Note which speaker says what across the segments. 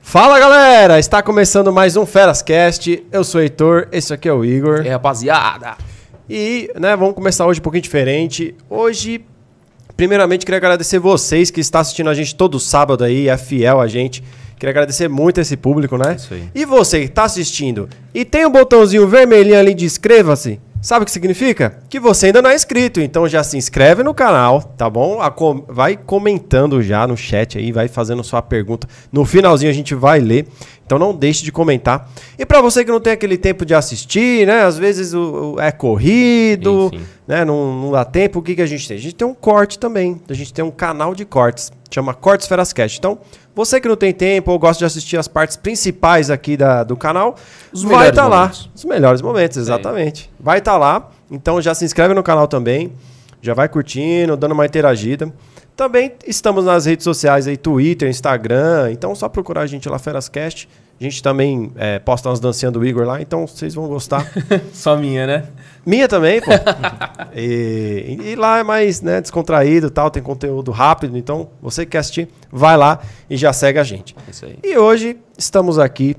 Speaker 1: Fala galera, está começando mais um Ferascast. Eu sou o Heitor, esse aqui é o Igor.
Speaker 2: É, rapaziada.
Speaker 1: E, né, vamos começar hoje um pouquinho diferente. Hoje, primeiramente, queria agradecer vocês que estão assistindo a gente todo sábado aí, é fiel a gente. Queria agradecer muito esse público, né?
Speaker 2: Isso aí.
Speaker 1: E você que está assistindo e tem um botãozinho vermelhinho ali de inscreva-se, sabe o que significa? Que você ainda não é inscrito, então já se inscreve no canal, tá bom? A com- Vai comentando já no chat aí, vai fazendo sua pergunta. No finalzinho a gente vai ler, então não deixe de comentar. E para você que não tem aquele tempo de assistir, né? Às vezes o- o- é corrido,
Speaker 2: Sim, sim.
Speaker 1: né? Não, não dá tempo. O que, que a gente tem? A gente tem um corte também. A gente tem um canal de cortes. Chama Cortes Ferascast. Então, você que não tem tempo ou gosta de assistir as partes principais aqui da, do canal,
Speaker 2: Os
Speaker 1: vai
Speaker 2: melhores
Speaker 1: estar lá.
Speaker 2: momentos.
Speaker 1: Os melhores momentos, exatamente. Vai estar lá. Então, já se inscreve no canal também. Já vai curtindo, dando uma interagida. Também estamos nas redes sociais aí, Twitter, Instagram. Então, só procurar a gente lá, Ferascast. A gente também eh, posta umas dancinhas do Igor lá, então vocês vão gostar.
Speaker 2: Só minha, né?
Speaker 1: Minha também, pô. e, e lá é mais né, descontraído e tal, tem conteúdo rápido. Então, você que quer assistir, vai lá e já segue a gente.
Speaker 2: É Isso aí.
Speaker 1: E hoje estamos aqui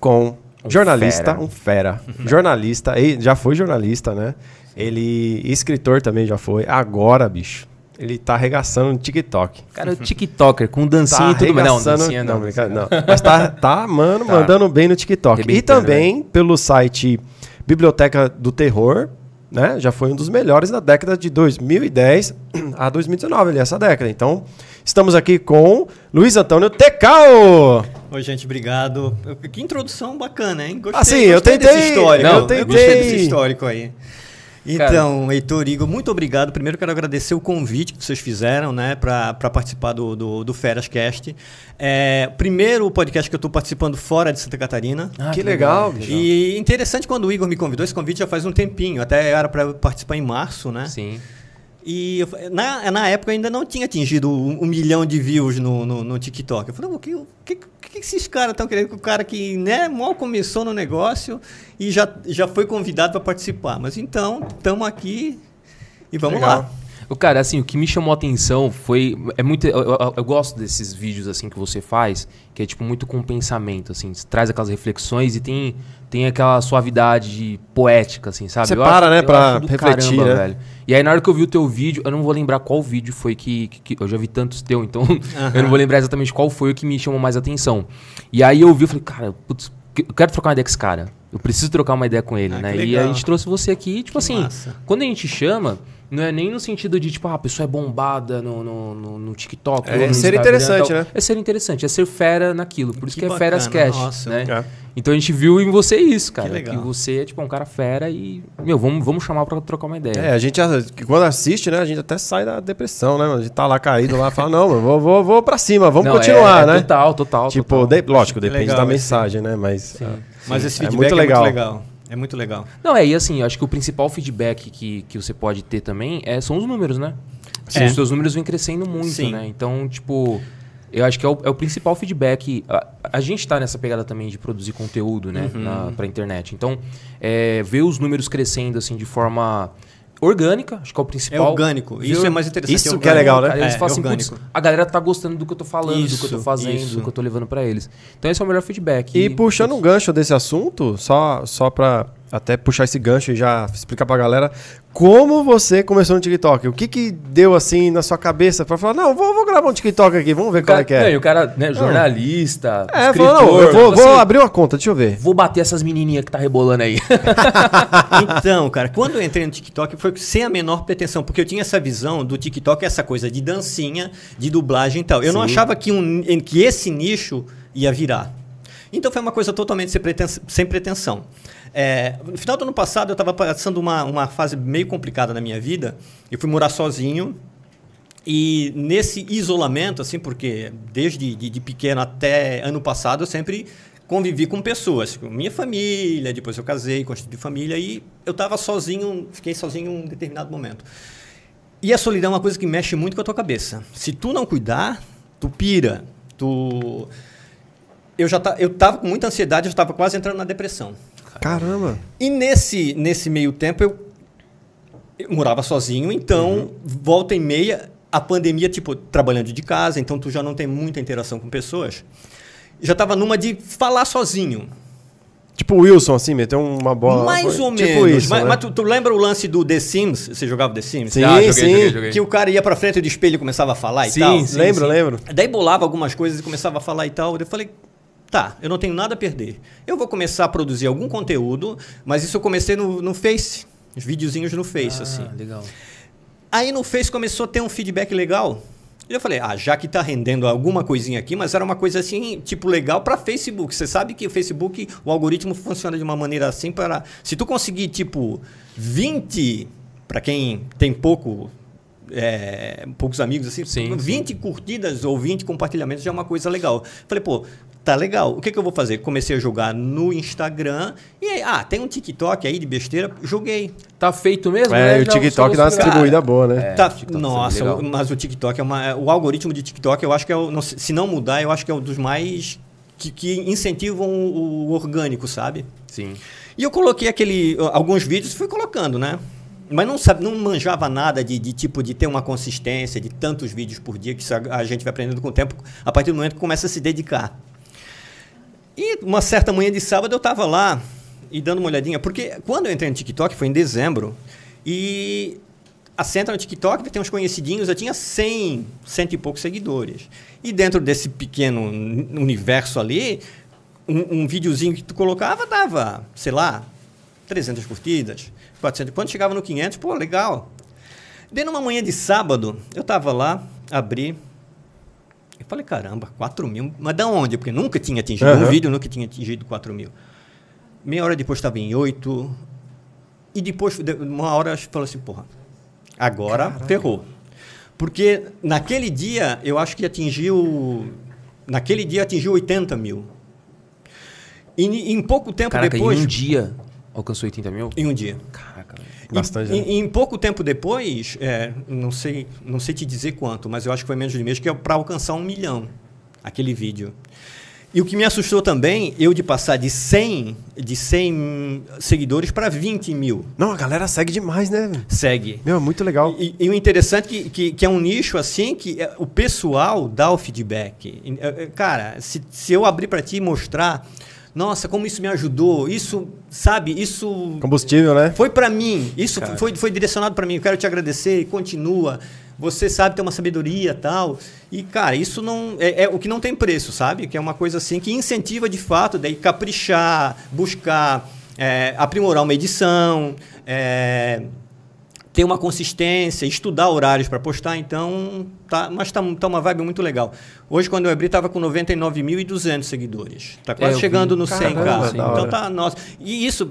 Speaker 1: com
Speaker 2: Um
Speaker 1: jornalista,
Speaker 2: fera.
Speaker 1: um fera. jornalista, e já foi jornalista, né? Ele, escritor também já foi. Agora, bicho, ele tá arregaçando no TikTok.
Speaker 2: Cara, o TikToker com
Speaker 1: Tá
Speaker 2: dancinha e tudo mais. Não,
Speaker 1: arregaçando-
Speaker 2: dancinha não.
Speaker 1: não, brincadeira, não. Mas tá, tá mano,
Speaker 2: Tá.
Speaker 1: mandando bem no TikTok. E
Speaker 2: Arrebentando,
Speaker 1: também pelo site Biblioteca do Terror, né? Já foi um dos melhores da década de 2010 a 2019, ali, essa década. Então, estamos aqui com Luiz Antônio Tecao.
Speaker 3: Oi, gente, obrigado. Eu- Que introdução bacana, hein? Gostei,
Speaker 1: Assim, eu
Speaker 3: gostei
Speaker 1: tentei,
Speaker 3: desse histórico.
Speaker 2: não,
Speaker 3: eu,
Speaker 2: eu
Speaker 3: gostei
Speaker 1: tentei.
Speaker 3: desse histórico aí. Então, Heitor Igor, muito obrigado. Primeiro quero agradecer o convite que vocês fizeram, né, para participar do, do, do Ferascast. É, primeiro podcast que eu estou participando fora de Santa Catarina.
Speaker 2: Ah,
Speaker 1: que,
Speaker 2: que
Speaker 1: legal,
Speaker 2: legal,
Speaker 1: bicho.
Speaker 3: E interessante quando o Igor me convidou, esse convite já faz um tempinho, até era para participar em março, né?
Speaker 2: Sim.
Speaker 3: E eu fa- na, na época eu ainda não tinha atingido um, um milhão de views no, no, no TikTok. Eu falei, "Pô, o que, o que, o que esses caras estão querendo? O cara que né, mal começou no negócio e já, já foi convidado para participar. Mas então, estamos aqui e vamos lá.
Speaker 2: O cara, assim, o que me chamou a atenção foi. É muito. Eu, eu- eu gosto desses vídeos assim que você faz, que é tipo muito com pensamento, assim, você traz aquelas reflexões e tem, tem aquela suavidade poética, assim, sabe?
Speaker 1: Você para, né,
Speaker 2: eu
Speaker 1: pra
Speaker 2: do
Speaker 1: refletir, né?
Speaker 2: velho. E aí, na hora que eu vi o teu vídeo, eu não vou lembrar qual vídeo foi que. que- que- eu já vi tantos teu, então eu não vou lembrar exatamente qual foi o que me chamou mais atenção. E aí eu vi, eu falei, cara, putz, que- eu quero trocar uma ideia com esse cara. Eu preciso trocar uma ideia com ele,
Speaker 3: Ah,
Speaker 2: né?
Speaker 3: que
Speaker 2: E a
Speaker 3: legal.
Speaker 2: gente trouxe você aqui, tipo
Speaker 3: Que
Speaker 2: assim,
Speaker 3: massa.
Speaker 2: quando a gente chama, não é nem no sentido de, tipo, ah, a pessoa é bombada no, no, no, no TikTok.
Speaker 1: É
Speaker 2: ou no
Speaker 1: ser
Speaker 2: Instagram e
Speaker 1: interessante,
Speaker 2: tal.
Speaker 1: né?
Speaker 2: É ser interessante, é ser fera naquilo. Por isso que,
Speaker 3: Que
Speaker 2: é feras
Speaker 3: bacana,
Speaker 2: cash,
Speaker 3: nossa.
Speaker 2: né?
Speaker 1: É.
Speaker 2: Então a gente viu em você isso, cara. Que,
Speaker 3: legal.
Speaker 2: você é, tipo, um cara fera e, meu, vamos, vamos chamar pra trocar uma ideia.
Speaker 1: É, a gente, a- que quando assiste, né, a gente até sai da depressão, né, mano? A gente tá lá caído lá, fala, não, mano, vou, vou, vou pra cima, vamos
Speaker 2: Não, é-
Speaker 1: continuar,
Speaker 2: é
Speaker 1: né?
Speaker 2: Total, total.
Speaker 1: Tipo,
Speaker 2: total.
Speaker 1: de- lógico,
Speaker 3: Que
Speaker 1: depende
Speaker 3: legal
Speaker 1: da
Speaker 3: esse-
Speaker 1: mensagem, né, mas...
Speaker 3: Mas esse
Speaker 1: É
Speaker 3: feedback
Speaker 1: muito
Speaker 3: é muito
Speaker 1: legal.
Speaker 3: legal. É muito legal.
Speaker 2: Não, é, e assim, eu acho que o principal feedback que, que você pode ter também é, são os números, né? Assim,
Speaker 3: É.
Speaker 2: Os seus números vêm crescendo muito,
Speaker 3: Sim.
Speaker 2: né? Então, tipo, eu acho que é o, é o principal feedback. A, a gente tá nessa pegada também de produzir conteúdo, né? Na, pra internet. Então, é, ver os números crescendo, assim, de forma orgânica, acho que é o
Speaker 3: É
Speaker 2: principal.
Speaker 3: orgânico. Isso
Speaker 2: Viu?
Speaker 3: é mais interessante.
Speaker 1: Isso
Speaker 3: orgânico.
Speaker 1: que é legal, né?
Speaker 2: Cara, eles
Speaker 3: É,
Speaker 2: falam assim,
Speaker 3: orgânico.
Speaker 2: "Putz, a galera tá gostando do que eu tô falando, do que eu tô
Speaker 3: Isso,
Speaker 2: fazendo,
Speaker 3: isso.
Speaker 2: do que eu tô levando pra eles. Então esse é o melhor feedback.
Speaker 1: E puxando um gancho desse assunto, só, só pra até puxar esse gancho e já explicar pra galera, como você começou no TikTok? O que que deu assim na sua cabeça pra falar, não, vou, vou gravar um TikTok aqui, vamos ver
Speaker 2: O
Speaker 1: qual
Speaker 2: cara,
Speaker 1: é que é.
Speaker 2: não, e o cara, né, jornalista,
Speaker 1: É,
Speaker 2: escritor,
Speaker 1: falou, não, eu
Speaker 3: tipo
Speaker 1: vou,
Speaker 2: assim,
Speaker 1: vou abrir uma conta, deixa eu ver.
Speaker 2: Vou bater essas menininhas que tá rebolando aí.
Speaker 3: Então, cara, quando eu entrei no TikTok foi sem a menor pretensão, porque eu tinha essa visão do TikTok, essa coisa de dancinha, de dublagem e tal. Eu não achava que, um, em- que esse nicho ia virar. Então foi uma coisa totalmente sem pretens- sem pretensão. É, no final do ano passado, eu estava passando uma, uma fase meio complicada na minha vida. Eu fui morar sozinho. E nesse isolamento, assim, porque desde de, de pequeno até ano passado eu sempre convivi com pessoas, com minha família, depois eu casei, constituí família e eu estava sozinho, fiquei sozinho em um determinado momento. E a solidão é uma coisa que mexe muito com a tua cabeça. Se tu não cuidar, tu pira, tu eu já tá, eu tava com muita ansiedade, eu estava quase entrando na depressão.
Speaker 1: Caramba.
Speaker 3: E nesse, nesse meio tempo eu, eu morava sozinho, então
Speaker 1: Uhum.
Speaker 3: volta e meia a pandemia, tipo, trabalhando de casa, então tu já não tem muita interação com pessoas. já tava numa de falar sozinho.
Speaker 1: Tipo o Wilson, assim, meteu uma bola.
Speaker 3: Mais ou
Speaker 1: tipo
Speaker 3: menos.
Speaker 1: Isso,
Speaker 3: mas
Speaker 1: né?
Speaker 3: mas tu, tu lembra o lance do The Sims? Você jogava The Sims?
Speaker 1: Sim,
Speaker 2: Ah, joguei,
Speaker 1: sim.
Speaker 2: joguei, joguei.
Speaker 3: Que o cara ia pra frente do espelho e começava a falar
Speaker 1: Sim,
Speaker 3: e tal.
Speaker 1: sim, lembro, lembro.
Speaker 3: Daí bolava algumas coisas e começava a falar e tal. Eu falei, tá, eu não tenho nada a perder. Eu vou começar a produzir algum conteúdo, mas isso eu comecei no, no Face, os videozinhos no Face,
Speaker 1: Ah,
Speaker 3: assim.
Speaker 2: legal.
Speaker 3: Aí no Face começou a ter um feedback legal. E eu falei, ah, já que tá rendendo alguma coisinha aqui, mas era uma coisa assim, tipo, legal para Facebook. Você sabe que o Facebook, o algoritmo funciona de uma maneira assim para. Se tu conseguir, tipo, 20, para quem tem pouco. é, poucos amigos assim,
Speaker 2: Sim,
Speaker 3: 20 curtidas ou 20 compartilhamentos já é uma coisa legal. Falei, pô, tá legal. O que, que eu vou fazer? Comecei a jogar no Instagram e aí, ah, tem um TikTok aí de besteira, joguei.
Speaker 2: Tá feito mesmo?
Speaker 1: É,
Speaker 2: né?
Speaker 1: o
Speaker 2: Já
Speaker 1: TikTok dá uma
Speaker 2: solucionou.
Speaker 1: distribuída boa, né?
Speaker 3: Tá-
Speaker 2: É, TikTok
Speaker 3: nossa,
Speaker 2: seria legal.
Speaker 3: o- mas o TikTok é uma. O algoritmo de TikTok, eu acho que é o. não sei- se não mudar, eu acho que é um dos mais. que, que incentivam o, o orgânico, sabe?
Speaker 2: Sim.
Speaker 3: E eu coloquei aquele. alguns vídeos fui colocando, né? Mas não, sabe, não manjava nada de, de tipo de ter uma consistência de tantos vídeos por dia, que isso a, a gente vai aprendendo com o tempo, a partir do momento que começa a se dedicar. E uma certa manhã de sábado eu estava lá e dando uma olhadinha, porque quando eu entrei no TikTok foi em dezembro e assenta no TikTok, tem uns conhecidinhos, eu tinha 100, cento e poucos seguidores. E dentro desse pequeno uni- universo ali, um, um videozinho que tu colocava dava, sei lá, 300 curtidas, 400. Quando chegava no 500, pô, legal. Daí numa manhã de sábado, eu tava lá, abri. Eu falei, caramba, 4 mil. Mas da onde? Porque nunca tinha atingido.
Speaker 1: Aham.
Speaker 3: Um vídeo nunca tinha atingido 4 mil. Meia hora depois estava em 8. E depois, de- uma hora, eu falei assim, porra, agora ferrou. Porque naquele dia, eu acho que atingiu. Naquele dia atingiu 80 mil. E ni- em pouco tempo
Speaker 2: Caraca,
Speaker 3: depois.
Speaker 2: em um dia alcançou 80 mil?
Speaker 3: Em um dia.
Speaker 2: Caraca.
Speaker 1: Bastante,
Speaker 3: E,
Speaker 1: né?
Speaker 3: e- em pouco tempo depois, é, não, sei, não sei te dizer quanto, mas eu acho que foi menos de um mês, que é para alcançar um milhão, aquele vídeo. E o que me assustou também, eu de passar de 100, de 100 seguidores para 20 mil.
Speaker 1: Não, a galera segue demais, né? velho?
Speaker 3: Segue.
Speaker 1: Meu, é muito legal.
Speaker 3: E, e o interessante que, que, que é um nicho assim que é, o pessoal dá o feedback. E, é, é, Cara, se, se eu abrir para ti e mostrar, nossa, como isso me ajudou, isso, sabe, isso
Speaker 1: Combustível, né?
Speaker 3: foi pra mim, isso foi, foi direcionado pra mim. Eu quero te agradecer e continua. Você sabe ter uma sabedoria tal. E, cara, isso não é, é o que não tem preço, sabe? Que é uma coisa assim que incentiva de fato, daí caprichar, buscar, é, aprimorar uma edição, é, ter uma consistência, estudar horários pra postar. Então, tá, mas tá, tá uma vibe muito legal. Hoje, quando eu abri, tava com 99.200 seguidores. Tá
Speaker 2: É, eu
Speaker 3: quase
Speaker 2: vi.
Speaker 3: chegando no 100,
Speaker 1: Caramba,
Speaker 3: cara.
Speaker 1: da hora.
Speaker 3: Então, tá, nossa. E isso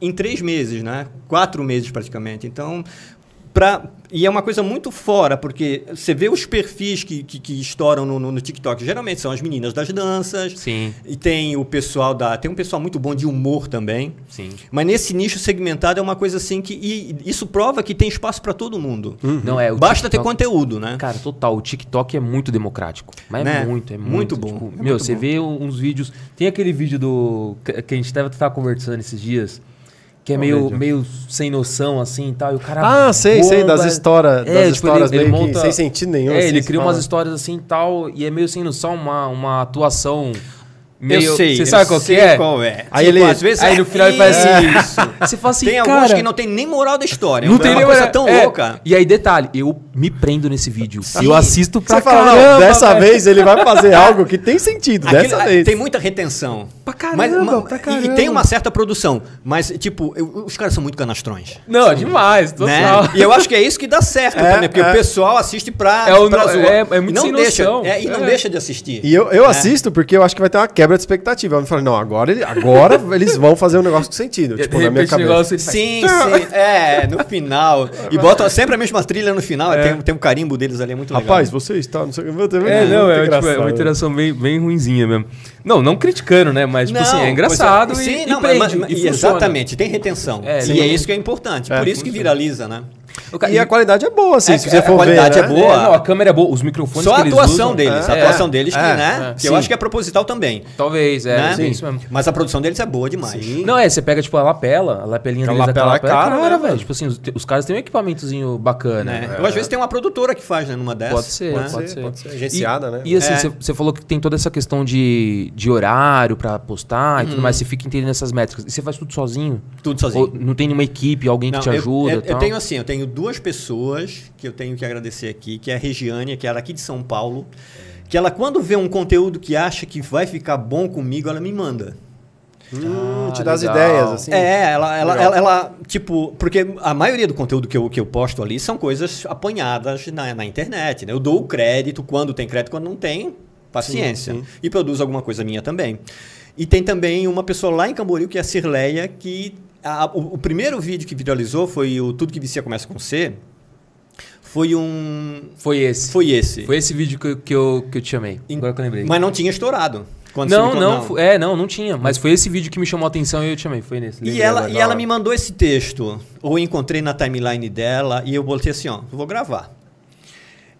Speaker 3: em três meses, né? Quatro meses praticamente. Então, pra, e é uma coisa muito fora, porque você vê os perfis que, que, que estouram no, no, no TikTok. Geralmente são as meninas das danças.
Speaker 2: Sim,
Speaker 3: E tem o pessoal da. Tem um pessoal muito bom de humor também.
Speaker 2: sim.
Speaker 3: Mas nesse nicho segmentado é uma coisa assim que. E isso prova que tem espaço para todo mundo.
Speaker 2: Não é o
Speaker 3: Basta ter
Speaker 2: TikTok-
Speaker 3: conteúdo, né?
Speaker 2: Cara, total, o TikTok é muito democrático. Mas é
Speaker 3: Né?
Speaker 2: muito, é muito.
Speaker 3: Muito bom,
Speaker 2: tipo,
Speaker 3: é
Speaker 2: meu,
Speaker 3: muito
Speaker 2: você
Speaker 3: bom.
Speaker 2: vê uns vídeos. Tem aquele vídeo do. que que a gente tava, tava conversando esses dias. Que é
Speaker 1: Qual
Speaker 2: meio,
Speaker 1: vídeo?
Speaker 2: meio sem noção, assim e tal. E o cara.
Speaker 1: Ah, sei, sei, das
Speaker 2: bomba.
Speaker 1: histórias,
Speaker 2: É,
Speaker 1: das
Speaker 2: tipo, ele-
Speaker 1: histórias
Speaker 2: ele
Speaker 1: meio que
Speaker 2: monta-
Speaker 1: sem sentido nenhum.
Speaker 2: É,
Speaker 1: assim,
Speaker 2: ele
Speaker 1: você
Speaker 2: cria
Speaker 1: fala.
Speaker 2: umas histórias assim e tal. E é meio sem noção, uma, uma atuação. Meio, Você
Speaker 3: eu
Speaker 2: sabe qual
Speaker 3: sei
Speaker 2: que é?
Speaker 3: Qual é.
Speaker 1: Aí
Speaker 3: Tipo,
Speaker 1: ele-
Speaker 3: às vezes
Speaker 2: Aí
Speaker 3: é
Speaker 2: no final ele faz
Speaker 3: isso.
Speaker 2: assim. Você fala assim,
Speaker 3: tem
Speaker 2: cara,
Speaker 3: alguns que não tem nem moral da história.
Speaker 2: não
Speaker 3: é
Speaker 2: tem
Speaker 3: uma
Speaker 2: nem-
Speaker 3: coisa tão
Speaker 2: é.
Speaker 3: louca.
Speaker 2: E aí, detalhe, eu me prendo nesse vídeo.
Speaker 3: Sim.
Speaker 2: Eu assisto pra
Speaker 1: Você fala,
Speaker 2: caramba.
Speaker 1: não, dessa
Speaker 2: velho.
Speaker 1: vez ele vai fazer algo que tem sentido,
Speaker 3: Aquilo-
Speaker 1: dessa
Speaker 3: ah,
Speaker 1: vez.
Speaker 3: Tem muita retenção.
Speaker 2: Pra caramba, pra
Speaker 3: e- E,
Speaker 2: caramba.
Speaker 3: tem uma certa produção. Mas, tipo, eu- os caras são muito canastrões.
Speaker 2: Não, é demais, total.
Speaker 3: Né? E eu acho que é isso que dá certo
Speaker 1: É,
Speaker 3: também, porque
Speaker 1: é.
Speaker 3: o pessoal assiste pra,
Speaker 2: É o
Speaker 3: pra
Speaker 2: no-
Speaker 3: zoar.
Speaker 2: é- é muito
Speaker 3: não
Speaker 2: sem
Speaker 3: deixa,
Speaker 2: noção.
Speaker 3: é, E não
Speaker 2: É.
Speaker 3: deixa de assistir.
Speaker 1: E eu, eu assisto porque eu acho que vai ter uma quebra de expectativa. Eu falo, não, agora, ele- agora eles vão fazer um negócio com sentido. Tipo, na minha
Speaker 2: o
Speaker 1: cabeça.
Speaker 2: negócio, ele faz-
Speaker 3: Sim, sim. É, no final. E botam sempre a mesma trilha no final. Tem, tem um carimbo deles ali, é muito legal.
Speaker 1: Rapaz, você está, não sei o que.
Speaker 2: É, não, é, tipo, é
Speaker 1: engraçado.
Speaker 2: uma interação bem, bem ruinzinha mesmo. Não, não criticando, né? Mas, tipo assim, é engraçado
Speaker 3: mas é-
Speaker 2: e,
Speaker 3: sim,
Speaker 2: e
Speaker 3: não, mas-
Speaker 2: prende,
Speaker 3: mas-
Speaker 2: e
Speaker 3: e
Speaker 2: funciona.
Speaker 3: exatamente, tem retenção.
Speaker 2: É,
Speaker 3: e
Speaker 2: sim.
Speaker 3: é isso que é importante.
Speaker 1: É,
Speaker 3: por isso que
Speaker 1: funciona.
Speaker 3: viraliza, né?
Speaker 1: E a qualidade é boa, assim,
Speaker 3: É,
Speaker 1: se você
Speaker 3: a
Speaker 1: for ver.
Speaker 3: qualidade
Speaker 1: né?
Speaker 3: é boa.
Speaker 2: É, não, a câmera é boa, os microfones
Speaker 3: Só
Speaker 2: que
Speaker 3: a
Speaker 2: eles
Speaker 3: atuação
Speaker 2: usam-
Speaker 3: deles,
Speaker 2: É,
Speaker 3: a atuação deles, que,
Speaker 1: é,
Speaker 3: né?
Speaker 1: é.
Speaker 3: Que eu
Speaker 1: Sim.
Speaker 3: acho que é proposital também.
Speaker 2: Talvez, é,
Speaker 3: né?
Speaker 2: é isso mesmo.
Speaker 3: Mas a produção deles é boa demais.
Speaker 1: Sim.
Speaker 2: Não, é, você pega, tipo, a lapela, a lapelinha
Speaker 1: A
Speaker 2: deles,
Speaker 1: lapela
Speaker 2: aquela
Speaker 1: é cara, né, velho?
Speaker 2: Tipo assim, os, os caras têm um equipamentozinho bacana.
Speaker 3: Né?
Speaker 2: É.
Speaker 3: Eu, às vezes tem uma produtora que faz né, numa dessas.
Speaker 2: Pode ser,
Speaker 3: né?
Speaker 2: pode ser.
Speaker 1: Pode ser, pode ser.
Speaker 2: E-
Speaker 1: Agenciada, né?
Speaker 2: E assim,
Speaker 3: É.
Speaker 2: você você falou que tem toda essa questão de, de horário pra postar e tudo mais, você fica entendendo essas métricas. E você faz tudo sozinho?
Speaker 3: Uhum. Tudo sozinho.
Speaker 2: Ou não tem nenhuma equipe, alguém
Speaker 3: Não,
Speaker 2: que te
Speaker 3: eu-
Speaker 2: ajuda?
Speaker 3: Eu,
Speaker 2: e
Speaker 3: eu
Speaker 2: tal?
Speaker 3: tenho assim, eu tenho duas pessoas que eu tenho que agradecer aqui, que é a Regiane, que era aqui de São Paulo, que ela quando vê um conteúdo que acha que vai ficar bom comigo, ela me manda.
Speaker 1: Hum, te
Speaker 2: Ah,
Speaker 1: dá as
Speaker 2: legal.
Speaker 1: ideias, assim.
Speaker 3: É, ela, ela,
Speaker 1: Legal.
Speaker 3: ela, ela, tipo, porque a maioria do conteúdo que eu, que eu posto ali são coisas apanhadas na, na internet, né? Eu dou o crédito quando tem crédito, quando não tem, paciência.
Speaker 1: Sim, sim.
Speaker 3: E produzo alguma coisa minha também. E tem também uma pessoa lá em Camboriú, que é a Cirleia, que a- o, o primeiro vídeo que viralizou foi o Tudo que Vicia Começa com C, foi um...
Speaker 2: Foi esse.
Speaker 3: foi esse.
Speaker 2: Foi esse vídeo que, eu- que, eu, que eu te chamei.
Speaker 3: Em-
Speaker 2: Agora que eu lembrei.
Speaker 3: Mas não tinha estourado. quando você me
Speaker 2: não,
Speaker 3: con-
Speaker 2: não, fu- É, não, não tinha. Mas foi esse vídeo que me chamou a atenção e eu te chamei. Foi nesse.
Speaker 3: E
Speaker 2: lembrei
Speaker 3: ela,
Speaker 2: agora,
Speaker 3: e
Speaker 2: da
Speaker 3: ela
Speaker 2: hora.
Speaker 3: me mandou esse texto, ou eu encontrei na timeline dela, e eu botei assim, ó, vou gravar.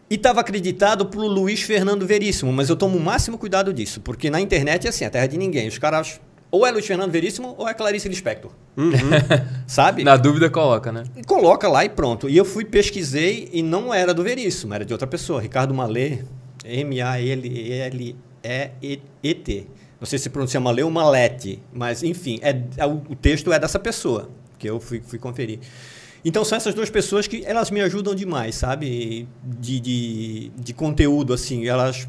Speaker 3: E estava acreditado pro Luiz Fernando Veríssimo, mas eu tomo o máximo cuidado disso, porque na internet é assim, a terra de ninguém. Os caras, ou é Luiz Fernando Veríssimo, ou é Clarice Lispector. Sabe?
Speaker 2: Na dúvida, coloca, né?
Speaker 3: E coloca lá e pronto. E eu fui, pesquisei, e não era do Veríssimo, era de outra pessoa, Ricardo Malê, M-A-L-L-E-E-T. Não sei se pronuncia Malê ou Malete, mas enfim, é, é o o texto é dessa pessoa, que eu fui, fui conferir. Então são essas duas pessoas que elas me ajudam demais, sabe? De, de, de conteúdo, assim, elas...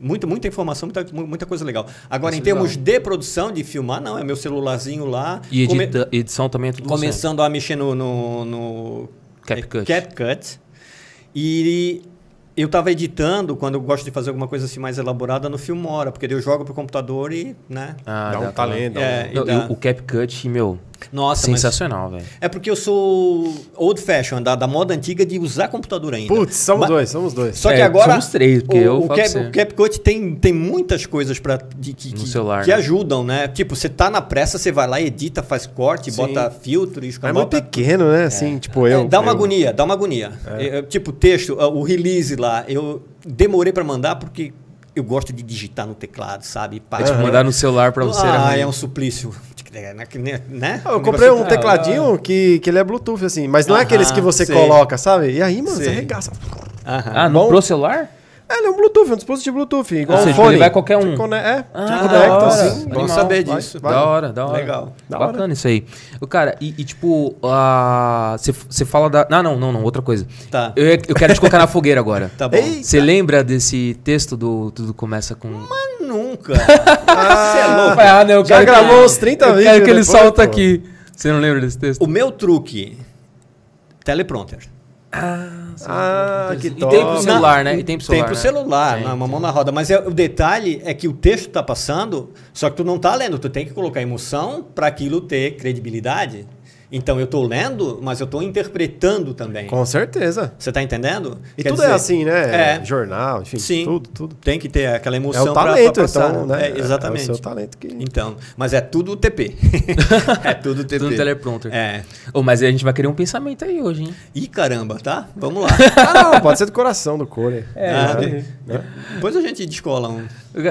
Speaker 3: Muita, muita informação, muita, mu- muita coisa legal. Agora,
Speaker 2: Isso
Speaker 3: em
Speaker 2: é legal.
Speaker 3: termos de produção, de filmar, não, é meu celularzinho lá.
Speaker 2: E
Speaker 3: Come-
Speaker 2: edita- edição também é tudo você.
Speaker 3: começando a mexer no, no, no
Speaker 2: CapCut.
Speaker 3: eh, CapCut. E eu estava editando, quando eu gosto de fazer alguma coisa assim mais elaborada, no Filmora, porque daí eu jogo pro computador e, né?
Speaker 2: Ah,
Speaker 1: Dá um
Speaker 2: tá.
Speaker 1: talento.
Speaker 3: É,
Speaker 2: Não,
Speaker 3: e dá-
Speaker 2: e o, o CapCut, meu,
Speaker 3: Nossa, mas-
Speaker 2: sensacional, velho.
Speaker 3: É porque eu sou old fashion, da, da moda antiga de usar computador ainda.
Speaker 1: Putz, somos
Speaker 3: Mas-
Speaker 1: dois, somos dois.
Speaker 3: Só que
Speaker 2: É,
Speaker 3: agora.
Speaker 2: somos três, porque
Speaker 3: o,
Speaker 2: eu falo
Speaker 3: o,
Speaker 2: pra
Speaker 3: Cap,
Speaker 2: você.
Speaker 3: o CapCut tem, tem muitas coisas pra, de, que,
Speaker 2: No
Speaker 3: que-
Speaker 2: celular,
Speaker 3: que
Speaker 2: né?
Speaker 3: ajudam, né? Tipo, você tá na pressa, você vai lá, edita, faz corte,
Speaker 1: Sim.
Speaker 3: bota filtro e
Speaker 1: Mas é muito
Speaker 3: escambau pra-
Speaker 1: pequeno, né? Assim, tipo
Speaker 3: É,
Speaker 1: eu.
Speaker 3: dá uma
Speaker 1: eu-
Speaker 3: agonia, dá uma agonia.
Speaker 2: É.
Speaker 3: Eu- eu, tipo, texto, ah, o release lá, eu demorei pra mandar porque eu gosto de digitar no teclado, sabe? Pá,
Speaker 2: É tipo mandar no celular pra você.
Speaker 3: Ah,
Speaker 2: né?
Speaker 3: é um suplício. Né?
Speaker 1: Ah, Eu comprei um
Speaker 3: negócio-
Speaker 1: tecladinho que, que ele é Bluetooth, assim, mas não é
Speaker 3: Aham,
Speaker 1: aqueles que você
Speaker 3: sei.
Speaker 1: coloca, sabe? E aí, mano, você
Speaker 3: Sei.
Speaker 1: arregaça.
Speaker 3: Aham.
Speaker 2: Ah, não
Speaker 1: Bom.
Speaker 2: pro celular?
Speaker 1: É, ele é um Bluetooth, é um dispositivo Bluetooth, igual
Speaker 2: Ou
Speaker 1: um
Speaker 2: seja,
Speaker 1: fone.
Speaker 2: ele vai qualquer um.
Speaker 1: Você Cone... É,
Speaker 2: Ah,
Speaker 1: você
Speaker 2: da
Speaker 1: conecta,
Speaker 2: hora.
Speaker 1: assim.
Speaker 3: Bom
Speaker 2: Animal.
Speaker 3: saber
Speaker 1: vai,
Speaker 3: disso.
Speaker 1: vai.
Speaker 2: Da hora, da hora.
Speaker 3: Legal.
Speaker 1: Da hora.
Speaker 2: Bacana isso aí. Ô, Cara, e, e tipo, você fala da. Ah, não, não, não, outra coisa.
Speaker 3: Tá.
Speaker 2: Eu, eu quero te colocar na fogueira agora.
Speaker 3: Tá bom.
Speaker 1: Ei.
Speaker 2: Você lembra desse texto do Tudo Começa com.
Speaker 3: Nunca. Você é louco.
Speaker 2: Ah, né? Eu
Speaker 1: Já
Speaker 2: quero que-
Speaker 1: gravou uns 30
Speaker 2: eu
Speaker 1: vídeos
Speaker 2: quero que ele
Speaker 1: depois, pô.
Speaker 2: solta aqui. Você não lembra desse texto?
Speaker 3: O meu truque, teleprompter.
Speaker 1: Ah, que
Speaker 2: E
Speaker 1: top.
Speaker 2: tem pro celular, né? E tem pro celular.
Speaker 3: Tem pro
Speaker 2: né?
Speaker 3: celular,
Speaker 2: Tem,
Speaker 3: na- uma mão na roda. Mas é- o detalhe é que o texto tá passando, só que tu não tá lendo. Tu tem que colocar emoção para aquilo ter credibilidade. Então eu tô lendo, mas eu tô interpretando também.
Speaker 1: Com certeza.
Speaker 3: Você tá entendendo?
Speaker 1: E
Speaker 3: Quer
Speaker 1: tudo é
Speaker 3: dizer,
Speaker 1: assim, né?
Speaker 3: É.
Speaker 1: Jornal, enfim,
Speaker 3: Sim.
Speaker 1: tudo, tudo.
Speaker 3: Tem que ter
Speaker 1: É
Speaker 3: aquela emoção
Speaker 1: o
Speaker 3: pra- pra
Speaker 1: talento,
Speaker 3: passar,
Speaker 1: então, né?
Speaker 3: É,
Speaker 1: É
Speaker 3: exatamente.
Speaker 1: o seu talento que...
Speaker 3: Então, mas é tudo TP. é tudo TP.
Speaker 2: Tudo no teleprompter.
Speaker 3: É.
Speaker 2: Ô, mas a gente vai querer um pensamento aí hoje, hein?
Speaker 3: Ih, caramba, tá? Vamos lá.
Speaker 1: Ah, não, pode ser do coração do Cole. É,
Speaker 3: Ah, Depois a gente descola um.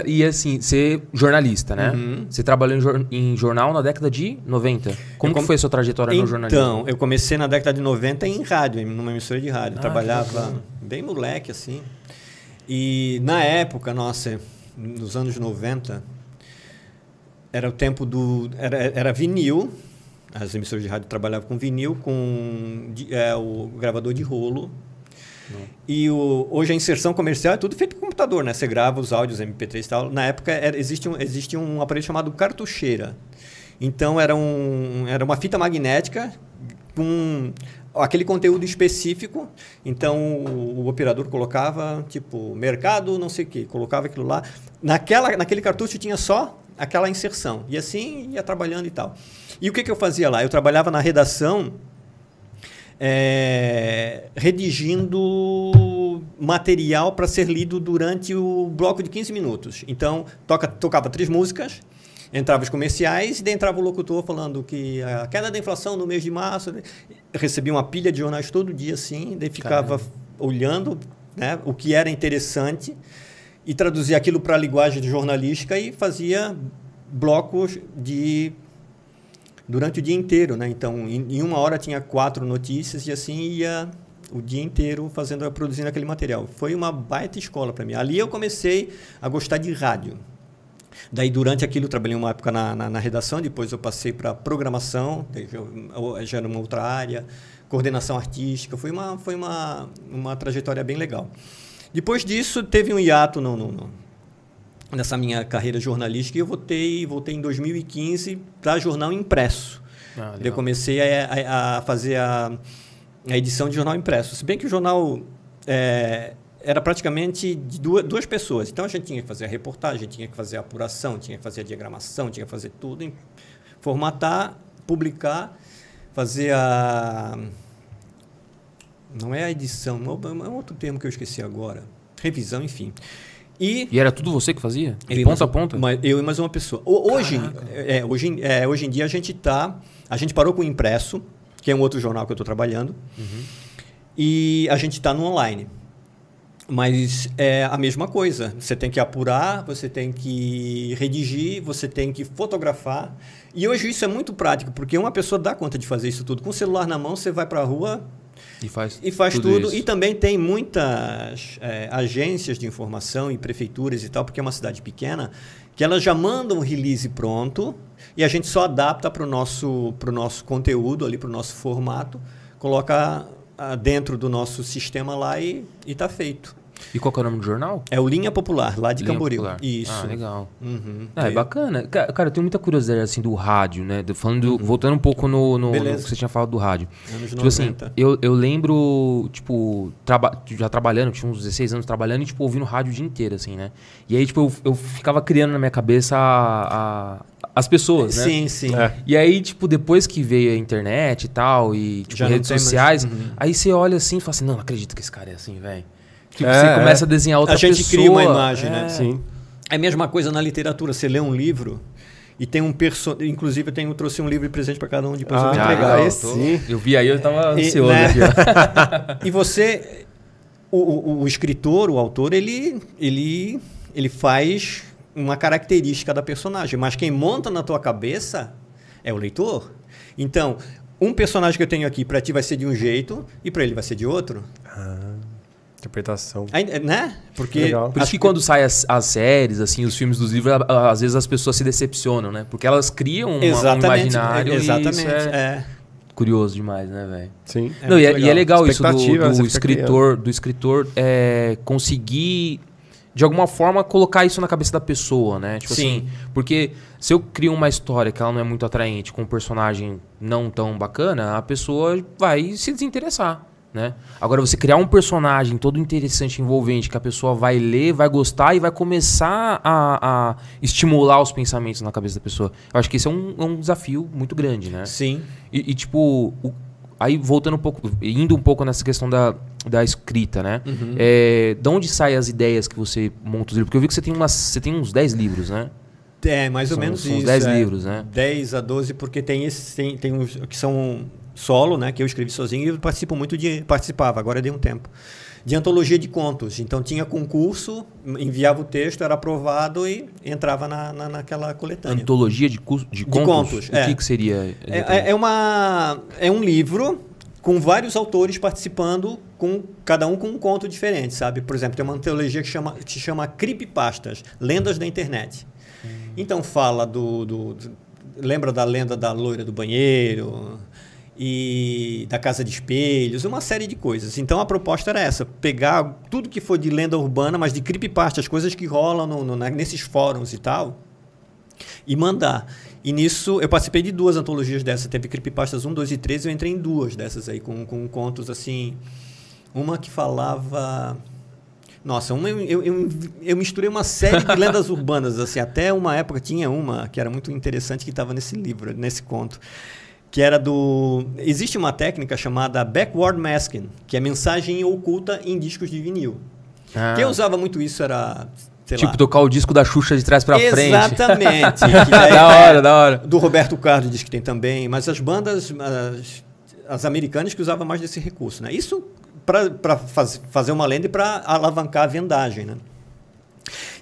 Speaker 2: E assim, ser jornalista, né?
Speaker 1: Uhum.
Speaker 2: Você trabalhou em, jor- em jornal na década de 90. Como,
Speaker 3: Eu com-
Speaker 2: que foi a sua trajetória no jornalismo?
Speaker 3: Então, eu comecei na década de 90 em rádio, numa emissora de
Speaker 2: Ah,
Speaker 3: rádio. Trabalhava bem moleque, assim. E na época, nossa, nos anos 90, era o tempo do. Era, era vinil. As emissoras de rádio trabalhavam com vinil, com di- é, o gravador de rolo. E o- hoje a inserção comercial é tudo feito por computador, né? Você grava os áudios MP3 e tal. Na época era, existe, um, existe um aparelho chamado cartucheira. Então era, um, era uma fita magnética com aquele conteúdo específico. Então o, o operador colocava, tipo, mercado, não sei o quê, colocava aquilo lá. Naquela, naquele cartucho tinha só aquela inserção. E assim ia trabalhando e tal. E o que, que eu fazia lá? Eu trabalhava na redação é, redigindo material para ser lido durante o bloco de 15 minutos. Então, toca- tocava três músicas Entrava os comerciais e daí entrava o locutor falando que a queda da inflação no mês de março. né? Eu recebia uma pilha de jornais todo dia assim, daí ficava olhando né, o que era interessante e traduzia aquilo para a linguagem jornalística e fazia blocos de durante o dia inteiro, né? Então, em, em uma hora tinha quatro notícias e assim ia o dia inteiro fazendo, produzindo aquele material. Foi uma baita escola para mim. Ali eu comecei a gostar de rádio. Daí, durante aquilo, eu trabalhei uma época na, na, na redação, depois eu passei para programação, daí já, eu- já era uma outra área, coordenação artística, foi uma, foi uma, uma trajetória bem legal. Depois disso, teve um hiato no, no- no- nessa minha carreira jornalística e eu voltei, voltei em 2015 para jornal impresso.
Speaker 2: Ah,
Speaker 3: eu comecei a, a- a fazer a, a edição de jornal impresso. Se bem que o jornal é, era praticamente de duas, duas pessoas. Então a gente tinha que fazer a reportagem, tinha que fazer a apuração, tinha que fazer a diagramação, tinha que fazer tudo, em- formatar, publicar, fazer a. Não é a edição, é um outro termo que eu esqueci agora. Revisão, enfim. E
Speaker 2: E era tudo você que fazia?
Speaker 3: eu
Speaker 2: De
Speaker 3: e mais
Speaker 2: ponta a
Speaker 3: um-
Speaker 2: ponta?
Speaker 3: ma- eu e mais uma pessoa. O- hoje, é, hoje, em- é, hoje em dia a gente tá. A gente parou com o impresso, que é um outro jornal que eu estou trabalhando.
Speaker 2: Uhum.
Speaker 3: E a gente está no online. Mas é a mesma coisa. Você tem que apurar, você tem que redigir, você tem que fotografar. E hoje isso é muito prático, porque uma pessoa dá conta de fazer isso tudo. Com o celular na mão, você vai para a rua,
Speaker 2: E faz,
Speaker 3: e faz tudo.
Speaker 2: isso.
Speaker 3: E tá- também tem muitas eh, agências de informação e prefeituras e tal, porque é uma cidade pequena, que elas já mandam um release pronto e a gente só adapta para o nosso, pro nosso conteúdo ali, para o nosso formato, coloca ah, dentro do nosso sistema lá e está feito.
Speaker 2: E qual que é o nome do jornal?
Speaker 3: É o Linha Popular, lá de
Speaker 2: Linha
Speaker 3: Camboriú.
Speaker 2: Popular.
Speaker 3: Isso.
Speaker 2: Ah, legal.
Speaker 3: Uhum.
Speaker 2: Ah, é
Speaker 3: Aí-
Speaker 2: bacana. Ca- Cara, eu tenho muita curiosidade assim do rádio, né? Do- Falando, voltando um pouco no, no, no que
Speaker 3: Uhum. Beleza.
Speaker 2: você tinha falado do rádio.
Speaker 3: Anos
Speaker 2: tipo assim,
Speaker 3: 90.
Speaker 2: eu, eu lembro, tipo, traba- já trabalhando, tinha uns 16 anos trabalhando e, tipo, ouvindo rádio o dia inteiro, assim, né? E aí, tipo, eu, eu ficava criando na minha cabeça a- a- as pessoas, né?
Speaker 3: Sim, sim.
Speaker 1: É.
Speaker 2: E aí, tipo, depois que veio a internet e tal, e tipo,
Speaker 3: Já não
Speaker 2: redes
Speaker 3: tem mais. Uhum.
Speaker 2: sociais, aí você olha assim e fala assim, não, não acredito que esse cara é assim, velho. Tipo,
Speaker 1: É,
Speaker 2: você
Speaker 1: é.
Speaker 2: começa a desenhar outra
Speaker 3: A
Speaker 2: pessoa.
Speaker 3: gente cria uma imagem, né?
Speaker 1: Sim.
Speaker 3: É a mesma coisa na literatura. Você lê um livro e tem um personagem. Inclusive, eu, tenho, eu trouxe um livro de presente para cada um, depois eu vou
Speaker 1: Ah,
Speaker 3: entregar.
Speaker 1: legal.
Speaker 2: eu
Speaker 1: Esse sim.
Speaker 2: Eu vi aí, eu tava
Speaker 3: E,
Speaker 2: ansioso
Speaker 3: né?
Speaker 2: aqui, ó.
Speaker 3: E você, o, o- o escritor, o autor, ele, ele, ele faz uma característica da personagem, mas quem monta na tua cabeça é o leitor. Então, um personagem que eu tenho aqui para ti vai ser de um jeito e para ele vai ser de outro,
Speaker 1: Interpretação.
Speaker 3: Ainda- né? Porque
Speaker 1: Legal.
Speaker 2: Por isso que quando saem as, as séries, assim, os filmes dos livros, a- a- às vezes as pessoas se decepcionam, né? Porque elas criam uma, um
Speaker 3: exatamente,
Speaker 2: imaginário
Speaker 3: exatamente,
Speaker 2: e isso é,
Speaker 3: é.
Speaker 2: curioso demais, né, velho?
Speaker 1: Sim.
Speaker 3: É
Speaker 2: Não, e, é,
Speaker 3: muito
Speaker 2: e é legal isso do,
Speaker 1: Expectativa,
Speaker 2: do
Speaker 1: você fica
Speaker 2: escritor, do escritor é, conseguir, de alguma forma, colocar isso na cabeça da pessoa, né? Tipo
Speaker 3: Sim.
Speaker 2: assim, porque se eu crio uma história que ela não é muito atraente, com um personagem não tão bacana, a pessoa vai se desinteressar. Né? Agora, você criar um personagem todo interessante, envolvente, que a pessoa vai ler, vai gostar e vai começar a, a estimular os pensamentos na cabeça da pessoa. Eu acho que esse é um, é um desafio muito grande, né?
Speaker 3: Sim.
Speaker 2: E, e, tipo, o- aí voltando um pouco, indo um pouco nessa questão da, da escrita, né?
Speaker 3: Uhum.
Speaker 2: É, de onde saem as ideias que você monta os livros? Porque eu vi que você tem, umas, você tem uns 10 livros, né?
Speaker 3: É, mais ou
Speaker 2: São-
Speaker 3: menos
Speaker 2: são uns
Speaker 3: isso.
Speaker 2: 10
Speaker 3: é.
Speaker 2: livros, né?
Speaker 3: 10 a 12, porque tem esses, tem, tem uns que são solo, né? Que eu escrevi sozinho e eu participo muito de. participava, agora dei um tempo. De antologia de contos. Então tinha concurso, enviava o texto, era aprovado e entrava na, na, naquela coletânea.
Speaker 2: Antologia de, cus- de contos?
Speaker 3: contos,
Speaker 2: o
Speaker 3: é.
Speaker 2: que, que seria?
Speaker 3: É-
Speaker 2: exatamente?
Speaker 3: É, é uma, é um livro com vários autores participando, com cada um com um conto diferente, sabe? Por exemplo, tem uma antologia que chama, que se chama Creepypastas, Lendas da Internet. Então fala do, do- do- Lembra da lenda da loira do banheiro e da casa de espelhos, uma série de coisas. Então a proposta era essa: pegar tudo que for de lenda urbana, mas de creepypastas, coisas que rolam no- no- na- nesses fóruns e tal, e mandar. E nisso, eu participei de duas antologias dessa. Teve Creepypastas 1, 2 e 3. Eu entrei em duas dessas aí, com, com contos assim. Uma que falava. Nossa, uma, eu, eu, eu- eu misturei uma série de lendas urbanas, assim. Até uma época tinha uma que era muito interessante que estava nesse livro, nesse conto. Que era do. Existe uma técnica chamada backward masking, que é mensagem oculta em discos de vinil.
Speaker 2: Ah,
Speaker 3: Quem usava muito isso era sei
Speaker 2: tipo,
Speaker 3: lá.
Speaker 2: tocar o disco da Xuxa de trás pra frente.
Speaker 3: Exatamente. que daí- é
Speaker 2: da hora, da hora.
Speaker 3: Do Roberto Carlos diz que tem também, mas as bandas, as, as americanas que usavam mais desse recurso, né? Isso para fazer uma lenda e para alavancar a vendagem, né?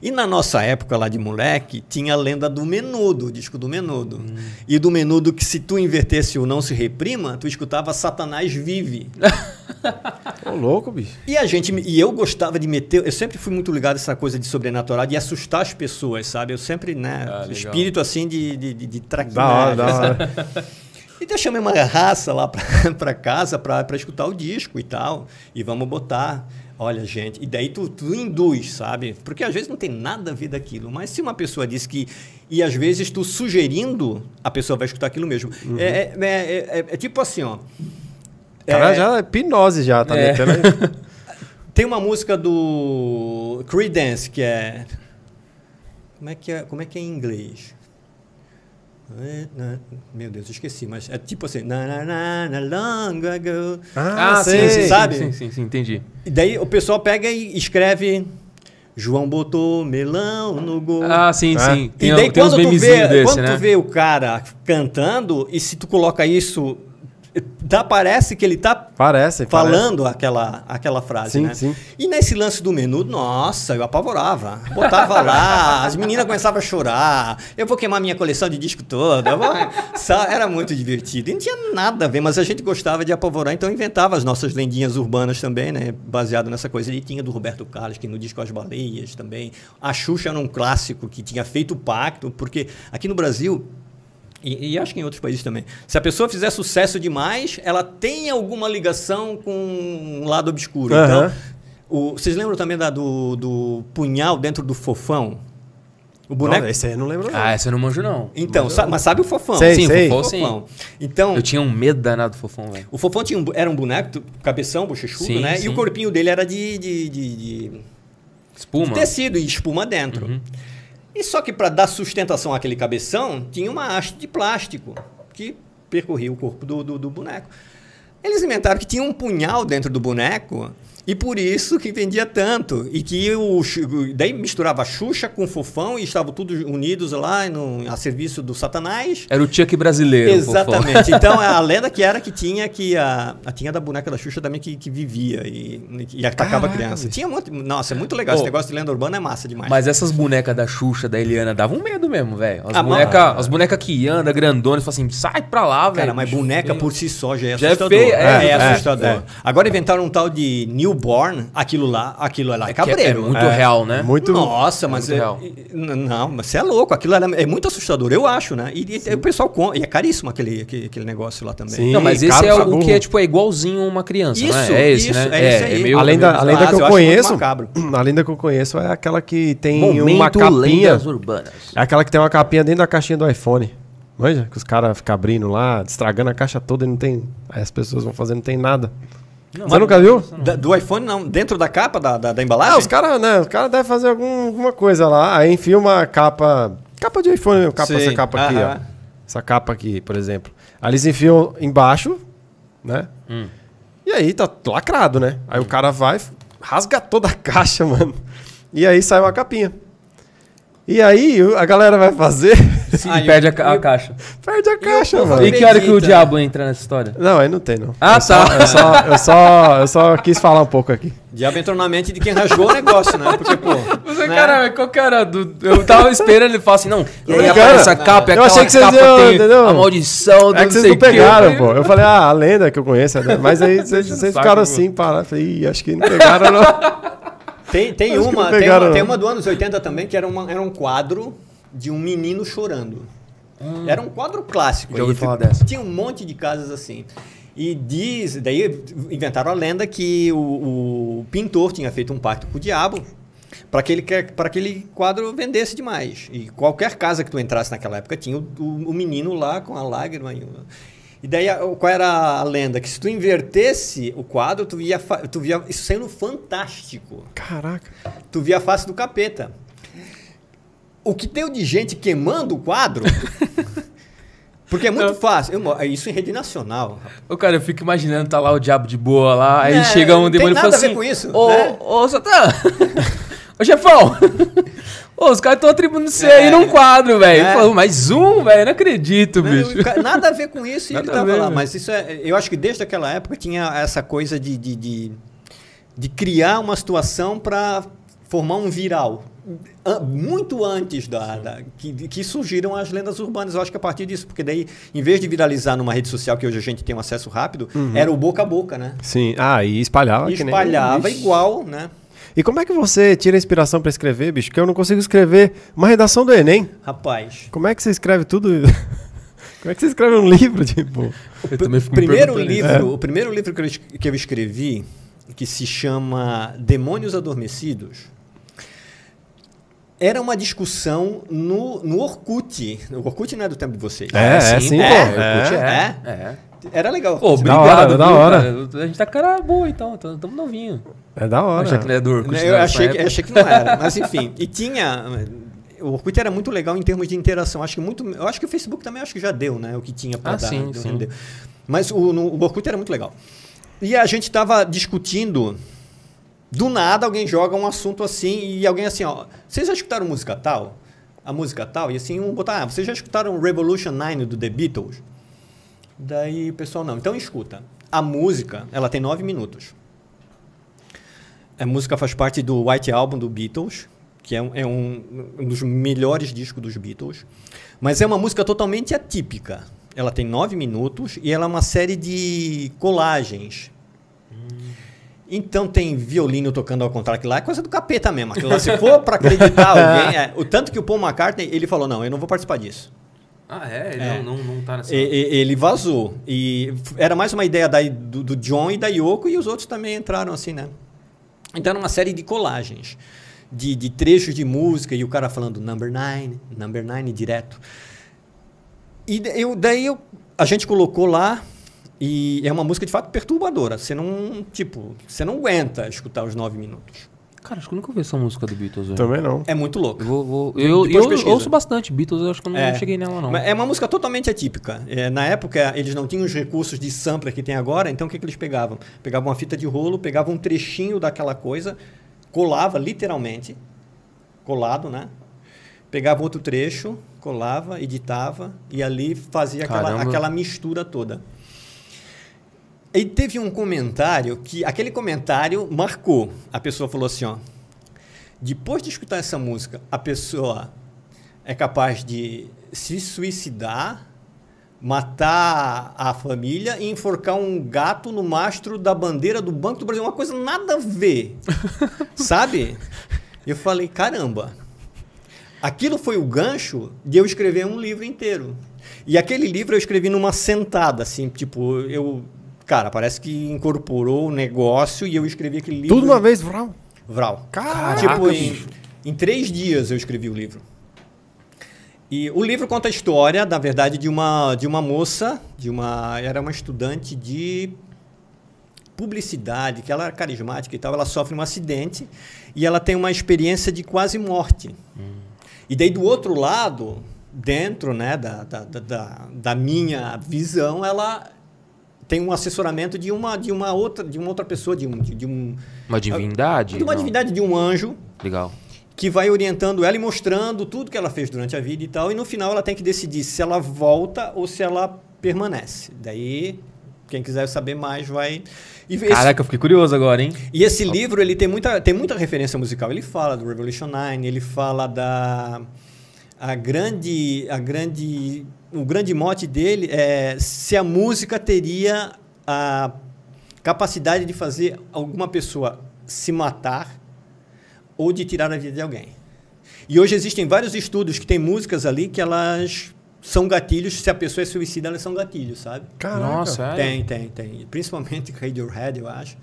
Speaker 3: E na nossa época lá de moleque, tinha a lenda do Menudo, o disco do Menudo.
Speaker 2: Hum.
Speaker 3: E do Menudo que se tu invertesse o Não Se Reprima, tu escutava Satanás Vive.
Speaker 1: Ô, louco, bicho.
Speaker 3: E a gente, e eu gostava de meter, eu sempre fui muito ligado a essa coisa de sobrenatural, de assustar as pessoas, sabe? Eu sempre, né,
Speaker 2: Ah, legal.
Speaker 3: espírito assim de, de, de, de
Speaker 1: Da hora, da
Speaker 3: sabe?
Speaker 1: hora.
Speaker 3: Então eu chamei uma raça lá pra, pra casa pra, pra escutar o disco e tal. E vamos botar. Olha, gente, e daí tu, tu induz, sabe? Porque às vezes não tem nada a ver daquilo. Mas se uma pessoa diz que. E às vezes tu sugerindo, a pessoa vai escutar aquilo mesmo.
Speaker 1: Uhum.
Speaker 3: É, é- é- é- é tipo assim, ó.
Speaker 1: Cara,
Speaker 3: É,
Speaker 1: já é hipnose já, tá
Speaker 2: É.
Speaker 1: metendo aí.
Speaker 3: Tem uma música do Creedence que é. Como é que é, como é, que é em inglês? É, na- Meu Deus, eu esqueci, mas é tipo assim. Na, na, na, na, long ago.
Speaker 1: Ah,
Speaker 2: sim,
Speaker 1: sei.
Speaker 2: sim,
Speaker 3: sabe?
Speaker 2: Sim, sim, sim, entendi.
Speaker 3: E daí o pessoal pega e escreve. João botou melão no gol.
Speaker 2: Ah, sim,
Speaker 1: Ah.
Speaker 2: sim.
Speaker 3: e
Speaker 2: Tem,
Speaker 3: daí
Speaker 2: tem uns
Speaker 3: quando, tu vê,
Speaker 2: memezinhos desse,
Speaker 3: quando
Speaker 2: né?
Speaker 3: tu vê o cara cantando, e se tu coloca isso, tá, parece que ele tá
Speaker 1: Parece,
Speaker 3: falando aquela, aquela frase,
Speaker 1: Sim,
Speaker 3: né?
Speaker 1: sim.
Speaker 3: E nesse lance do menu, nossa, eu apavorava. Botava lá, as meninas começavam a chorar. Eu vou queimar minha coleção de disco toda. eu vou- Sa- Era muito divertido. E não tinha nada a ver, mas a gente gostava de apavorar, então inventava as nossas lendinhas urbanas também, né? Baseado nessa coisa. Ele tinha do Roberto Carlos, que no disco As Baleias também. A Xuxa era um clássico que tinha feito pacto, porque aqui no Brasil... E, e acho que em outros países também. Se a pessoa fizer sucesso demais, ela tem alguma ligação com um lado obscuro. Então,
Speaker 1: Aham.
Speaker 3: o- vocês lembram também da, do, do punhal dentro do fofão? O
Speaker 1: Não,
Speaker 3: boneco.
Speaker 1: esse aí eu não lembro. não.
Speaker 2: Ah, essa eu não manjo, não.
Speaker 3: então, sa- mas sabe o fofão?
Speaker 1: Sei,
Speaker 2: sim,
Speaker 1: sei.
Speaker 2: fofão, sim.
Speaker 3: Fofão. Então,
Speaker 2: Eu tinha um medo danado do fofão, velho.
Speaker 3: o fofão tinha um bu- era um boneco, tu- cabeção, bochechudo,
Speaker 2: Sim,
Speaker 3: né?
Speaker 2: sim.
Speaker 3: E o corpinho dele era de, de, de- de- de
Speaker 2: Espuma.
Speaker 3: tecido e espuma dentro. E só que para dar sustentação àquele cabeção, tinha uma haste de plástico que percorria o corpo do, do, do boneco. Eles inventaram que tinha um punhal dentro do boneco e por isso que vendia tanto. E que o, Xu- daí misturava Xuxa com Fofão e estavam todos unidos lá no, a serviço do Satanás.
Speaker 2: Era o Chuck brasileiro, o fofão.
Speaker 3: Exatamente. Então a lenda que era que tinha que a, a tinha da boneca da Xuxa também que, que vivia e, e atacava
Speaker 1: Caraca,
Speaker 3: criança.
Speaker 1: bicho.
Speaker 3: Tinha muito, nossa, é muito legal esse
Speaker 2: Ô,
Speaker 3: negócio de lenda urbana é massa demais.
Speaker 2: Mas essas bonecas da Xuxa, da Eliana, davam medo mesmo, velho. As
Speaker 3: Ah, mas-
Speaker 1: é.
Speaker 2: bonecas boneca que anda, grandonas, falam assim, sai pra lá, velho.
Speaker 3: Cara, mas
Speaker 2: bicho
Speaker 3: boneca
Speaker 2: feio.
Speaker 3: por si só já é
Speaker 2: Já é
Speaker 3: assustador.
Speaker 2: feio, é,
Speaker 1: é,
Speaker 3: assustador.
Speaker 1: é.
Speaker 3: Agora inventaram um tal de newborn, aquilo lá, aquilo lá é,
Speaker 2: É, que é, é
Speaker 3: cabreiro.
Speaker 2: muito
Speaker 1: É,
Speaker 2: real, né?
Speaker 1: Muito.
Speaker 3: Nossa, mas
Speaker 2: muito
Speaker 3: é-
Speaker 2: real.
Speaker 3: n- não, mas você é louco. Aquilo era- é muito assustador, eu acho, né? E, e- o pessoal com, e é caríssimo aquele, aquele, aquele negócio lá também.
Speaker 1: Sim.
Speaker 2: Não, mas esse
Speaker 1: Caro
Speaker 2: é
Speaker 1: pra
Speaker 2: o
Speaker 1: tá burro.
Speaker 2: que é, tipo, é igualzinho uma criança,
Speaker 3: Isso,
Speaker 2: não é? É esse,
Speaker 3: isso,
Speaker 2: né?
Speaker 3: é esse aí.
Speaker 2: meio-
Speaker 1: além
Speaker 2: é
Speaker 1: da,
Speaker 2: meio-
Speaker 1: além da que
Speaker 3: Ah,
Speaker 1: eu,
Speaker 3: eu acho muito
Speaker 1: conheço.
Speaker 3: macabro.
Speaker 1: A lenda que eu conheço é aquela que tem uma
Speaker 2: Momento
Speaker 1: capinha.
Speaker 2: lendas urbanas.
Speaker 1: É aquela que tem uma capinha dentro da caixinha do iPhone. Manja? Que os caras ficam abrindo lá, estragando a caixa toda e não tem. Aí as pessoas vão fazendo, não tem nada. Você
Speaker 2: mas-
Speaker 1: nunca viu?
Speaker 3: Da- do iPhone, não. Dentro da capa da, da, da embalagem?
Speaker 1: Ah, os caras, né? Os caras devem fazer algum- alguma coisa lá. Aí enfia uma capa. Capa de iPhone mesmo, capa,
Speaker 3: Sim,
Speaker 1: essa capa aqui,
Speaker 3: aham.
Speaker 1: ó. Essa capa aqui, por exemplo. Aí eles enfiam embaixo, né?
Speaker 3: Hum.
Speaker 1: E aí tá lacrado, né? Aí o cara vai, rasga toda a caixa, mano. E aí sai uma capinha. E aí o- a galera vai fazer,
Speaker 2: Sim,
Speaker 3: Ah,
Speaker 2: e perde
Speaker 3: eu-
Speaker 2: a, ca- a caixa.
Speaker 1: perde a caixa, mano.
Speaker 2: E que hora que o
Speaker 3: acredita.
Speaker 2: diabo entra nessa história?
Speaker 1: Não, aí não tem, não.
Speaker 2: Ah, tá.
Speaker 1: Eu só, eu, só, eu só quis falar um pouco aqui.
Speaker 3: Diabo entrou na mente de quem rasgou o negócio, né? Porque, pô.
Speaker 2: Mas, é,
Speaker 3: né?
Speaker 2: caralho, qual que era? Do, eu tava esperando ele falar assim, não, e aí
Speaker 1: brincando.
Speaker 2: aparece essa capa, e
Speaker 1: Eu
Speaker 2: aquela
Speaker 1: achei que vocês
Speaker 2: capa
Speaker 1: iam,
Speaker 2: tem
Speaker 1: entendeu?
Speaker 2: a maldição do
Speaker 1: É que vocês
Speaker 2: sei
Speaker 1: não
Speaker 2: o quê.
Speaker 1: pegaram, pô. Eu falei, ah, a lenda que eu conheço. é da- Mas aí vocês
Speaker 2: Deixa no
Speaker 1: vocês
Speaker 2: saco,
Speaker 1: ficaram
Speaker 2: pô.
Speaker 1: assim, pararam. Falei, Ih, acho que não pegaram, não.
Speaker 3: Tem, tem,
Speaker 1: Acho que não
Speaker 3: uma, tem,
Speaker 1: pegaram,
Speaker 3: uma, tem
Speaker 1: não.
Speaker 3: uma do anos 80 também, que era, uma, era um quadro de um menino chorando. Era um quadro clássico.
Speaker 2: Hum. Já ouvi
Speaker 3: E
Speaker 2: falar dessa.
Speaker 3: Tinha um monte de casas assim. E diz, daí inventaram a lenda que o, o pintor tinha feito um pacto com o diabo para que, ele que- pra que aquele quadro vendesse demais. E qualquer casa que tu entrasse naquela época tinha o, o- o menino lá com a lágrima. E, o- e daí a- qual era a lenda? Que se tu invertesse o quadro, tu via, fa- tu via isso sendo fantástico
Speaker 1: Caraca.
Speaker 3: tu via a face do capeta. O que deu de gente queimando o quadro? Porque é muito fácil. Eu mo- isso em rede nacional. rapaz.
Speaker 2: Ô, cara, eu fico imaginando, tá lá o diabo de boa lá, aí
Speaker 3: É,
Speaker 2: chega um
Speaker 3: não tem
Speaker 2: demônio e fala
Speaker 3: nada a ver
Speaker 2: assim,
Speaker 3: com isso,
Speaker 2: ô,
Speaker 3: né?
Speaker 2: ô, Satã, Ô, chefão! Ô, os caras estão atribuindo você aí num quadro, velho.
Speaker 3: É.
Speaker 2: Falou, mais um, velho? Não acredito,
Speaker 3: Não,
Speaker 2: bicho.
Speaker 3: o ca- Nada a ver com isso e ele
Speaker 2: Nada a
Speaker 3: tava
Speaker 2: ver,
Speaker 3: lá.
Speaker 2: né?
Speaker 3: Mas isso é. Eu acho que desde aquela época tinha essa coisa de, de, de, de criar uma situação para formar um viral. An- Muito antes da, da- que, de- que surgiram as lendas urbanas, eu acho que a partir disso, porque daí, em vez de viralizar numa rede social que hoje a gente tem um acesso rápido,
Speaker 2: Uhum.
Speaker 3: era o boca a boca, né?
Speaker 1: Sim. Ah, e espalhava.
Speaker 3: E
Speaker 1: que nem-
Speaker 3: espalhava
Speaker 1: Ixi.
Speaker 3: igual, né?
Speaker 1: E como é que você tira inspiração pra escrever, bicho? Porque eu não consigo escrever uma redação do Enem.
Speaker 3: Rapaz.
Speaker 1: Como é que você escreve tudo? como é que você escreve um livro, tipo?
Speaker 2: Eu também fico me
Speaker 3: primeiro
Speaker 2: perguntando isso. É.
Speaker 3: livro, O primeiro livro que eu, es- que eu escrevi, que se chama Demônios Adormecidos, era uma discussão no, no Orkut. O Orkut não é do tempo de vocês.
Speaker 1: É, é sim, pô.
Speaker 2: É, eu curti,
Speaker 3: É.
Speaker 2: é. é.
Speaker 3: Era legal.
Speaker 2: Pô,
Speaker 1: Da
Speaker 2: obrigado,
Speaker 1: hora, da
Speaker 2: viu,
Speaker 1: hora.
Speaker 2: cara? A gente tá com cara boa, então. Tamo novinho.
Speaker 1: É da hora.
Speaker 2: Achei que ele é do Orkut,
Speaker 3: Né,
Speaker 2: né,
Speaker 3: eu
Speaker 2: nessa
Speaker 3: achei que,
Speaker 2: época.
Speaker 3: achei que não era, mas enfim. E tinha. eh, O Orkut era muito legal em termos de interação. Acho que muito, eu acho que o Facebook também acho que já deu, né? O que tinha para
Speaker 2: Ah,
Speaker 3: dar.
Speaker 2: sim,
Speaker 3: deu,
Speaker 2: sim.
Speaker 3: rendeu. Mas o, no, o Orkut era muito legal. E a gente estava discutindo. Do nada alguém joga um assunto assim e alguém assim, ó. Vocês já escutaram música tal? A música tal? E assim, um botar, ah, vocês já escutaram Revolution 9 do The Beatles? Daí o pessoal, não. Então escuta. A música, ela tem nove minutos. A música faz parte do White Album do Beatles, que é um, é um- um dos melhores discos dos Beatles. Mas é uma música totalmente atípica. Ela tem nove minutos e ela é uma série de colagens. Então tem violino tocando ao contrário, aquilo lá é coisa do capeta mesmo. Aquilo lá, se for para acreditar alguém, é, o tanto que o Paul McCartney, ele falou, não, eu não vou participar disso.
Speaker 2: Ah, é? Ele
Speaker 3: É.
Speaker 2: Não, não, não tá nessa.
Speaker 3: E- e- ele vazou. E f- era mais uma ideia da- do, do John e da Yoko, e os outros também entraram assim, né? Então era uma série de colagens, de, de trechos de música, e o cara falando number nine, number nine direto. E da- eu, daí eu, a gente colocou lá, e é uma música de fato perturbadora. Você não, tipo, você não aguenta escutar os nove minutos.
Speaker 2: Cara, acho que eu nunca ouvi essa música do Beatles. velho.
Speaker 1: Também não.
Speaker 3: É muito louco.
Speaker 2: Eu, vou, vou- eu,
Speaker 3: Depois
Speaker 2: eu
Speaker 3: pesquisa.
Speaker 2: ouço bastante Beatles, eu acho que eu não
Speaker 3: É.
Speaker 2: cheguei nela, não.
Speaker 3: Mas É uma música totalmente atípica. É, na época, eles não tinham os recursos de sampler que tem agora, então o que, que eles pegavam? Pegavam uma fita de rolo, pegavam um trechinho daquela coisa, colava literalmente, colado, né? Pegava outro trecho, colava, editava e ali fazia aquela,
Speaker 2: Caramba.
Speaker 3: aquela mistura toda. E teve um comentário que aquele comentário marcou. A pessoa falou assim, ó, depois de escutar essa música, a pessoa é capaz de se suicidar, matar a família e enforcar um gato no mastro da bandeira do Banco do Brasil. Uma coisa nada a ver, sabe? Eu falei, caramba. Aquilo foi o gancho de eu escrever um livro inteiro. E aquele livro eu escrevi numa sentada, assim, tipo, eu... Cara, parece que incorporou o negócio e eu escrevi aquele livro...
Speaker 1: Tudo uma vez, vral.
Speaker 3: Vral.
Speaker 1: Caraca,
Speaker 3: tipo, em,
Speaker 1: bicho.
Speaker 3: em três dias eu escrevi o livro. E o livro conta a história, na verdade, de uma, de uma moça, de uma era uma estudante de publicidade, que ela era carismática e tal, ela sofre um acidente e ela tem uma experiência de quase morte. E daí do outro lado, dentro né, da, da, da- da, da minha visão, ela tem um assessoramento de uma, de uma outra de uma outra pessoa, de um, de, de um
Speaker 2: Uma divindade?
Speaker 3: de uma
Speaker 2: Não.
Speaker 3: divindade de um anjo
Speaker 2: Legal.
Speaker 3: que vai orientando ela e mostrando tudo que ela fez durante a vida e tal. E no final ela tem que decidir se ela volta ou se ela permanece. Daí, quem quiser saber mais vai. E esse,
Speaker 2: Caraca, eu fiquei curioso agora, hein?
Speaker 3: e esse livro ele tem muita, tem muita referência musical. Ele fala do Revolution 9, ele fala da. A grande. A grande o grande mote dele é se a música teria a capacidade de fazer alguma pessoa se matar ou de tirar a vida de alguém. E hoje existem vários estudos que tem músicas ali que elas são gatilhos, se a pessoa é suicida, elas são gatilhos, sabe?
Speaker 1: Caraca.
Speaker 2: Nossa, é.
Speaker 3: Então, Tem, tem, tem. Principalmente Radiohead, eu acho.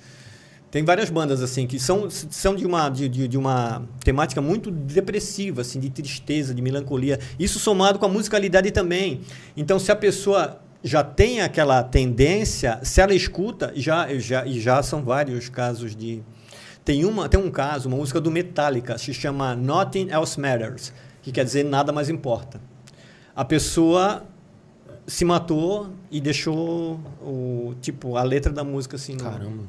Speaker 3: Tem várias bandas assim que são, são de, uma, de, de, de uma temática muito depressiva, assim, de tristeza, de melancolia. Isso somado com a musicalidade também. Então, se a pessoa já tem aquela tendência, se ela escuta, já já e já são vários casos de tem uma tem um caso, uma música do Metallica se chama Nothing Else Matters, que quer dizer nada mais importa. A pessoa se matou e deixou o tipo a letra da música assim. no-
Speaker 2: Caramba.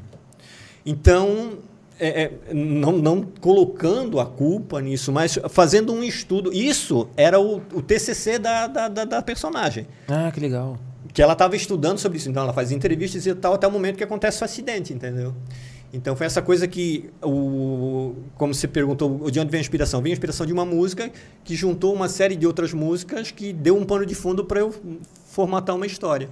Speaker 3: Então é, é, não, não colocando a culpa nisso, mas fazendo um estudo. Isso era o, o TCC da, da, da, da personagem.
Speaker 2: Ah, que legal.
Speaker 3: Que ela estava estudando sobre isso. Então ela faz entrevistas e tal até o momento que acontece o acidente, entendeu? Então foi essa coisa que o como você perguntou, de onde vem a inspiração? Vem a inspiração de uma música que juntou uma série de outras músicas que deu um pano de fundo para eu formatar uma história.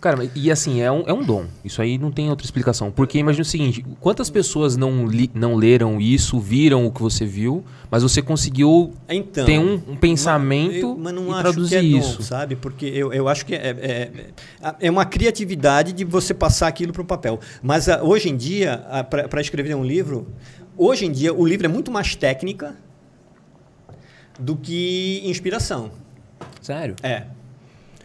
Speaker 2: Cara, e assim, é um, é um dom. Isso aí não tem outra explicação. Porque imagina o seguinte: quantas pessoas não, li, não leram isso, viram o que você viu, mas você conseguiu
Speaker 3: Então,
Speaker 2: ter um, um pensamento
Speaker 3: eu- mas não
Speaker 2: e
Speaker 3: acho
Speaker 2: traduzir
Speaker 3: que é
Speaker 2: isso.
Speaker 3: Dom, sabe? Porque eu, eu acho que é, é, é- é uma criatividade de você passar aquilo para o papel. Mas ah, hoje em dia, para escrever um livro, hoje em dia o livro é muito mais técnica do que inspiração.
Speaker 2: Sério?
Speaker 3: É.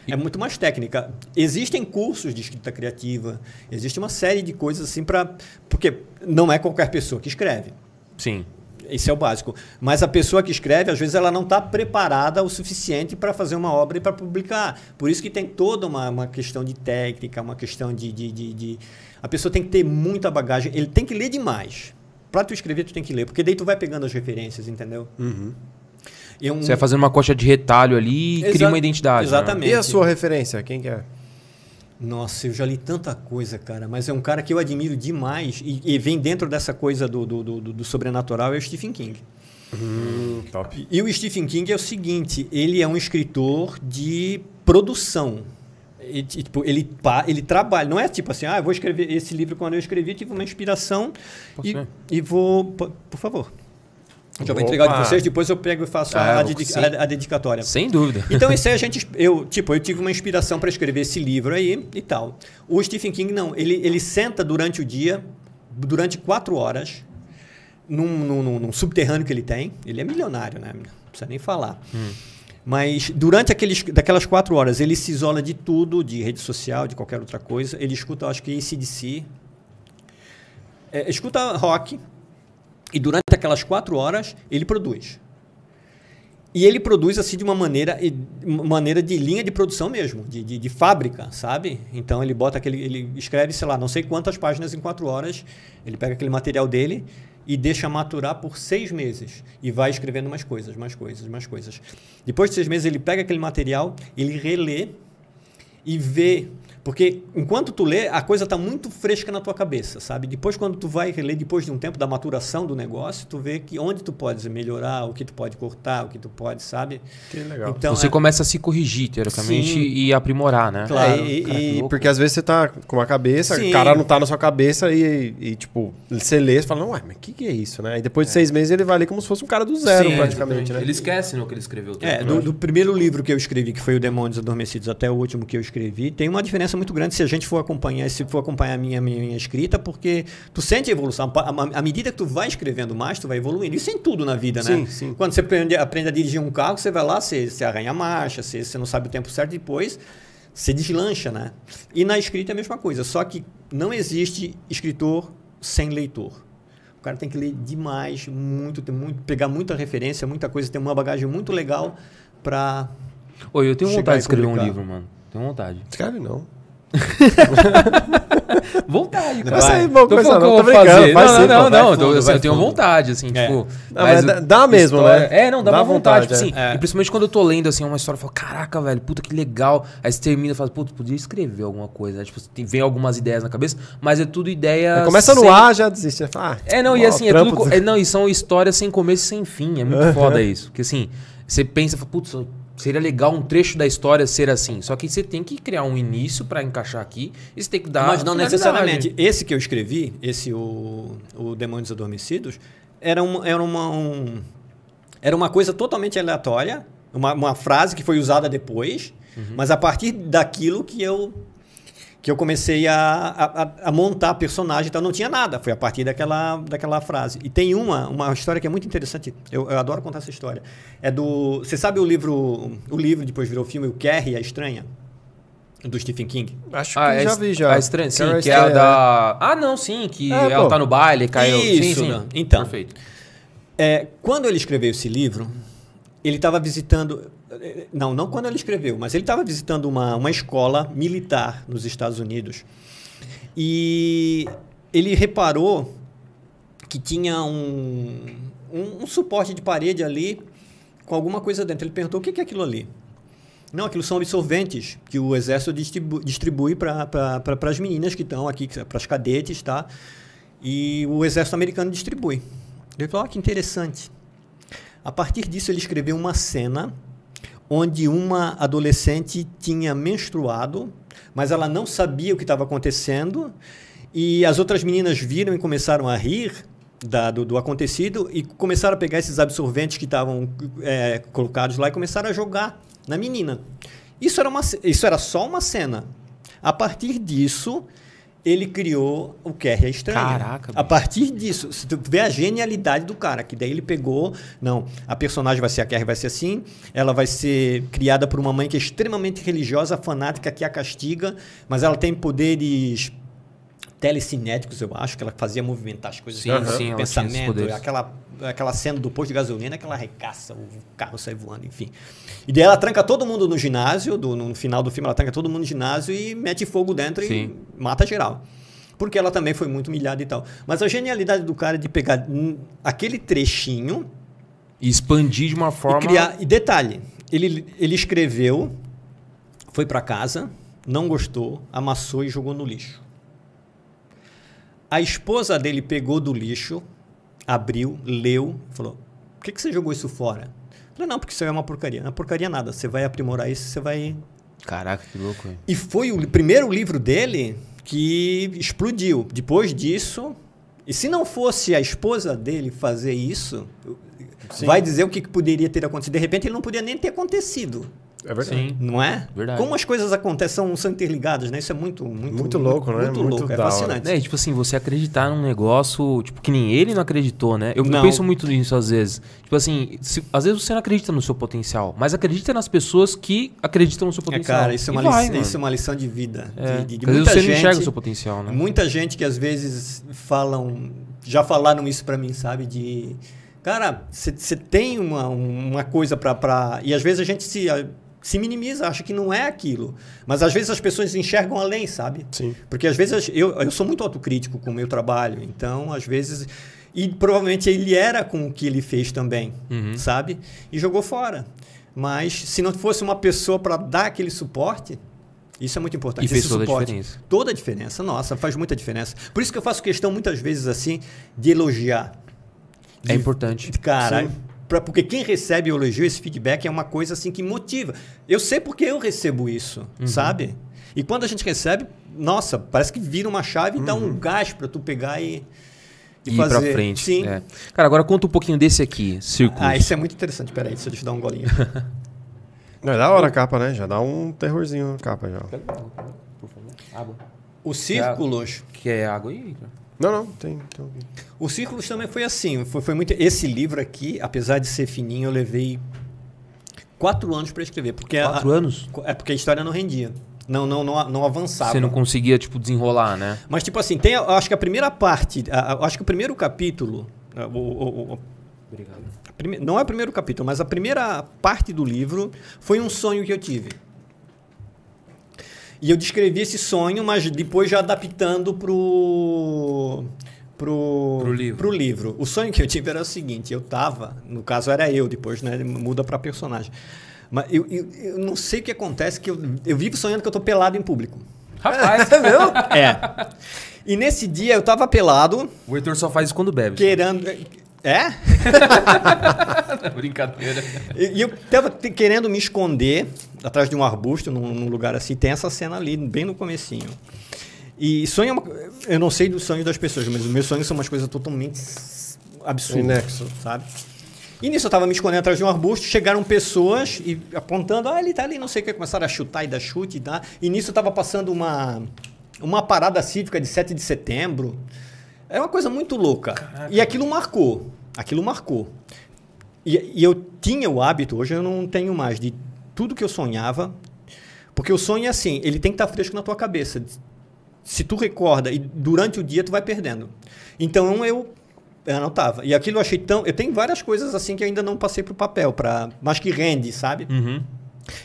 Speaker 3: É muito mais técnica. Existem cursos de escrita criativa, existe uma série de coisas assim para. Porque não é qualquer pessoa que escreve.
Speaker 2: Sim.
Speaker 3: Esse é o básico. Mas a pessoa que escreve, às vezes, ela não está preparada o suficiente para fazer uma obra e para publicar. Por isso que tem toda uma, uma questão de técnica, uma questão de, de, de- de- A pessoa tem que ter muita bagagem. Ele tem que ler demais. Para tu escrever, tu tem que ler. Porque daí tu vai pegando as referências, entendeu? E um-
Speaker 2: Você vai fazendo uma coxa de retalho ali e
Speaker 3: Exa-
Speaker 2: cria uma identidade. né?
Speaker 3: Exatamente.
Speaker 1: E a sua referência? Quem que é?
Speaker 3: Nossa, eu já li tanta coisa, cara, mas é um cara que eu admiro demais e, e vem dentro dessa coisa do, do, do, do- do sobrenatural é o Stephen King.
Speaker 1: Hum, Top.
Speaker 3: E o Stephen King é o seguinte, ele é um escritor de produção. E, ti- tipo, ele, pa- ele trabalha, não é tipo assim, ah, eu vou escrever esse livro quando eu escrevi, tive uma inspiração
Speaker 2: Posso
Speaker 3: e,
Speaker 2: ver?
Speaker 3: e vou... po- Por favor. Já vou entregar
Speaker 1: Opa. É,
Speaker 3: de vocês, depois eu pego e faço a-
Speaker 2: Ah,
Speaker 3: a,
Speaker 2: eu vou-
Speaker 3: dedi-
Speaker 2: sim.
Speaker 3: a- a dedicatória.
Speaker 2: Sem dúvida.
Speaker 3: Então isso aí a gente, eu tipo, eu tive uma inspiração para escrever esse livro aí e tal. O Stephen King não, ele, ele senta durante o dia, durante quatro horas, num, num- num- num subterrâneo que ele tem. Ele é milionário, né? Não precisa nem falar. Mas durante aqueles, daquelas quatro horas, ele se isola de tudo, de rede social, de qualquer outra coisa. Ele escuta, acho que ACDC. É, escuta rock. E durante aquelas quatro horas, ele produz. E ele produz assim de uma maneira, e- uma maneira de linha de produção mesmo, de, de, de fábrica, sabe? Então ele bota aquele. Ele escreve, sei lá, não sei quantas páginas em quatro horas. Ele pega aquele material dele e deixa maturar por seis meses. E vai escrevendo mais coisas, mais coisas, mais coisas. Depois de seis meses, ele pega aquele material, ele relê e vê. Porque enquanto tu lê, a coisa tá muito fresca na tua cabeça, sabe? Depois, quando tu vai reler, depois de um tempo da maturação do negócio, tu vê que onde tu pode melhorar, o que tu pode cortar, o que tu pode, sabe?
Speaker 1: Que legal.
Speaker 3: Então,
Speaker 2: você
Speaker 3: é-
Speaker 2: começa a se corrigir, teoricamente,
Speaker 3: Sim.
Speaker 2: e aprimorar, né?
Speaker 3: Claro,
Speaker 1: É, e-
Speaker 2: Cara, que
Speaker 1: e-
Speaker 2: louco. né?
Speaker 1: porque às vezes você tá com uma cabeça,
Speaker 3: Sim.
Speaker 1: o cara não tá na sua cabeça e, e, tipo, você lê e fala, não, ué, mas o que, que é isso, né? E depois de seis meses ele vai ali como se fosse um cara do zero,
Speaker 3: Sim,
Speaker 1: praticamente, né?
Speaker 2: Ele esquece no que ele escreveu.
Speaker 3: É, do, do primeiro livro que eu escrevi, que foi o Demônios Adormecidos, até o último que eu escrevi, tem uma diferença muito grande se a gente for acompanhar, se for acompanhar a minha, minha, minha escrita, porque tu sente a evolução. Pa- À à medida que tu vai escrevendo mais, tu vai evoluindo. Isso em tudo na vida, né?
Speaker 1: Sim, sim.
Speaker 3: Quando você aprende, aprende a dirigir um carro, você vai lá, você, você arranha a marcha, você, você não sabe o tempo certo, depois você deslancha, né? E na escrita é a mesma coisa, só que não existe escritor sem leitor. O cara tem que ler demais, muito, tem muito pegar muita referência, muita coisa, ter uma bagagem muito legal para
Speaker 2: Oi, eu tenho
Speaker 3: Chegar
Speaker 2: vontade
Speaker 3: e
Speaker 2: de escrever
Speaker 3: publicar.
Speaker 2: um livro, mano. Tenho vontade.
Speaker 1: Escreve não.
Speaker 2: Vontade,
Speaker 1: Vai
Speaker 2: cara.
Speaker 1: sair bom
Speaker 2: Tô
Speaker 1: coisa
Speaker 2: falando que
Speaker 1: não,
Speaker 2: eu
Speaker 1: tô
Speaker 2: vou
Speaker 1: brincando.
Speaker 2: fazer.
Speaker 1: faz
Speaker 2: não,
Speaker 1: sim,
Speaker 2: não,
Speaker 1: pô,
Speaker 2: não, não,
Speaker 1: vai
Speaker 2: eu tô-
Speaker 1: fundo,
Speaker 2: assim,
Speaker 1: vai
Speaker 2: eu tenho
Speaker 1: fundo.
Speaker 2: vontade, assim,
Speaker 3: É.
Speaker 2: tipo.
Speaker 1: Não, mas dá- dá mesmo,
Speaker 2: história-
Speaker 1: né?
Speaker 2: É, não, dá,
Speaker 1: Dá
Speaker 2: uma vontade.
Speaker 1: vontade, é.
Speaker 2: tipo, assim, E principalmente quando eu tô lendo, assim, uma história, eu falo, caraca, velho, puta que legal. Aí você termina e fala, putz, podia escrever alguma coisa. Aí, tipo, tem- vem algumas ideias na cabeça, mas é tudo ideia.
Speaker 1: Aí Começa no
Speaker 2: sem-
Speaker 1: A, já desiste. já fala, ah,
Speaker 2: É, não, e
Speaker 1: ó,
Speaker 2: assim, é
Speaker 1: trampo
Speaker 2: tudo. co-
Speaker 1: do-
Speaker 2: é, não, e são histórias sem começo e sem fim. É muito foda isso. Porque assim, você pensa, fala, putz, seria legal um trecho da história ser assim. Só que você tem que criar um início pra encaixar aqui e você tem que dar.
Speaker 3: Mas não
Speaker 2: finalidade.
Speaker 3: necessariamente. Esse que eu escrevi, esse o, o Demônios Adormecidos, era uma, era, uma, um- era uma coisa totalmente aleatória, uma, uma frase que foi usada depois, mas a partir daquilo que eu que eu comecei a, a, a- a montar personagem, então não tinha nada, foi a partir daquela, daquela frase. E tem uma, uma história que é muito interessante, eu, eu adoro contar essa história. É do, você sabe o livro, o livro depois virou filme, o Carrie a Estranha, do Stephen King?
Speaker 1: Acho
Speaker 2: Ah,
Speaker 1: que
Speaker 2: é
Speaker 1: já
Speaker 2: est-
Speaker 1: vi já.
Speaker 2: A estranha, sim,
Speaker 1: Carol
Speaker 2: que é a
Speaker 1: Estranha, né?
Speaker 2: da. Ah, não, sim, que
Speaker 1: É,
Speaker 2: ela
Speaker 1: pô.
Speaker 2: tá no baile, caiu. sim,
Speaker 3: Isso,
Speaker 2: sim.
Speaker 3: né? Então.
Speaker 2: Perfeito.
Speaker 3: É, quando ele escreveu esse livro, ele estava visitando. eh, Não, não quando ele escreveu, mas ele estava visitando uma, uma escola militar nos Estados Unidos. E ele reparou que tinha um, um, um suporte de parede ali com alguma coisa dentro. Ele perguntou: o que que é aquilo ali? Não, aquilo são absorventes que o exército distribu- distribui para pra, pra, as meninas que estão aqui, para as cadetes, tá? E o exército americano distribui. Ele falou: ah, que interessante. A partir disso, ele escreveu uma cena onde uma adolescente tinha menstruado, mas ela não sabia o que estava acontecendo. E as outras meninas viram e começaram a rir da- do, do acontecido e começaram a pegar esses absorventes que estavam é, colocados lá e começaram a jogar na menina. Isso era, uma, ce- isso era só uma cena. A partir disso, ele criou o Kerry é Estranho.
Speaker 2: Caraca,
Speaker 3: A partir disso, se tu vê a genialidade do cara, que daí ele pegou, não, a personagem vai ser a Kerry, vai ser assim, ela vai ser criada por uma mãe que é extremamente religiosa, fanática, que a castiga, mas ela tem poderes telecinéticos, eu acho, que ela fazia movimentar as coisas,
Speaker 2: Sim,
Speaker 3: ela
Speaker 2: sim,
Speaker 3: tinha
Speaker 2: ela tinha esses
Speaker 3: pensamento,
Speaker 2: poderes.
Speaker 3: aquela, aquela cena do posto de gasolina que ela arrecaça, o carro sai voando, enfim. E daí ela tranca todo mundo no ginásio, do- no final do filme ela tranca todo mundo no ginásio e mete fogo dentro
Speaker 2: Sim.
Speaker 3: e mata geral. Porque ela também foi muito humilhada e tal. Mas a genialidade do cara é de pegar hum, aquele trechinho
Speaker 2: E expandir de uma forma.
Speaker 3: e criar. E detalhe, ele, ele escreveu, foi para casa, não gostou, amassou e jogou no lixo. A esposa dele pegou do lixo, abriu, leu, falou: Por que, que você jogou isso fora? Eu Falei, não, porque isso é uma porcaria. Não é porcaria nada. Você vai aprimorar isso, você vai
Speaker 2: Caraca, que louco. hein?
Speaker 3: e foi o li- primeiro livro dele que explodiu. Depois disso, e se não fosse a esposa dele fazer isso, vai dizer o que que poderia ter acontecido. De repente, ele não podia nem ter acontecido,
Speaker 1: É verdade.
Speaker 2: Sim.
Speaker 3: não é?
Speaker 2: Verdade.
Speaker 3: Como as coisas acontecem, são, são interligadas, né? Isso é muito, muito,
Speaker 1: Muito louco, né?
Speaker 3: Muito,
Speaker 1: Muito
Speaker 3: louco, é
Speaker 1: da hora.
Speaker 3: fascinante.
Speaker 2: É, e, tipo assim, você acreditar num negócio, tipo, que nem ele não acreditou, né? Eu, eu
Speaker 3: Não.
Speaker 2: penso muito nisso às vezes. Tipo assim, se- às vezes você não acredita no seu potencial, mas acredita nas pessoas que acreditam no seu
Speaker 3: É,
Speaker 2: potencial.
Speaker 3: cara, isso é,
Speaker 2: E
Speaker 3: uma
Speaker 2: vai,
Speaker 3: lição,
Speaker 2: mano.
Speaker 3: isso é uma lição de vida.
Speaker 2: É,
Speaker 3: de, de, de
Speaker 2: porque às vezes
Speaker 3: muita
Speaker 2: você
Speaker 3: gente,
Speaker 2: não enxerga o seu potencial, né?
Speaker 3: Muita gente que às vezes falam, já falaram isso pra mim, sabe? De cara, você tem uma, uma coisa pra- pra. E às vezes a gente se, ah, se minimiza, acha que não é aquilo. Mas às vezes as pessoas enxergam além, sabe?
Speaker 1: Sim.
Speaker 3: Porque às vezes eu, eu sou muito autocrítico com o meu trabalho, então às vezes. E provavelmente ele era com o que ele fez também,
Speaker 2: Uhum.
Speaker 3: sabe? E jogou fora. Mas se não fosse uma pessoa para dar aquele suporte, isso é muito importante.
Speaker 2: E fez
Speaker 3: esse
Speaker 2: toda a
Speaker 3: suporte.
Speaker 2: diferença.
Speaker 3: Toda a diferença, nossa, faz muita diferença. Por isso que eu faço questão muitas vezes assim de elogiar.
Speaker 2: É importante.
Speaker 3: Cara,
Speaker 1: Sim.
Speaker 3: pra- porque quem recebe o elogio, esse feedback é uma coisa assim que motiva. Eu sei porque eu recebo isso,
Speaker 2: Uhum.
Speaker 3: sabe? E quando a gente recebe, nossa, parece que vira uma chave e dá um gás pra tu pegar e, e
Speaker 2: Uhum. ir
Speaker 3: fazer.
Speaker 2: pra frente.
Speaker 3: Sim.
Speaker 2: é. Cara, agora conta um pouquinho desse aqui, Círculos.
Speaker 3: Ah, isso é muito interessante. Peraí, deixa eu te dar um golinho.
Speaker 1: Não, é da hora a capa, né? Já dá um terrorzinho na capa já.
Speaker 2: Por favor, água.
Speaker 3: Os círculos.
Speaker 2: Quer água aí? cara?
Speaker 1: Não, não, tem. tem um alguém.
Speaker 3: O Círculos também foi assim. Foi, foi muito. Esse livro aqui, apesar de ser fininho, eu levei quatro anos para escrever. Porque a-
Speaker 2: Quatro anos?
Speaker 3: É porque a história não rendia. Não, não, não, a- não avançava.
Speaker 2: Você não conseguia, tipo, desenrolar, né?
Speaker 3: Mas, tipo assim, tem, eu acho que a primeira parte, a- a- eu acho que o primeiro capítulo. a- o- o- o-
Speaker 2: Obrigado.
Speaker 3: a prime- não é o primeiro capítulo, mas a primeira parte do livro foi um sonho que eu tive. E eu descrevi esse sonho, mas depois já adaptando pro. Pro,
Speaker 2: Pro livro.
Speaker 3: pro livro. O sonho que eu tive era o seguinte: eu tava, no caso era eu, depois né, muda pra personagem. Mas eu, eu, eu não sei o que acontece, que eu, eu vivo sonhando que eu tô pelado em público.
Speaker 2: Rapaz,
Speaker 3: É. E nesse dia eu tava pelado,
Speaker 2: o Heitor só faz isso quando bebe.
Speaker 3: querendo. É?
Speaker 2: Brincadeira.
Speaker 3: E e eu tava te- querendo me esconder atrás de um arbusto, num, num lugar assim. Tem essa cena ali, bem no comecinho. E sonho é uma, co- Eu não sei dos sonhos das pessoas, mas os meus sonhos são umas coisas totalmente s- absurdas.
Speaker 1: Inexo.
Speaker 3: Sabe? E nisso eu tava me escondendo atrás de um arbusto, chegaram pessoas e apontando, ah, ele tá ali, não sei o que, começaram a chutar e dar chute e dar. E nisso eu tava passando uma, uma parada cívica de 7 de setembro. Era uma coisa muito louca. E aquilo marcou. Aquilo marcou. E, e eu tinha o hábito, hoje eu não tenho mais, de tudo que eu sonhava. Porque o sonho é assim, ele tem que estar fresco na tua cabeça. Se tu recorda, e durante o dia tu vai perdendo. Então eu anotava. E aquilo eu achei tão. Eu tenho várias coisas assim que ainda não passei pro papel, pra, mas que rende, sabe?
Speaker 2: Uhum.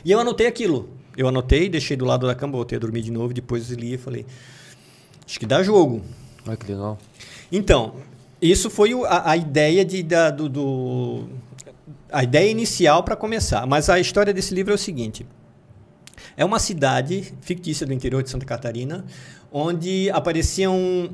Speaker 3: E eu anotei aquilo. Eu anotei, deixei do lado da cama, voltei a dormir de novo, depois li e falei. Acho que dá jogo.
Speaker 2: Olha que legal.
Speaker 3: Então, Isso foi o- a, a ideia de, da- do, do- a ideia inicial para começar. Mas a história desse livro é o seguinte: é uma cidade fictícia do interior de Santa Catarina onde apareciam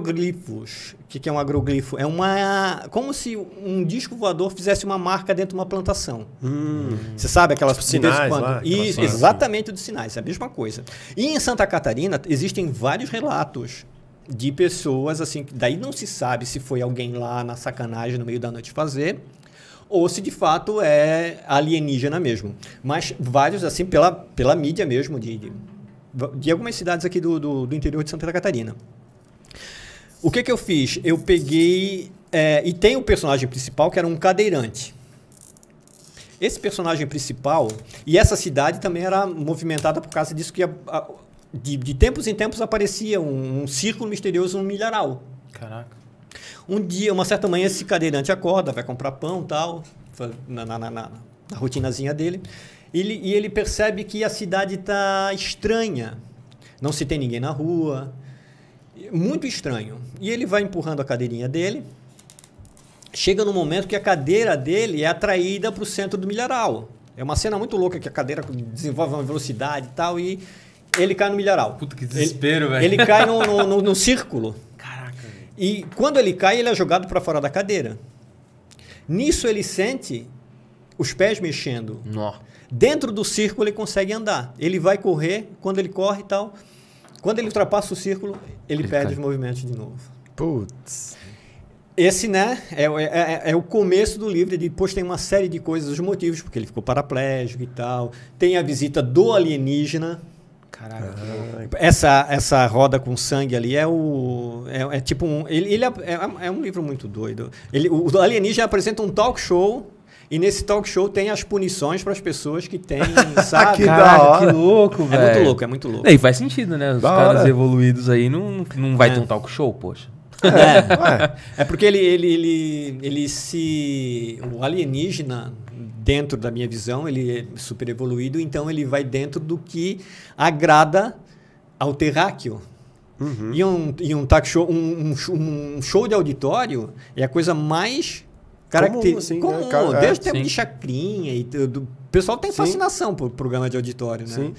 Speaker 3: agroglifos. O que que é um agroglifo? É uma como se um disco voador fizesse uma marca dentro de uma plantação.
Speaker 2: Hum.
Speaker 3: Você sabe aquelas
Speaker 1: Tipo
Speaker 3: de vez em
Speaker 1: sinais
Speaker 3: quando?
Speaker 1: lá, aquelas
Speaker 3: Isso,
Speaker 1: coisas.
Speaker 3: exatamente dos sinais, é a mesma coisa. E em Santa Catarina existem vários relatos de pessoas assim, que daí não se sabe se foi alguém lá na sacanagem no meio da noite fazer ou se de fato é alienígena mesmo. Mas vários assim pela, pela mídia mesmo de, de, de algumas cidades aqui do, do, do interior de Santa Catarina. O que que eu fiz? Eu peguei é, e tem o personagem principal que era um cadeirante. Esse personagem principal e essa cidade também era movimentada por causa disso que a- a- de, de tempos em tempos aparecia um, um círculo misterioso, um milharal.
Speaker 4: Caraca.
Speaker 3: Um dia, uma certa manhã, esse cadeirante acorda, vai comprar pão tal, fa- na, na, na, na- na rotinazinha dele, ele, e ele percebe que a cidade está estranha. Não se tem ninguém na rua, muito estranho. E ele vai empurrando a cadeirinha dele. Chega no momento que a cadeira dele é atraída para o centro do milharal. É uma cena muito louca que a cadeira desenvolve uma velocidade e tal e ele cai no milharal.
Speaker 4: Puta, que
Speaker 3: Ele-
Speaker 4: desespero, velho.
Speaker 3: Ele, cai no, no, no- no círculo.
Speaker 4: Caraca. velho.
Speaker 3: E quando ele cai, ele é jogado para fora da cadeira. Nisso ele sente os pés mexendo.
Speaker 2: Nó.
Speaker 3: Dentro do círculo ele consegue andar. Ele vai correr, quando ele corre e tal. Quando ele ultrapassa o círculo, ele,
Speaker 2: Ele
Speaker 3: perde
Speaker 2: cai.
Speaker 3: os movimentos de novo.
Speaker 1: Putz.
Speaker 3: Esse, né, é, é- é- é o começo do livro. e Depois tem uma série de coisas, os motivos, porque ele ficou paraplégico e tal. Tem a visita do alienígena.
Speaker 4: Caraca.
Speaker 3: Essa, essa roda com sangue ali é o. É, é tipo um. Ele, ele é, é- é um livro muito doido. Ele, o o alienígena apresenta um talk show. E nesse talk show tem as punições para as pessoas que têm, sabe?
Speaker 1: Que da hora.
Speaker 2: louco,
Speaker 3: é muito louco, é muito louco.
Speaker 2: E faz sentido, né? Os
Speaker 1: Da
Speaker 2: caras
Speaker 1: hora.
Speaker 2: evoluídos aí não, não vai
Speaker 3: É.
Speaker 2: ter um talk show, poxa.
Speaker 3: É.
Speaker 1: Ué,
Speaker 3: É porque ele, ele, ele, ele se. O alienígena, dentro da minha visão, ele é super evoluído, então ele vai dentro do que agrada ao terráqueo.
Speaker 1: Uhum.
Speaker 3: E, um, e um, talk show, um, um show- um show de auditório é a coisa mais.
Speaker 1: Comum,
Speaker 3: característica
Speaker 1: assim, né?
Speaker 3: comum,
Speaker 1: Cara, é,
Speaker 3: desde o tempo
Speaker 2: sim.
Speaker 3: de chacrinha e tudo. O pessoal tem
Speaker 1: Sim.
Speaker 3: fascinação por programa de auditório, né?
Speaker 1: Sim.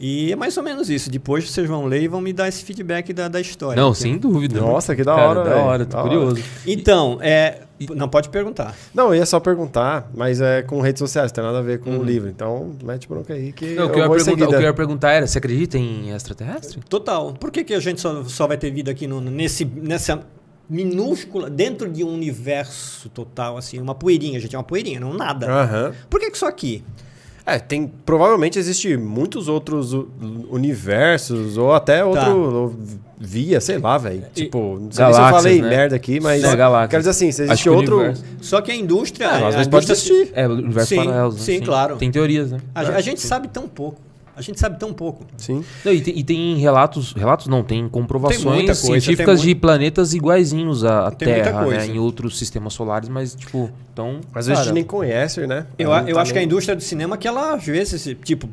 Speaker 3: E é mais ou menos isso. Depois vocês vão ler e vão me dar esse feedback da, da história.
Speaker 2: não,
Speaker 3: Porque-
Speaker 2: sem dúvida.
Speaker 1: Nossa, que da
Speaker 2: Cara,
Speaker 1: hora,
Speaker 2: Da
Speaker 1: velho.
Speaker 2: hora, tô
Speaker 1: Da hora.
Speaker 2: curioso.
Speaker 3: Então, é. Não pode perguntar.
Speaker 1: Não, eu ia só perguntar, mas é com redes sociais, tem nada a ver com o livro. Então, mete bronca aí que
Speaker 2: Uhum. Não, o,
Speaker 1: eu,
Speaker 2: que eu ia
Speaker 1: vou em
Speaker 2: perguntar, o que eu
Speaker 1: seguida.
Speaker 2: ia perguntar era, você acredita em extraterrestre?
Speaker 3: Total. Por que, que a gente só, só vai ter vida aqui no, nesse, nessa minúscula, dentro de um universo total, assim, uma poeirinha, gente, é uma poeirinha, não nada.
Speaker 1: Aham.
Speaker 3: Por que, que só aqui?
Speaker 1: É, tem, provavelmente existe muitos outros u- universos ou
Speaker 2: Tá.
Speaker 1: até outro ou via, sei lá, velho. Tipo, não sei nem se eu
Speaker 2: Galáxias,
Speaker 1: falei
Speaker 2: né?
Speaker 1: merda aqui, mas
Speaker 2: É, galáxias.
Speaker 1: quero dizer assim, se
Speaker 2: Acho
Speaker 1: existe
Speaker 2: que o
Speaker 1: outro...
Speaker 2: universo-
Speaker 3: Só que a indústria.
Speaker 1: É,
Speaker 3: a,
Speaker 1: às vezes pode
Speaker 3: indústria se-
Speaker 1: existir.
Speaker 2: É, o universo
Speaker 3: Sim,
Speaker 2: paralelo. né?
Speaker 3: sim, claro.
Speaker 2: Tem teorias, né?
Speaker 1: Ah.
Speaker 3: a, a gente sabe tão pouco. A gente sabe tão pouco.
Speaker 1: Sim.
Speaker 2: Não, e, tem, e tem relatos, relatos não, tem comprovações
Speaker 3: Tem muita coisa, tem
Speaker 2: científicas
Speaker 3: muito-
Speaker 2: de planetas iguaizinhos à à
Speaker 3: Tem muita
Speaker 2: Terra,
Speaker 3: coisa.
Speaker 2: né? Em outros sistemas solares, mas tipo, então...
Speaker 1: Mas a gente
Speaker 2: cara,
Speaker 1: nem conhece, né?
Speaker 3: Eu,
Speaker 1: Não
Speaker 3: eu
Speaker 1: tá
Speaker 3: acho que a
Speaker 1: nem-
Speaker 3: indústria do cinema é que ela, às vezes, tipo,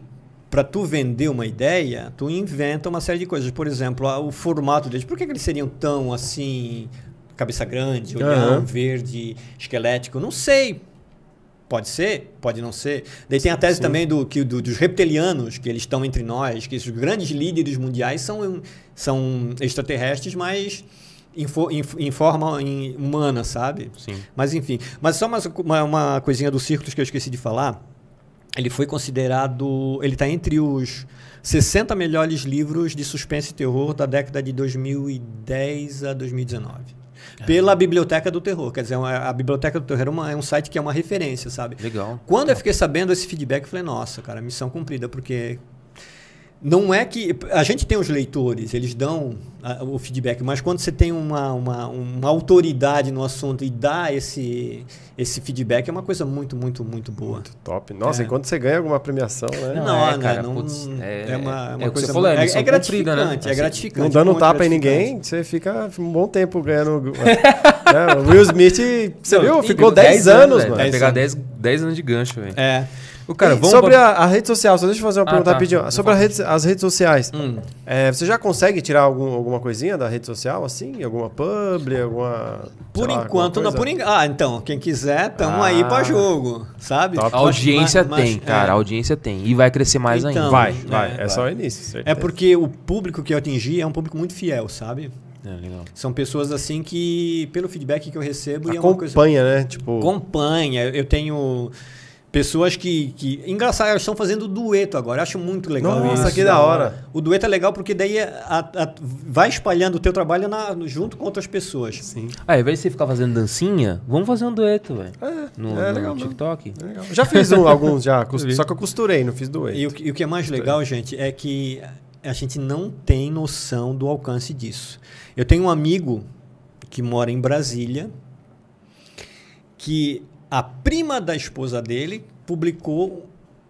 Speaker 3: pra tu vender uma ideia, tu inventa uma série de coisas. Por exemplo, a- o formato deles. Por que, que eles seriam tão assim, cabeça grande, olhão
Speaker 1: Aham.
Speaker 3: verde, esquelético? Não sei. Pode ser, pode não ser. Daí tem a tese também do, que, do- dos reptilianos, que eles estão entre nós, que os grandes líderes mundiais são, um, são extraterrestres, mas em, fo- em, em forma em- humana, sabe?
Speaker 2: Sim.
Speaker 3: Mas enfim. Mas só mais uma, uma coisinha do Círculos que eu esqueci de falar. Ele foi considerado. Ele está entre os 60 melhores livros de suspense e terror da década de 2010 a 2019. Pela Biblioteca do Terror. Quer dizer, é uma- a Biblioteca do Terror é, uma- é um site que é uma referência, sabe?
Speaker 2: Legal.
Speaker 3: Quando eu fiquei sabendo esse feedback, eu falei, nossa, cara, missão cumprida, porque não é que. A gente tem os leitores, eles dão ah, o feedback, mas quando você tem uma, uma, uma autoridade no assunto e dá esse, esse feedback, é uma coisa muito, muito, muito boa.
Speaker 1: Top. Nossa,
Speaker 3: É.
Speaker 1: enquanto você ganha alguma premiação, né?
Speaker 2: Não, é, cara, putz, é- é o que você
Speaker 3: coisa
Speaker 2: falou, é
Speaker 3: mu-
Speaker 2: missão cumprida, né?
Speaker 3: é gratificante, é
Speaker 2: Assim,
Speaker 3: gratificante.
Speaker 1: Não dando
Speaker 3: muito
Speaker 1: tapa em
Speaker 3: gratificante.
Speaker 1: ninguém, você fica um bom tempo ganhando. Né? O Will Smith, você
Speaker 3: Não,
Speaker 1: viu?
Speaker 3: tem
Speaker 1: Ficou
Speaker 2: Pegou
Speaker 1: 10 anos,
Speaker 2: velho.
Speaker 1: mano.
Speaker 2: Vai
Speaker 3: Dez
Speaker 2: pegar
Speaker 3: anos.
Speaker 2: 10 10 anos de gancho, velho.
Speaker 3: É.
Speaker 2: O cara,
Speaker 1: E
Speaker 2: vamos
Speaker 1: sobre
Speaker 2: pra-
Speaker 1: a, a rede social, só deixa eu fazer uma
Speaker 2: Ah,
Speaker 1: pergunta
Speaker 2: tá.
Speaker 1: rapidinho.
Speaker 2: Não
Speaker 1: Sobre a
Speaker 2: fala.
Speaker 1: rede- as redes sociais.
Speaker 2: Hum.
Speaker 1: É, você já consegue tirar algum- alguma coisinha da rede social, assim? Alguma publi, alguma. sei
Speaker 3: Por
Speaker 1: lá, alguma
Speaker 3: enquanto, não.
Speaker 1: coisa?
Speaker 3: Por en- Ah, então, quem quiser, tamo
Speaker 2: Ah.
Speaker 3: aí pra jogo, sabe?
Speaker 1: Top.
Speaker 2: A audiência
Speaker 3: Mas- mas-
Speaker 2: tem, cara. A
Speaker 3: é.
Speaker 2: audiência tem. E vai crescer mais
Speaker 3: Então,
Speaker 2: ainda.
Speaker 1: Vai,
Speaker 3: É,
Speaker 1: vai. É,
Speaker 3: vai.
Speaker 1: só o início. certeza.
Speaker 3: É porque o público que eu atingi é um público muito fiel, sabe?
Speaker 2: É, legal.
Speaker 3: São pessoas assim que, pelo feedback que eu recebo, e é uma coisa.
Speaker 1: Acompanha, né? Tipo.
Speaker 3: Acompanha. Eu tenho pessoas que. que... Engraçado, elas estão fazendo dueto agora. Eu acho muito legal isso.
Speaker 1: Nossa, que da hora.
Speaker 3: O dueto é legal porque daí a- a- vai espalhando o teu trabalho na- no- junto com outras pessoas. Sim.
Speaker 2: Ah, ao invés de você ficar fazendo dancinha, vamos fazer um dueto, velho. no,
Speaker 1: é
Speaker 2: no
Speaker 1: legal mesmo.
Speaker 2: TikTok.
Speaker 1: Legal. Já fiz um- alguns, já. cos- Só que eu costurei, não fiz doente.
Speaker 3: E o, que- e o que é mais legal, gente, é que a gente não tem noção do alcance disso. Eu tenho um amigo que mora em Brasília que a prima da esposa dele publicou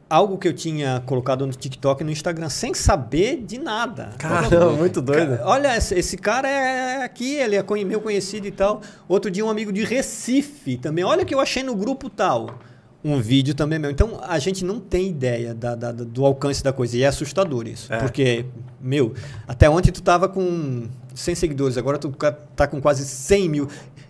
Speaker 3: algo que eu tinha colocado no TikTok e no Instagram sem saber de nada.
Speaker 1: Caramba, muito doido.
Speaker 3: Cara, Olha, esse esse cara é aqui, ele é conhe- meu conhecido e tal. Outro dia um amigo de Recife também. Olha o que eu achei no grupo tal. Um vídeo também meu. Então a gente não tem ideia da- da- da- do alcance da coisa. E é assustador isso. Porque, meu, até ontem tu tava com 100 seguidores, agora tu ca- tá com quase 100 mil.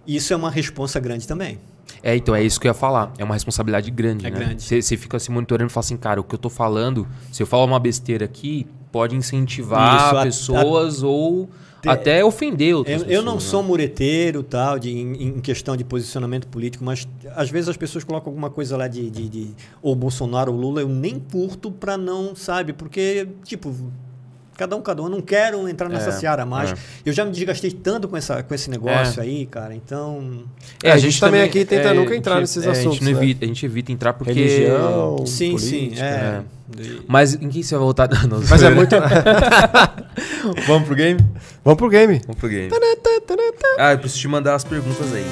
Speaker 3: E Isso é uma responsa grande também.
Speaker 2: É, então, é isso que eu ia falar. É uma responsabilidade grande,
Speaker 3: É
Speaker 2: né?
Speaker 3: grande.
Speaker 2: Você você fica se monitorando e fala assim, cara, o que eu tô falando, se eu falar uma besteira aqui, pode incentivar
Speaker 3: Isso, a-
Speaker 2: pessoas ou até ofender outras
Speaker 3: Eu, eu não
Speaker 2: pessoas, né?"
Speaker 3: sou um mureteiro tal, de, em, em questão de posicionamento político, mas às vezes as pessoas colocam alguma coisa lá de, de, de- ou Bolsonaro ou Lula, eu nem curto pra não, sabe? Porque, tipo, cada um, cada um. Eu não quero entrar
Speaker 2: É,
Speaker 3: nessa seara mais.
Speaker 2: é.
Speaker 3: Eu já me desgastei tanto com, essa, com esse negócio aí, cara, então.
Speaker 1: É, a gente também aqui tenta nunca entrar
Speaker 2: a gente-
Speaker 1: nesses
Speaker 2: é, A
Speaker 1: assuntos,
Speaker 2: gente, não
Speaker 1: né?
Speaker 2: evita, a gente evita entrar porque...
Speaker 1: Religião,
Speaker 3: sim, sim.
Speaker 1: política. né?
Speaker 3: É.
Speaker 2: Mas em quem você vai voltar? Não,
Speaker 1: Mas é muito.
Speaker 2: Vamos pro game?
Speaker 1: Vamos pro game.
Speaker 2: Vamos pro game. Ah, eu preciso te mandar as perguntas aí.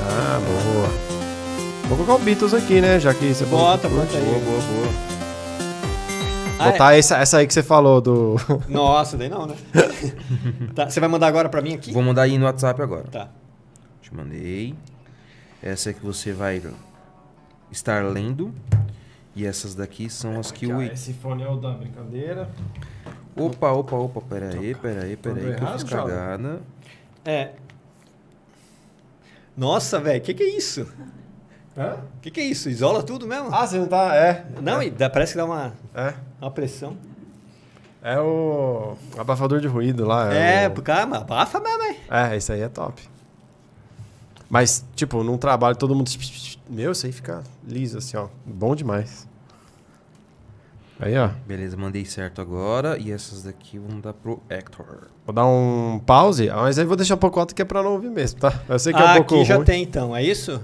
Speaker 1: Ah, boa. Vou colocar o Beatles aqui, né? Já que você falou
Speaker 3: Bota,
Speaker 1: que curte.
Speaker 3: bota aí.
Speaker 1: Boa, boa, boa.
Speaker 3: Ah,
Speaker 1: Botar essa, essa aí que você falou do.
Speaker 3: é. Nossa, daí não, né? Tá, você vai mandar agora pra mim aqui?
Speaker 5: Vou mandar aí no WhatsApp agora.
Speaker 3: Tá.
Speaker 5: Te mandei. Essa é que você vai estar lendo. E essas daqui são as que o.
Speaker 1: Esse fone é o da brincadeira.
Speaker 5: Opa, opa, opa, peraí, peraí, peraí, que eu
Speaker 1: errado,
Speaker 5: fiz
Speaker 1: Saulo?
Speaker 5: cagada.
Speaker 3: É. Nossa, velho, o que, que é isso? O que, que é isso? Isola tudo mesmo?
Speaker 1: Ah, você não tá. É.
Speaker 3: Não, e dá- parece que dá uma,
Speaker 1: É.
Speaker 3: uma pressão.
Speaker 1: É o. Abafador de ruído lá.
Speaker 3: É,
Speaker 1: o-
Speaker 3: porque ah, mas abafa mesmo, hein?
Speaker 1: É, isso aí é top. Mas, tipo, num trabalho todo mundo. Meu, isso aí fica liso assim, ó. Bom demais. Aí, ó.
Speaker 5: Beleza, mandei certo agora. E essas daqui vão dar pro Hector.
Speaker 1: Vou dar um pause, ah, mas aí vou deixar um pouco alto que é pra não ouvir mesmo, tá? Eu sei que é um
Speaker 3: Ah,
Speaker 1: pouco.
Speaker 3: aqui já
Speaker 1: ruim.
Speaker 3: tem então, é isso?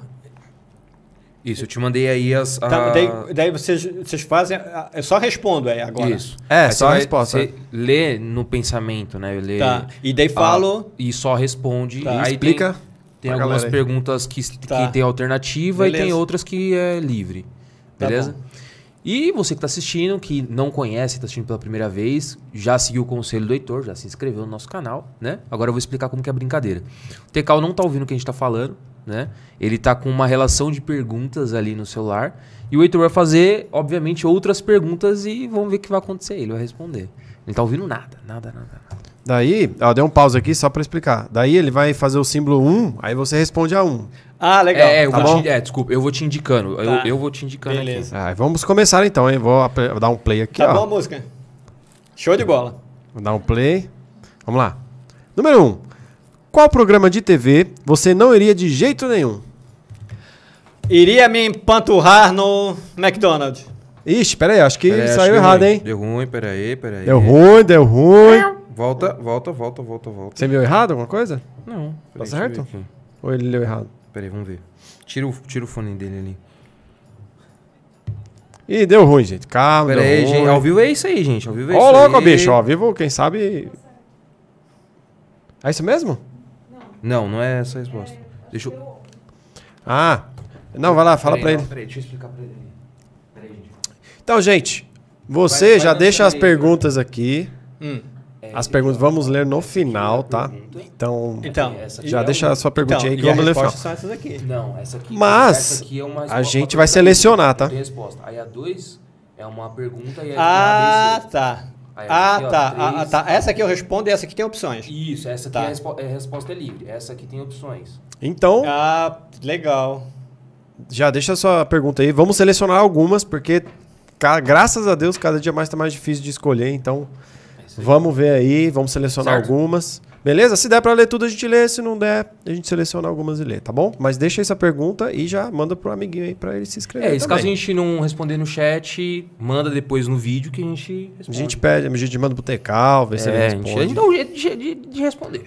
Speaker 5: Isso, eu te mandei aí as.
Speaker 3: Tá,
Speaker 2: Ah.
Speaker 5: a-
Speaker 3: daí, daí vocês, vocês fazem. ah, Eu só respondo aí agora.
Speaker 2: Isso.
Speaker 1: É,
Speaker 2: Aí
Speaker 1: só
Speaker 2: você
Speaker 1: a
Speaker 2: vai-
Speaker 1: resposta.
Speaker 2: Você lê no pensamento, né? Eu lê,
Speaker 3: Tá. E daí
Speaker 2: ah,
Speaker 3: falo.
Speaker 2: e só responde.
Speaker 3: Tá.
Speaker 2: Aí tem-
Speaker 1: Explica.
Speaker 2: Tem
Speaker 1: pra
Speaker 2: algumas
Speaker 1: galera aí.
Speaker 2: perguntas que,
Speaker 3: Tá.
Speaker 2: que tem alternativa e tem
Speaker 3: Beleza.
Speaker 2: outras que é livre.
Speaker 3: Tá
Speaker 2: Beleza?
Speaker 3: bom.
Speaker 2: e você que tá assistindo, que não conhece, tá assistindo pela primeira vez, já seguiu o conselho do Heitor, já se inscreveu no nosso canal, né? Agora eu vou explicar como que é a brincadeira. O Tecal não tá ouvindo o que a gente tá falando, né? Ele tá com uma relação de perguntas ali no celular. E o Heitor vai fazer, obviamente, outras perguntas e vamos ver o que vai acontecer. Ele vai responder. Ele não tá ouvindo nada, nada, nada. nada.
Speaker 1: Daí, ó, deu um pause aqui só pra explicar. Daí ele vai fazer o símbolo 1, aí você responde a 1.
Speaker 3: Ah, legal.
Speaker 2: É, eu
Speaker 1: tá
Speaker 2: vou
Speaker 1: bom?
Speaker 2: te- é, desculpa, eu vou te indicando. Eu,
Speaker 3: Tá.
Speaker 2: eu vou te indicando aqui.
Speaker 3: Beleza.
Speaker 1: Ah, vamos começar então, hein? Vou apre- vou dar um play aqui,
Speaker 3: Tá
Speaker 1: ó.
Speaker 3: bom a música? Show de bola.
Speaker 1: Vou dar um play. Vamos lá. Número 1. Qual programa de TV você não iria de jeito nenhum?
Speaker 3: Iria me empanturrar no McDonald's.
Speaker 1: Ixi, peraí, acho que
Speaker 5: Peraí, acho
Speaker 1: saiu
Speaker 5: que deu
Speaker 1: errado,
Speaker 5: ruim.
Speaker 1: hein?
Speaker 5: Deu ruim, peraí, peraí.
Speaker 1: Deu ruim, deu ruim.
Speaker 5: Volta, volta, volta, volta, volta.
Speaker 1: Você viu errado alguma coisa?
Speaker 2: Não.
Speaker 1: Tá
Speaker 5: Peraí, deixa eu ver
Speaker 1: certo?
Speaker 5: aqui.
Speaker 1: Ou ele leu errado?
Speaker 5: Peraí, vamos ver. Tira o, tira o fone dele ali.
Speaker 1: Ih, deu ruim, gente. Calma, deu
Speaker 5: Peraí,
Speaker 1: ruim.
Speaker 5: gente. Ao vivo é isso aí, gente. Ao vivo é
Speaker 1: Ô,
Speaker 5: isso
Speaker 1: louco,
Speaker 5: aí.
Speaker 1: bicho, ó, ao vivo, quem sabe. É isso mesmo?
Speaker 5: Não, não é essa a resposta. Deixa eu.
Speaker 1: Ah, não, vai lá, fala pra ele.
Speaker 5: Peraí, deixa eu explicar pra ele. Peraí, gente.
Speaker 1: Então, gente, você
Speaker 5: Vai- vai
Speaker 1: já deixa
Speaker 5: lançando
Speaker 1: as
Speaker 5: aí,
Speaker 1: perguntas aqui.
Speaker 3: Hum.
Speaker 5: É,
Speaker 1: As perguntas vamos ler no final, tá? Então,
Speaker 3: Então,
Speaker 2: é
Speaker 1: já deixa a sua perguntinha aí que
Speaker 3: e a
Speaker 1: vamos ler no
Speaker 3: resposta
Speaker 1: final.
Speaker 3: são essas aqui.
Speaker 2: Não, essa aqui.
Speaker 1: Mas,
Speaker 2: essa aqui é uma
Speaker 1: a
Speaker 2: resposta
Speaker 1: gente
Speaker 2: pra
Speaker 1: vai
Speaker 2: pergunta,
Speaker 1: selecionar, tá?
Speaker 2: Tem resposta. Aí a 2 é uma pergunta e aí a é
Speaker 3: Ah,
Speaker 2: ABC.
Speaker 3: tá.
Speaker 2: Aí,
Speaker 3: Ah,
Speaker 2: aqui, ó,
Speaker 3: tá. Ah,
Speaker 2: três.
Speaker 3: tá. Essa aqui eu respondo e essa aqui tem opções.
Speaker 2: Isso, essa aqui
Speaker 3: Tá.
Speaker 2: é, a respo- é a resposta livre. Essa aqui tem opções.
Speaker 1: Então,
Speaker 3: Ah, legal.
Speaker 1: já deixa a sua pergunta aí. Vamos selecionar algumas, porque ca- graças a Deus cada dia mais tá mais difícil de escolher. Então, vamos ver aí, vamos selecionar
Speaker 2: Certo.
Speaker 1: algumas. Beleza? Se der pra ler tudo, a gente lê. Se não der, a gente seleciona algumas e lê, tá bom? Mas deixa essa pergunta e já manda pro amiguinho aí pra ele se inscrever.
Speaker 2: É, esse
Speaker 1: também.
Speaker 2: caso a gente não responder no chat, manda depois no vídeo que a gente
Speaker 1: A
Speaker 2: responde.
Speaker 1: gente pede, a gente manda pro Tecal, vê se ele
Speaker 2: é, a gente, a
Speaker 1: responde.
Speaker 2: gente dá um jeito de, de- de responder.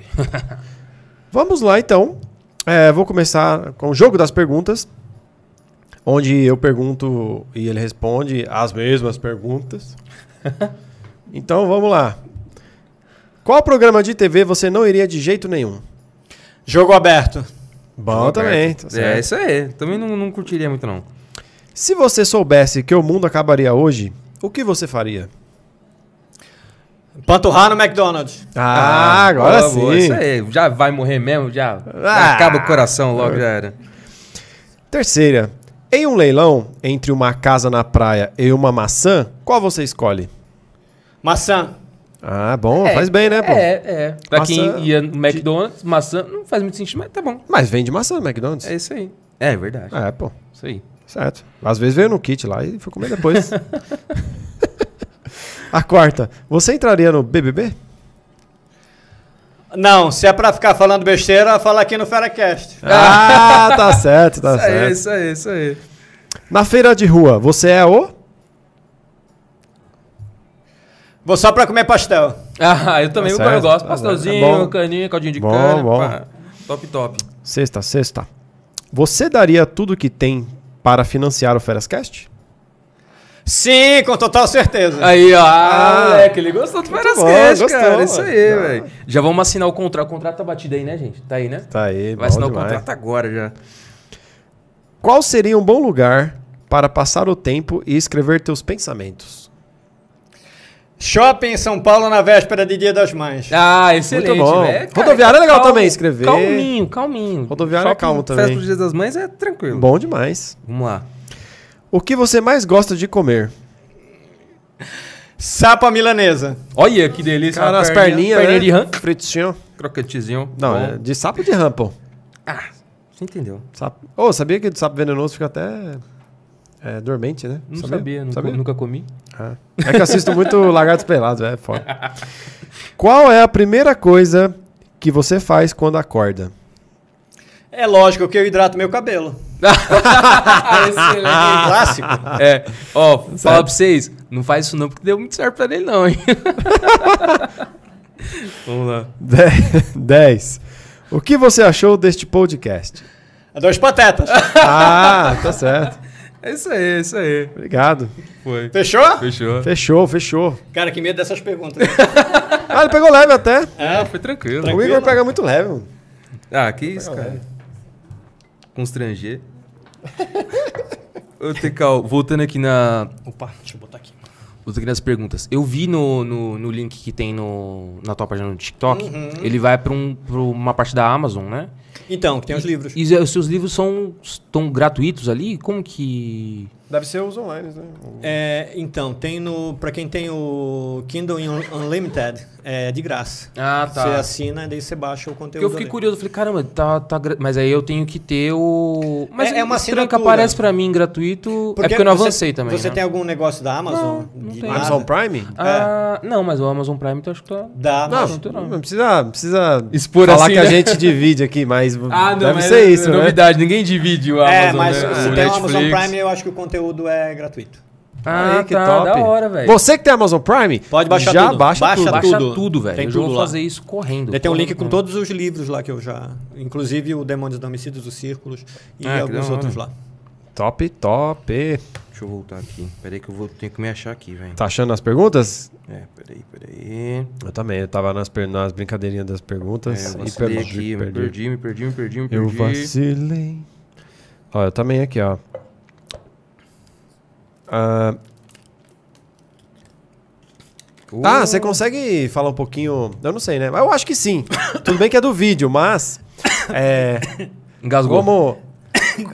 Speaker 1: Vamos lá então. É, vou começar com o jogo das perguntas, onde eu pergunto e ele responde as mesmas perguntas. então vamos lá. Qual programa de TV você não iria de jeito nenhum?
Speaker 3: Jogo aberto.
Speaker 1: Bom também. tá
Speaker 5: É,
Speaker 1: certo.
Speaker 5: isso aí.
Speaker 2: Também não, não curtiria muito, não.
Speaker 1: Se você soubesse que o mundo acabaria hoje, o que você faria?
Speaker 3: Panturrar no McDonald's.
Speaker 1: Ah, agora
Speaker 2: boa,
Speaker 1: sim.
Speaker 2: boa, Isso aí, já vai morrer mesmo, já, já
Speaker 1: Ah.
Speaker 2: acaba o coração logo, já era.
Speaker 1: Terceira. Em um leilão entre uma casa na praia e uma maçã, qual você escolhe?
Speaker 3: Maçã.
Speaker 1: Ah, bom, faz bem, né, pô?
Speaker 2: É, é. Pra
Speaker 1: Maçã
Speaker 2: quem ia no McDonald's, maçã, não faz muito sentido, mas tá bom.
Speaker 1: Mas vende maçã no McDonald's.
Speaker 2: É isso aí.
Speaker 5: É verdade.
Speaker 1: É, pô.
Speaker 2: Isso aí.
Speaker 1: Certo. Às vezes veio no kit lá e foi comer depois. A quarta. Você entraria no BBB?
Speaker 3: Não, se é pra ficar falando besteira, fala aqui no Feracast.
Speaker 1: Ah, tá certo, tá certo.
Speaker 5: isso aí, isso aí.
Speaker 1: Na feira de rua, você é o?
Speaker 3: Vou só pra comer pastel.
Speaker 2: Ah, eu também,
Speaker 1: Tá
Speaker 2: eu
Speaker 1: certo,
Speaker 2: gosto.
Speaker 1: tá
Speaker 2: Pastelzinho,
Speaker 1: certo. É bom.
Speaker 2: caninha, caldinho de
Speaker 1: Bom,
Speaker 2: cana.
Speaker 1: bom.
Speaker 2: pá. Top, top.
Speaker 1: Sexta, sexta. Você daria tudo que tem para financiar o Ferascast?
Speaker 3: Sim, com total certeza.
Speaker 2: Aí, ó. Ah,
Speaker 1: Ah.
Speaker 2: moleque, ele gostou do
Speaker 1: Muito bom,
Speaker 2: Parascast,
Speaker 1: gostou, Tá
Speaker 2: cara. Isso aí,
Speaker 1: mano.
Speaker 2: velho. Já vamos assinar o contrato. O contrato tá batido aí, né, gente? Tá aí, né?
Speaker 1: Tá aí,
Speaker 2: Vai
Speaker 1: bom
Speaker 2: assinar o
Speaker 1: demais.
Speaker 2: contrato.
Speaker 5: Tá agora já.
Speaker 1: Qual seria um bom lugar para passar o tempo e escrever teus pensamentos?
Speaker 3: Shopping em São Paulo na véspera de Dia das Mães.
Speaker 2: Ah, excelente,
Speaker 1: Muito bom.
Speaker 2: velho. Cara,
Speaker 1: Rodoviária é legal
Speaker 2: calmo,
Speaker 1: também escrever.
Speaker 2: Calminho, calminho.
Speaker 1: Rodoviária é calmo
Speaker 5: Festa
Speaker 1: também.
Speaker 5: pro Dia das Mães é tranquilo.
Speaker 1: Bom demais.
Speaker 2: Vamos lá.
Speaker 1: O que você mais gosta de comer?
Speaker 3: Sapa milanesa.
Speaker 2: Olha que delícia.
Speaker 1: Cara,
Speaker 2: uma
Speaker 1: as perninhas,
Speaker 2: Perninha de
Speaker 1: né?
Speaker 2: rã.
Speaker 1: Fritinho.
Speaker 2: Croquetezinho.
Speaker 1: Não,
Speaker 2: bom.
Speaker 1: é de sapo ou de rã, pô?
Speaker 5: Você entendeu?
Speaker 1: Sapo. Ô, sabia que do sapo venenoso fica até é, dormente, né?
Speaker 2: Não sabia, nunca,
Speaker 1: Sabia?
Speaker 2: nunca comi.
Speaker 1: Ah. É que eu assisto muito Lagartos Pelados, é foda. Qual é a primeira coisa que você faz quando acorda?
Speaker 3: É lógico que eu hidrato meu cabelo.
Speaker 2: Ah, excelente.
Speaker 3: Clássico.
Speaker 2: É, ó, fala pra vocês, não faz isso não, porque deu muito certo pra ele não, hein? Vamos lá.
Speaker 1: 10. O que você achou deste podcast?
Speaker 3: Dois patetas.
Speaker 1: Ah, tá certo.
Speaker 2: É isso aí, é isso aí.
Speaker 1: Obrigado.
Speaker 2: Foi.
Speaker 3: Fechou?
Speaker 2: Fechou.
Speaker 1: Fechou, fechou.
Speaker 3: Cara, que medo dessas perguntas.
Speaker 1: Ah, ele pegou leve até.
Speaker 3: É,
Speaker 5: Foi tranquilo.
Speaker 1: O Igor pega muito leve. mano.
Speaker 5: Ah, que isso, cara. Constranger.
Speaker 2: Ô, Tecal, voltando aqui na.
Speaker 4: Opa, deixa eu botar aqui.
Speaker 2: Voltando aqui nas perguntas. Eu vi no, no, no link que tem no, na tua página no TikTok,
Speaker 3: Uhum.
Speaker 2: ele vai pra, um, pra uma parte da Amazon, né?
Speaker 3: Então, que tem os livros.
Speaker 2: E os seus livros são tão gratuitos ali? Como que.
Speaker 1: Deve ser os online, né?
Speaker 3: É, então, tem no. Pra quem tem o Kindle Un- Unlimited, é de graça.
Speaker 2: Ah,
Speaker 3: Você assina e daí você baixa o conteúdo.
Speaker 2: Porque eu fiquei
Speaker 3: ali.
Speaker 2: curioso, eu falei, caramba, tá, tá. gra- Mas aí eu tenho que ter o. Mas
Speaker 3: É- é uma
Speaker 2: esse tran que
Speaker 3: assinatura.
Speaker 2: aparece pra mim gratuito. é porque eu não
Speaker 3: você-
Speaker 2: avancei também.
Speaker 3: Você
Speaker 2: né?
Speaker 3: tem algum negócio da Amazon?
Speaker 2: Não, não
Speaker 3: De
Speaker 2: tem.
Speaker 3: nada?
Speaker 1: Amazon Prime?
Speaker 2: Ah,
Speaker 3: É.
Speaker 2: não, mas o Amazon Prime então acho que tá.
Speaker 3: Da
Speaker 1: Não,
Speaker 3: Amazon.
Speaker 2: não.
Speaker 1: Ah, não, precisa, não precisa
Speaker 2: Expor
Speaker 1: falar
Speaker 2: assim,
Speaker 1: que a
Speaker 2: né?
Speaker 1: gente divide aqui, mas
Speaker 2: Ah,
Speaker 1: deve
Speaker 2: é
Speaker 1: ser isso, né?
Speaker 2: novidade, ninguém divide o Amazon.
Speaker 3: é,
Speaker 2: né?
Speaker 3: mas se
Speaker 2: O
Speaker 3: tem o
Speaker 2: Netflix.
Speaker 3: Amazon Prime, eu acho que o conteúdo é gratuito.
Speaker 2: Ah,
Speaker 1: Aí, que
Speaker 2: tá,
Speaker 1: top.
Speaker 2: da hora, velho.
Speaker 1: Você que tem Amazon Prime,
Speaker 3: Pode baixar
Speaker 1: já
Speaker 3: tudo.
Speaker 1: baixa,
Speaker 3: Baixa
Speaker 1: tudo.
Speaker 3: tudo.
Speaker 2: Baixa tudo, velho.
Speaker 3: Tem
Speaker 2: eu já vou
Speaker 3: tudo lá.
Speaker 2: fazer isso correndo.
Speaker 3: Daí tem um link
Speaker 2: correndo,
Speaker 3: com
Speaker 2: correndo.
Speaker 3: todos os livros lá que eu já. Inclusive o Demônios do Homicídio dos Círculos e
Speaker 5: Ah, que da
Speaker 3: alguns
Speaker 5: hora.
Speaker 3: outros lá.
Speaker 1: Top, top.
Speaker 5: Deixa eu voltar aqui. Peraí que eu vou, tenho que me achar aqui, velho.
Speaker 1: Tá achando as perguntas?
Speaker 5: É, peraí, É, peraí.
Speaker 1: Eu também, eu tava nas, per- nas brincadeirinhas das perguntas
Speaker 5: É, eu
Speaker 1: e
Speaker 5: vacilei
Speaker 1: perdi,
Speaker 5: aqui. Me
Speaker 1: perdi.
Speaker 5: perdi, me perdi, me perdi, me
Speaker 1: Eu
Speaker 5: perdi.
Speaker 1: vacilei. Ó, eu também aqui, ó. Ah,
Speaker 5: Uh.
Speaker 1: Ah, você consegue falar um pouquinho? Eu não sei, né? Mas eu acho que sim. Tudo bem que é do vídeo, mas. É,
Speaker 2: Engasgou.
Speaker 1: como.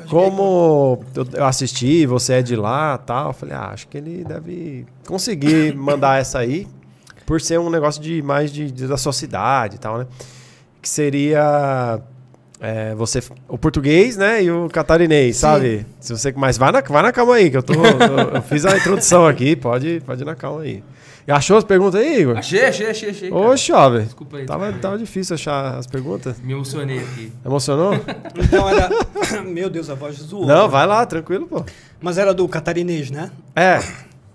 Speaker 1: Como eu- eu assisti, você é de lá tal, eu falei, ah, acho que ele deve conseguir mandar essa aí, por ser um negócio de mais de, de- da sua cidade e tal, né? Que seria é, você, o português, né, e o catarinês, sabe? Se você, mas vai na, vai na calma aí, que eu, tô, eu, eu fiz a introdução aqui, pode, pode ir na calma aí. Achou as perguntas aí, Igor?
Speaker 2: Achei, achei, achei, achei. cara.
Speaker 1: Ô, chove.
Speaker 2: Desculpa aí.
Speaker 1: Tava,
Speaker 2: desculpa aí.
Speaker 1: tava difícil achar as perguntas.
Speaker 2: Me emocionei aqui.
Speaker 1: Emocionou?
Speaker 3: Então era. Meu Deus, a voz zoou.
Speaker 1: Não, vai lá, tranquilo, pô.
Speaker 3: Mas era do catarinês, né?
Speaker 1: É,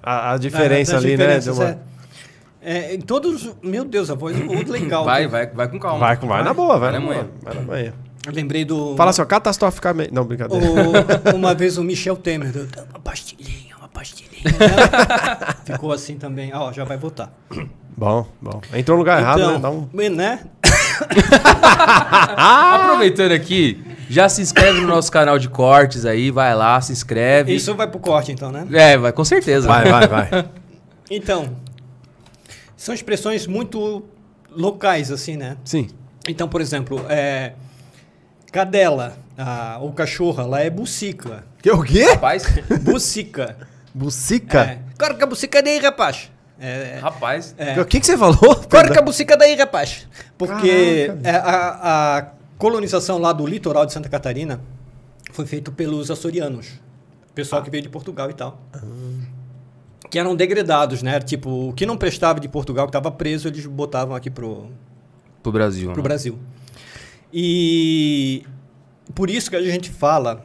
Speaker 1: a, a diferença
Speaker 3: Ah, das
Speaker 1: ali, né? de
Speaker 3: diferenças,
Speaker 1: uma-
Speaker 3: é. É, em todos. Meu Deus, a voz zoou legal.
Speaker 2: Vai, vai, vai com calma.
Speaker 1: Vai, com- vai na boa, vai na
Speaker 2: Vai na
Speaker 1: boa. Vai na manhã.
Speaker 3: Eu lembrei do.
Speaker 1: Fala assim, ó, catastroficamente. Não, brincadeira.
Speaker 3: o- uma vez o Michel Temer. deu, "Dá Uma pastilhinha, uma pastilhinha. Ela Ficou assim também. Ah, ó, já vai voltar.
Speaker 1: Bom, bom. Entrou no lugar errado, né? Dá um...
Speaker 3: né? né?
Speaker 2: Ah! Aproveitando aqui, já se inscreve no nosso canal de cortes aí, vai lá, se inscreve.
Speaker 3: Isso vai pro corte, então, né?
Speaker 2: É, vai, com certeza.
Speaker 1: Vai, vai, vai.
Speaker 3: Então, são expressões muito locais, assim, né?
Speaker 1: Sim.
Speaker 3: Então, por exemplo, é, cadela a- ou cachorra, lá é bucica.
Speaker 1: Que o quê?
Speaker 2: Rapaz,
Speaker 3: Bucica.
Speaker 1: Bucica?
Speaker 3: É. Corre com a bucica daí, rapaz. É,
Speaker 2: rapaz.
Speaker 3: é,
Speaker 1: O que, que você falou?
Speaker 3: Corre com a bucica daí, rapaz. Porque
Speaker 1: Caraca,
Speaker 3: é, a, a colonização lá do litoral de Santa Catarina foi feito pelos açorianos. Pessoal que veio de Portugal e tal. Que eram degradados, né? Tipo, o que não prestava de Portugal, que estava preso, eles botavam aqui pro,
Speaker 2: Pro Brasil.
Speaker 3: para
Speaker 2: né?
Speaker 3: o Brasil. E por isso que a gente fala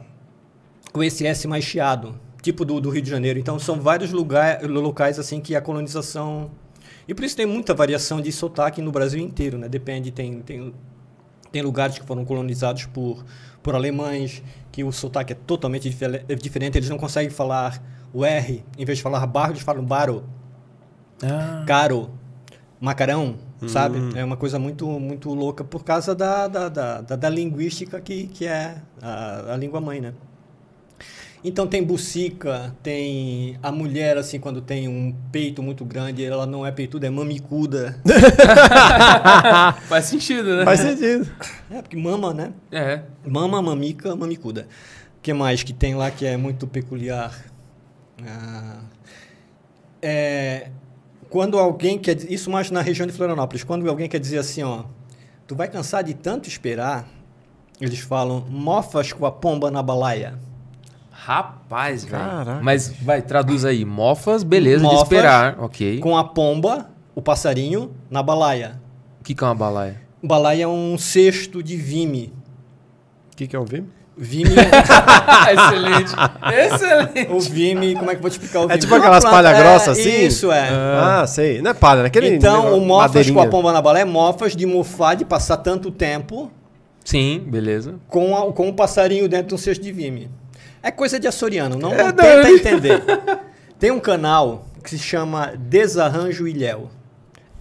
Speaker 3: com esse S mais chiado, tipo do, do Rio de Janeiro. Então são vários lugar, locais assim que a colonização. E por isso tem muita variação de sotaque no Brasil inteiro, né? Depende, tem, tem, tem lugares que foram colonizados por, por alemães, que o sotaque é totalmente difere- é diferente, eles não conseguem falar o R, em vez de falar barro, eles falam baro
Speaker 2: Ah,
Speaker 3: caro, macarão, sabe? É uma coisa muito, muito louca por causa da, da, da, da- da linguística que, que é a, a língua mãe, né? Então tem bucica, tem a mulher, assim, quando tem um peito muito grande, ela não é peituda, é mamicuda.
Speaker 2: Faz sentido, né?
Speaker 1: Faz sentido.
Speaker 3: é, porque mama, né?
Speaker 2: É.
Speaker 3: Mama, mamica, mamicuda. O que mais que tem lá que é muito peculiar? Ah, é, quando alguém quer... di- Isso mais na região de Florianópolis. Quando alguém quer dizer assim, ó... Tu vai cansar de tanto esperar? Eles falam... Mofas com a pomba na balaia.
Speaker 2: Rapaz, velho.
Speaker 1: Caraca.
Speaker 2: Mas vai, traduz aí. Mofas, beleza, de
Speaker 3: Mofas
Speaker 2: esperar. Ok.
Speaker 3: Com a pomba, o passarinho, na balaia.
Speaker 2: O que, que é uma balaia?
Speaker 3: Balaia é um cesto de vime.
Speaker 1: O que, é um que eu ouvi?
Speaker 3: Vime é...
Speaker 2: Ah, excelente. Excelente.
Speaker 3: o vime... Como é que eu vou te explicar o vime?
Speaker 1: É tipo aquelas
Speaker 3: Uma planta-
Speaker 1: palha grossa,
Speaker 3: é,
Speaker 1: assim?
Speaker 3: Isso, é.
Speaker 1: Ah, sei. Não é palha, naquele.
Speaker 3: Então, o Mofas com a
Speaker 1: madeirinha.
Speaker 3: pomba na bala é Mofas de mofar, de passar tanto tempo
Speaker 2: Sim, beleza.
Speaker 3: com, a- com um passarinho dentro de um cesto de vime. É coisa de açoriano, não, não
Speaker 2: não,
Speaker 3: tenta
Speaker 2: eu-
Speaker 3: entender. Tem um canal que se chama Desarranjo Ilhéu.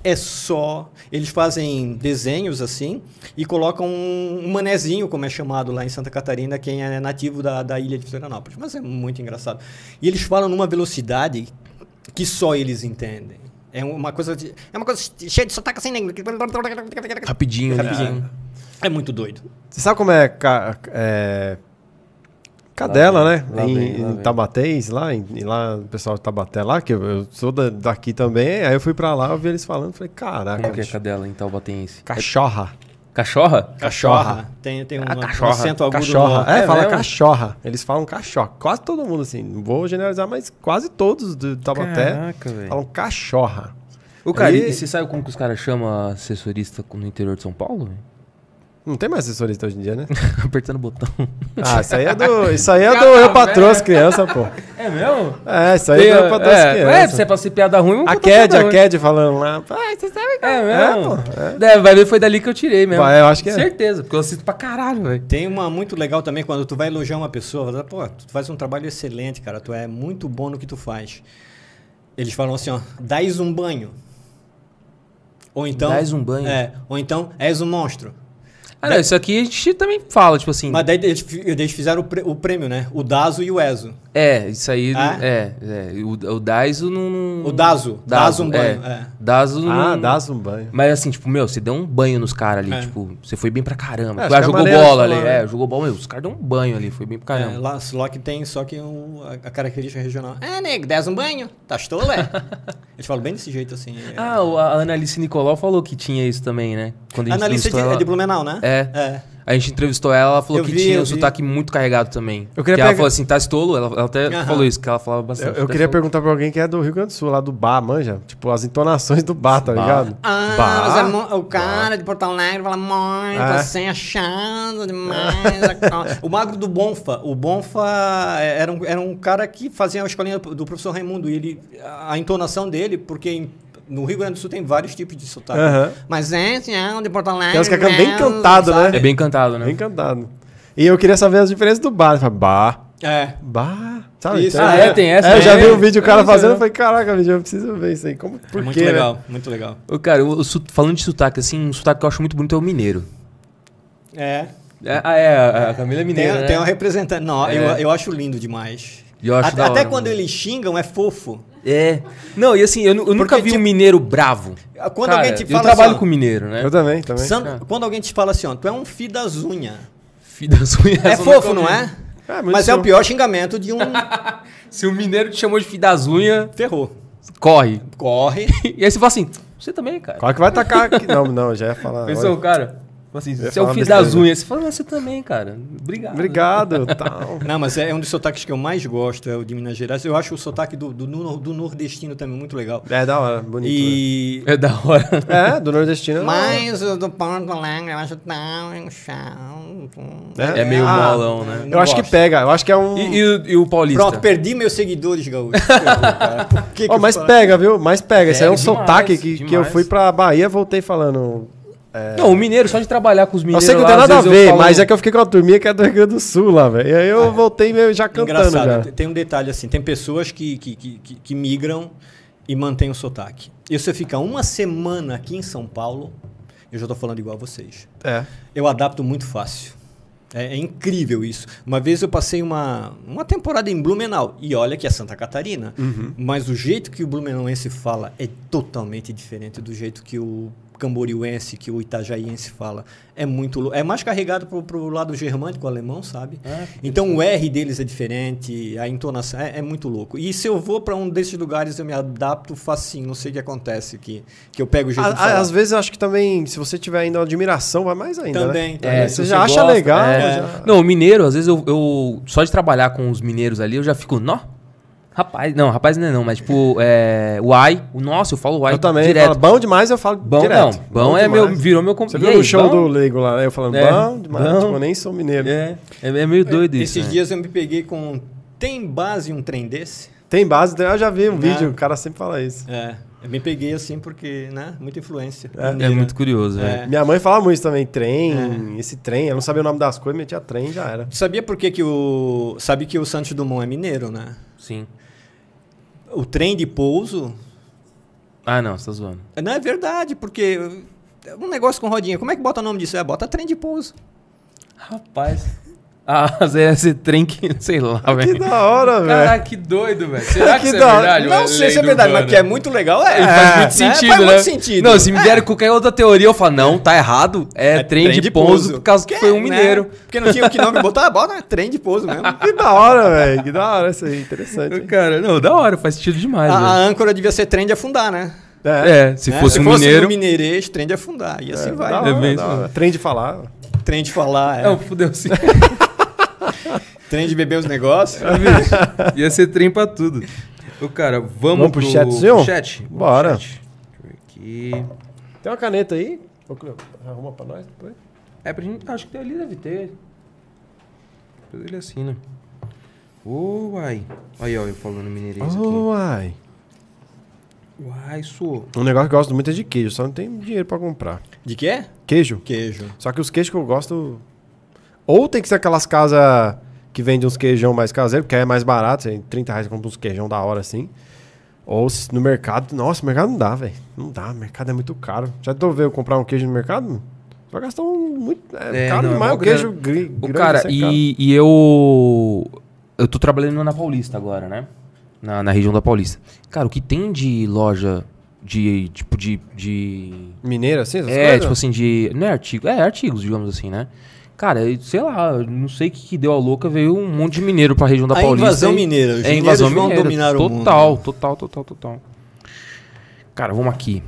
Speaker 3: É só... Eles fazem desenhos assim e colocam um, um manezinho, como é chamado lá em Santa Catarina, quem é nativo da, da ilha de Florianópolis. Mas é muito engraçado. E eles falam numa velocidade que só eles entendem. É uma coisa, de, é uma coisa cheia de sotaque assim, né?
Speaker 2: Rapidinho,
Speaker 3: Rapidinho.
Speaker 2: né?
Speaker 3: É muito doido.
Speaker 1: Você sabe como é. ca- é, Cadela,
Speaker 6: Lá vem,
Speaker 1: né?
Speaker 6: lá
Speaker 1: em
Speaker 6: vem, lá
Speaker 1: em
Speaker 6: vem.
Speaker 1: Tabatéis, lá, em, em lá, o pessoal de Tabaté lá, que eu, eu sou da- daqui também. Aí eu fui pra lá, eu vi eles falando, falei, caraca,
Speaker 2: Como que é
Speaker 1: bicho.
Speaker 2: cadela em Taubatense?
Speaker 1: cachorra.
Speaker 2: Cachorra? Ah,
Speaker 3: Cachorra. Tem, tem um,
Speaker 2: cachorra.
Speaker 3: um acento agudo.
Speaker 1: Cachorra.
Speaker 3: no-
Speaker 1: É,
Speaker 2: É
Speaker 1: fala
Speaker 2: mesmo?
Speaker 1: cachorra. Eles falam cachorra. Quase todo mundo, assim. Não vou generalizar, mas quase todos do Tabaté
Speaker 6: Caraca, velho.
Speaker 1: falam cachorra.
Speaker 2: O cara,
Speaker 1: Aí-
Speaker 2: e você sabe como que os caras chamam assessorista no interior de São Paulo? velho? Tá
Speaker 1: Não tem mais assessorista hoje em dia, né?
Speaker 2: Apertando o botão.
Speaker 1: Ah, isso aí é do. Isso aí é
Speaker 2: tá
Speaker 1: do Eu Patrão as Crianças, pô.
Speaker 2: É mesmo?
Speaker 1: É, isso aí
Speaker 2: Tem,
Speaker 1: é do Eu Patrão as
Speaker 2: é, é,
Speaker 1: Crianças.
Speaker 2: você passa piada ruim, vamos
Speaker 1: A
Speaker 2: contar
Speaker 1: Ked,
Speaker 2: piada
Speaker 1: a
Speaker 2: ruim.
Speaker 1: Ked falando lá. Ah, você sabe
Speaker 2: É
Speaker 1: É,
Speaker 2: mesmo?
Speaker 1: pô,
Speaker 2: É, vai ver, foi dali que eu tirei mesmo.
Speaker 1: Vai, eu acho que é.
Speaker 2: Certeza, porque eu assisto pra caralho, velho.
Speaker 3: Tem uma muito legal também quando tu vai elogiar uma pessoa, fala, pô, tu faz um trabalho excelente, cara, tu é muito bom no que tu faz. Eles falam assim, ó, dais um banho. Ou então,
Speaker 2: Dás um banho?
Speaker 3: É, ou então és um monstro.
Speaker 2: Ah, não, isso aqui a gente também fala, tipo assim.
Speaker 3: Mas daí eles, fi- eles fizeram o, prê- o prêmio, né? O Dazo e o Ezo.
Speaker 2: É, isso aí.
Speaker 3: Ah?
Speaker 2: É, é. O, o Daiso não- não.
Speaker 3: O Dazo. Dazo um banho,
Speaker 2: É.
Speaker 3: é.
Speaker 2: Dazo
Speaker 1: Ah,
Speaker 2: não-
Speaker 1: dá um banho.
Speaker 2: Mas assim, tipo, meu, você deu um banho nos caras ali.
Speaker 3: É.
Speaker 2: Tipo, você foi bem pra caramba.
Speaker 1: É,
Speaker 2: Tipo, ah,
Speaker 1: os
Speaker 2: jogou
Speaker 1: caras
Speaker 2: bola ali.
Speaker 1: maneiros falam,
Speaker 2: É, jogou bola. Meu, os caras deu um banho ali. Foi bem pra
Speaker 3: É,
Speaker 2: caramba.
Speaker 3: lá, lá que tem, só que um- a, a característica regional. É, nego, dez um banho, tá estola, é. Eles falam bem desse jeito, assim. é.
Speaker 2: Ah, o- a Analice Nicolau falou que tinha isso também, né? Quando a gente
Speaker 3: Analista de,
Speaker 2: entrevistou
Speaker 3: é
Speaker 2: ela.
Speaker 3: de Blumenau, né?
Speaker 2: É.
Speaker 3: É.
Speaker 2: A gente entrevistou ela, ela falou
Speaker 3: Eu
Speaker 2: que
Speaker 3: vi,
Speaker 2: tinha
Speaker 3: eu
Speaker 2: um
Speaker 3: vi.
Speaker 2: sotaque muito carregado também.
Speaker 1: Eu queria
Speaker 2: que ela
Speaker 1: pegar-
Speaker 2: falou assim, tá estolo? Ela, ela até
Speaker 3: Aham.
Speaker 2: falou isso, que ela falava bastante.
Speaker 1: Eu, eu queria perguntar pra alguém que é do Rio Grande do Sul, lá do bar, manja. Tipo, as entonações do bar, tá ligado?
Speaker 3: Ah,
Speaker 1: Bah.
Speaker 3: os irmão- o cara de Porto Alegre fala muito
Speaker 1: É.
Speaker 3: assim, achando demais. a co-" o magro do Bonfa. O Bonfa era um, era um cara que fazia a escolinha do professor Raimundo. E ele, a entonação dele, porque em- no Rio Grande do Sul tem vários tipos de sotaque.
Speaker 1: Aham.
Speaker 3: Mas esse é o de Porto Alegre.
Speaker 1: Tem uns que acabam bem
Speaker 3: mesmo,
Speaker 1: cantado,
Speaker 3: sabe?
Speaker 1: né?
Speaker 2: É bem cantado, né?
Speaker 1: Bem cantado. E eu queria saber as diferenças do bar. Fala, bar,
Speaker 3: É.
Speaker 1: bar. Sabe?
Speaker 3: Isso,
Speaker 2: Ah, é? Tem essa
Speaker 1: É, eu já vi
Speaker 2: também?
Speaker 1: um vídeo o cara
Speaker 2: É,
Speaker 1: fazendo.
Speaker 2: não.
Speaker 1: Eu falei, caraca, vídeo, eu preciso ver isso aí. Como, por
Speaker 3: É muito
Speaker 1: quê, né?
Speaker 3: legal, muito legal.
Speaker 2: Ô, Cara, o- o su- falando de sotaque, assim, um sotaque que eu acho muito bonito é o mineiro.
Speaker 3: É.
Speaker 2: É, ah, é, a- a Camila é
Speaker 3: Tem,
Speaker 2: mineira, né?
Speaker 3: tem um representante. Não,
Speaker 2: É.
Speaker 3: eu, eu acho lindo demais.
Speaker 2: E eu acho
Speaker 3: até
Speaker 2: da hora,
Speaker 3: até quando
Speaker 2: mano.
Speaker 3: eles xingam é fofo.
Speaker 2: É. Não, e assim, eu, nu- eu nunca vi um mineiro bravo.
Speaker 3: Quando
Speaker 2: Cara,
Speaker 3: alguém te fala
Speaker 2: eu trabalho
Speaker 3: assim, ó,
Speaker 2: com mineiro, né?
Speaker 1: Eu também, também.
Speaker 3: Sam- Quando alguém te fala assim, ó, tu é um fi das unhas.
Speaker 2: Filho da sua-
Speaker 3: É
Speaker 2: essa eu
Speaker 3: fofo,
Speaker 2: nunca
Speaker 3: não
Speaker 2: vi.
Speaker 3: é?
Speaker 1: É, muito
Speaker 3: Mas é
Speaker 1: show.
Speaker 3: o pior xingamento de um
Speaker 2: Se o mineiro te chamou de filho das unhas,
Speaker 3: ferrou.
Speaker 2: corre.
Speaker 3: Corre.
Speaker 2: E aí você fala assim, você também, cara.
Speaker 1: Qual é que vai tacar aqui? Não, não, já ia falar.
Speaker 2: Pensou,
Speaker 1: olha,
Speaker 2: cara? Fala Assim,
Speaker 1: ia
Speaker 2: você é o
Speaker 1: falar
Speaker 2: filho
Speaker 1: besteira.
Speaker 2: das unhas. Você fala, "Ah, você também, cara. Obrigado.
Speaker 1: Obrigado, tal.
Speaker 3: Não, mas é um dos sotaques que eu mais gosto, é o de Minas Gerais. Eu acho o sotaque do, do, nu- do nordestino também muito legal.
Speaker 1: É da hora, bonito.
Speaker 3: E.
Speaker 2: É da hora.
Speaker 1: né? É, do nordestino.
Speaker 3: Mas o do Porto Alegre, eu acho tá um tão chato.
Speaker 2: É meio
Speaker 1: Ah,
Speaker 2: molão, né?
Speaker 1: Eu acho que pega, eu acho que é um.
Speaker 2: E, e o- e o paulista?
Speaker 3: Pronto, perdi meus seguidores, Gaúcho. Ferrou, cara. Por que que
Speaker 1: Ó,
Speaker 3: eu
Speaker 1: mas
Speaker 3: falo?
Speaker 1: pega, viu? Mas pega. Esse aí é um
Speaker 2: Pega demais,
Speaker 1: sotaque que, que eu
Speaker 2: demais.
Speaker 1: fui pra Bahia voltei falando.
Speaker 2: Não, o mineiro, só de trabalhar com os
Speaker 1: Eu
Speaker 2: mineiros
Speaker 1: sei que não
Speaker 2: lá,
Speaker 1: tem
Speaker 2: às
Speaker 1: nada a
Speaker 2: vezes eu
Speaker 1: ver,
Speaker 2: falo- um-
Speaker 1: mas é que eu fiquei com a turminha que é do Rio Grande do Sul lá, velho. E aí
Speaker 2: Ah, é.
Speaker 1: eu voltei meio já cantando
Speaker 3: Engraçado,
Speaker 1: já.
Speaker 2: né?
Speaker 3: tem- tem um detalhe assim, tem pessoas que, que, que, que- que migram e mantêm o sotaque. E se eu ficar uma semana aqui em São Paulo, eu já estou falando igual a vocês.
Speaker 1: É.
Speaker 3: Eu adapto muito fácil. É, é incrível isso. Uma vez eu passei uma, uma temporada em Blumenau, e olha que é Santa Catarina,
Speaker 1: Uhum.
Speaker 3: mas o jeito que o blumenauense fala é totalmente diferente do jeito que o camboriuense, que o itajaiense fala. É muito lou- É mais carregado pro, pro lado germânico, alemão, sabe? então o R deles é diferente, a entonação é, é muito louco. E se eu vou para um desses lugares, eu me adapto facinho, não sei o que acontece, que, que eu pego o
Speaker 2: É.
Speaker 3: jeito
Speaker 1: A-
Speaker 3: de falar.
Speaker 1: a- às vezes eu acho que também, se você tiver ainda uma admiração, vai mais ainda.
Speaker 3: Também,
Speaker 1: né?
Speaker 3: também.
Speaker 1: É,
Speaker 2: se
Speaker 1: você já acha
Speaker 2: gosta,
Speaker 1: legal.
Speaker 2: é.
Speaker 1: já-
Speaker 2: Não, o mineiro, às vezes eu, eu- Só de trabalhar com os mineiros ali, eu já fico, nó. Rapaz, não, rapaz ainda não, mas tipo, é, o ai, o nossa, eu falo o ai
Speaker 1: Eu também
Speaker 2: direto.
Speaker 1: falo, bom demais, eu falo
Speaker 2: Bom,
Speaker 1: direto.
Speaker 2: não, bom é meu-
Speaker 1: demais.
Speaker 2: virou meu com-
Speaker 1: Você
Speaker 2: E
Speaker 1: viu
Speaker 2: aí,
Speaker 1: no show
Speaker 2: bom?
Speaker 1: do Leigo lá, né? Eu falando,
Speaker 2: É,
Speaker 1: bom demais.
Speaker 2: bom.
Speaker 1: Tipo, eu nem sou mineiro.
Speaker 2: É, é, é meio doido isso.
Speaker 3: Esses
Speaker 2: né?
Speaker 3: dias eu me peguei com. um, Tem base um trem desse?
Speaker 1: Tem base, eu já vi um vídeo, o cara sempre fala isso.
Speaker 3: É. Eu me peguei assim porque, né? Muita influência.
Speaker 2: É muito curioso,
Speaker 3: É.
Speaker 2: velho.
Speaker 1: Minha mãe falava muito também, trem, esse trem. Ela não sabia o nome das coisas, metia trem já era.
Speaker 3: Sabia por que, que o. Sabe que o Santos Dumont é mineiro, né?
Speaker 2: Sim.
Speaker 3: O trem de pouso.
Speaker 2: Ah, não, você tá zoando.
Speaker 3: Não é verdade, porque. é Um negócio com rodinha. Como é que bota o nome disso? É, bota trem de pouso.
Speaker 2: Rapaz. Ah, Zé, esse trem que. Sei lá,
Speaker 3: É.
Speaker 1: Que
Speaker 2: velho.
Speaker 1: da hora, velho.
Speaker 2: Caraca, que doido, velho. Será
Speaker 1: É. Que
Speaker 2: que, isso é
Speaker 1: da-
Speaker 2: verdade?
Speaker 3: Não
Speaker 2: ou
Speaker 3: sei se é
Speaker 2: lenda
Speaker 3: verdade, mas
Speaker 2: urbana?
Speaker 3: que é muito legal. É,
Speaker 2: Faz muito sentido,
Speaker 3: Faz
Speaker 2: né?
Speaker 3: muito sentido. É,
Speaker 2: Não, se me derem qualquer outra teoria, eu falo, não, tá errado. É, trem, de, pouso, por causa que, foi um
Speaker 3: né?
Speaker 2: mineiro. É,
Speaker 3: Porque não tinha o que nome botar, bota trem de pouso mesmo.
Speaker 1: Que da hora, velho. Que da hora isso aí, interessante. hein?
Speaker 2: Cara, não, da hora, faz sentido demais,
Speaker 3: A,
Speaker 1: Ah,
Speaker 3: a
Speaker 2: velho.
Speaker 3: âncora devia ser trem de afundar, né?
Speaker 1: É,
Speaker 2: É, se
Speaker 3: né?
Speaker 2: fosse um mineiro.
Speaker 3: um mineirês, trem de afundar. E assim vai.
Speaker 1: da
Speaker 3: né?
Speaker 1: hora,
Speaker 2: bem
Speaker 1: da
Speaker 2: isso.
Speaker 1: hora. Trem de falar.
Speaker 3: Trem de falar, é.
Speaker 2: Não, fudeu sim.
Speaker 3: trem de beber os negócios.
Speaker 2: É. Ia ser trem pra tudo. Ô, cara, vamos,
Speaker 1: ah. Vamos pro chatzinho?
Speaker 2: pro chat? Vamos pro
Speaker 1: Bora.
Speaker 2: chat. Deixa eu ver Aqui.
Speaker 1: Tem uma caneta aí? Ô, Cleo, Arruma pra nós depois.
Speaker 2: É pra gente. Acho que ali deve ter. Depois ele assina.
Speaker 7: Ô, uai. Aí, ó, eu falando mineirês aqui.
Speaker 1: Uai.
Speaker 7: Uai, suou.
Speaker 1: Um negócio que eu gosto muito é de queijo, só não tem dinheiro pra comprar.
Speaker 3: De quê?
Speaker 1: Queijo?
Speaker 3: Queijo.
Speaker 1: Só que os queijos que eu gosto. Ou tem que ser aquelas casas que vendem uns queijão mais caseiro, porque aí é mais barato, você, 30 reais você compra uns queijão da hora assim. Ou se no mercado. Nossa, mercado não dá, velho. Não dá, mercado é muito caro. Já tô vendo eu comprar um queijo no mercado? Você vai gastar um muito. É,
Speaker 2: É,
Speaker 1: caro
Speaker 2: não, é
Speaker 1: demais
Speaker 2: mó
Speaker 1: o queijo
Speaker 2: grana.
Speaker 1: gri,
Speaker 2: O
Speaker 1: grande,
Speaker 2: cara,
Speaker 1: assim,
Speaker 2: e, e eu. eu tô trabalhando na Paulista agora, né? Na, na região da Paulista. Cara, o que tem de loja de tipo de. de
Speaker 1: Mineiro, assim? essas
Speaker 2: é,
Speaker 1: coisas?
Speaker 2: tipo assim, de. Não é artigo. É, artigos, digamos assim, né? Cara, eu- sei lá, eu não sei o que, que deu a louca, veio um monte de mineiro pra região da
Speaker 8: A
Speaker 2: Paulista.
Speaker 8: invasão
Speaker 2: e-
Speaker 8: mineira, os
Speaker 2: É,
Speaker 8: mineiros
Speaker 2: invasão
Speaker 8: vão
Speaker 2: mineira.
Speaker 8: dominar o
Speaker 2: total,
Speaker 8: mundo. né?
Speaker 2: Total, total, total, total. Cara, vamos aqui.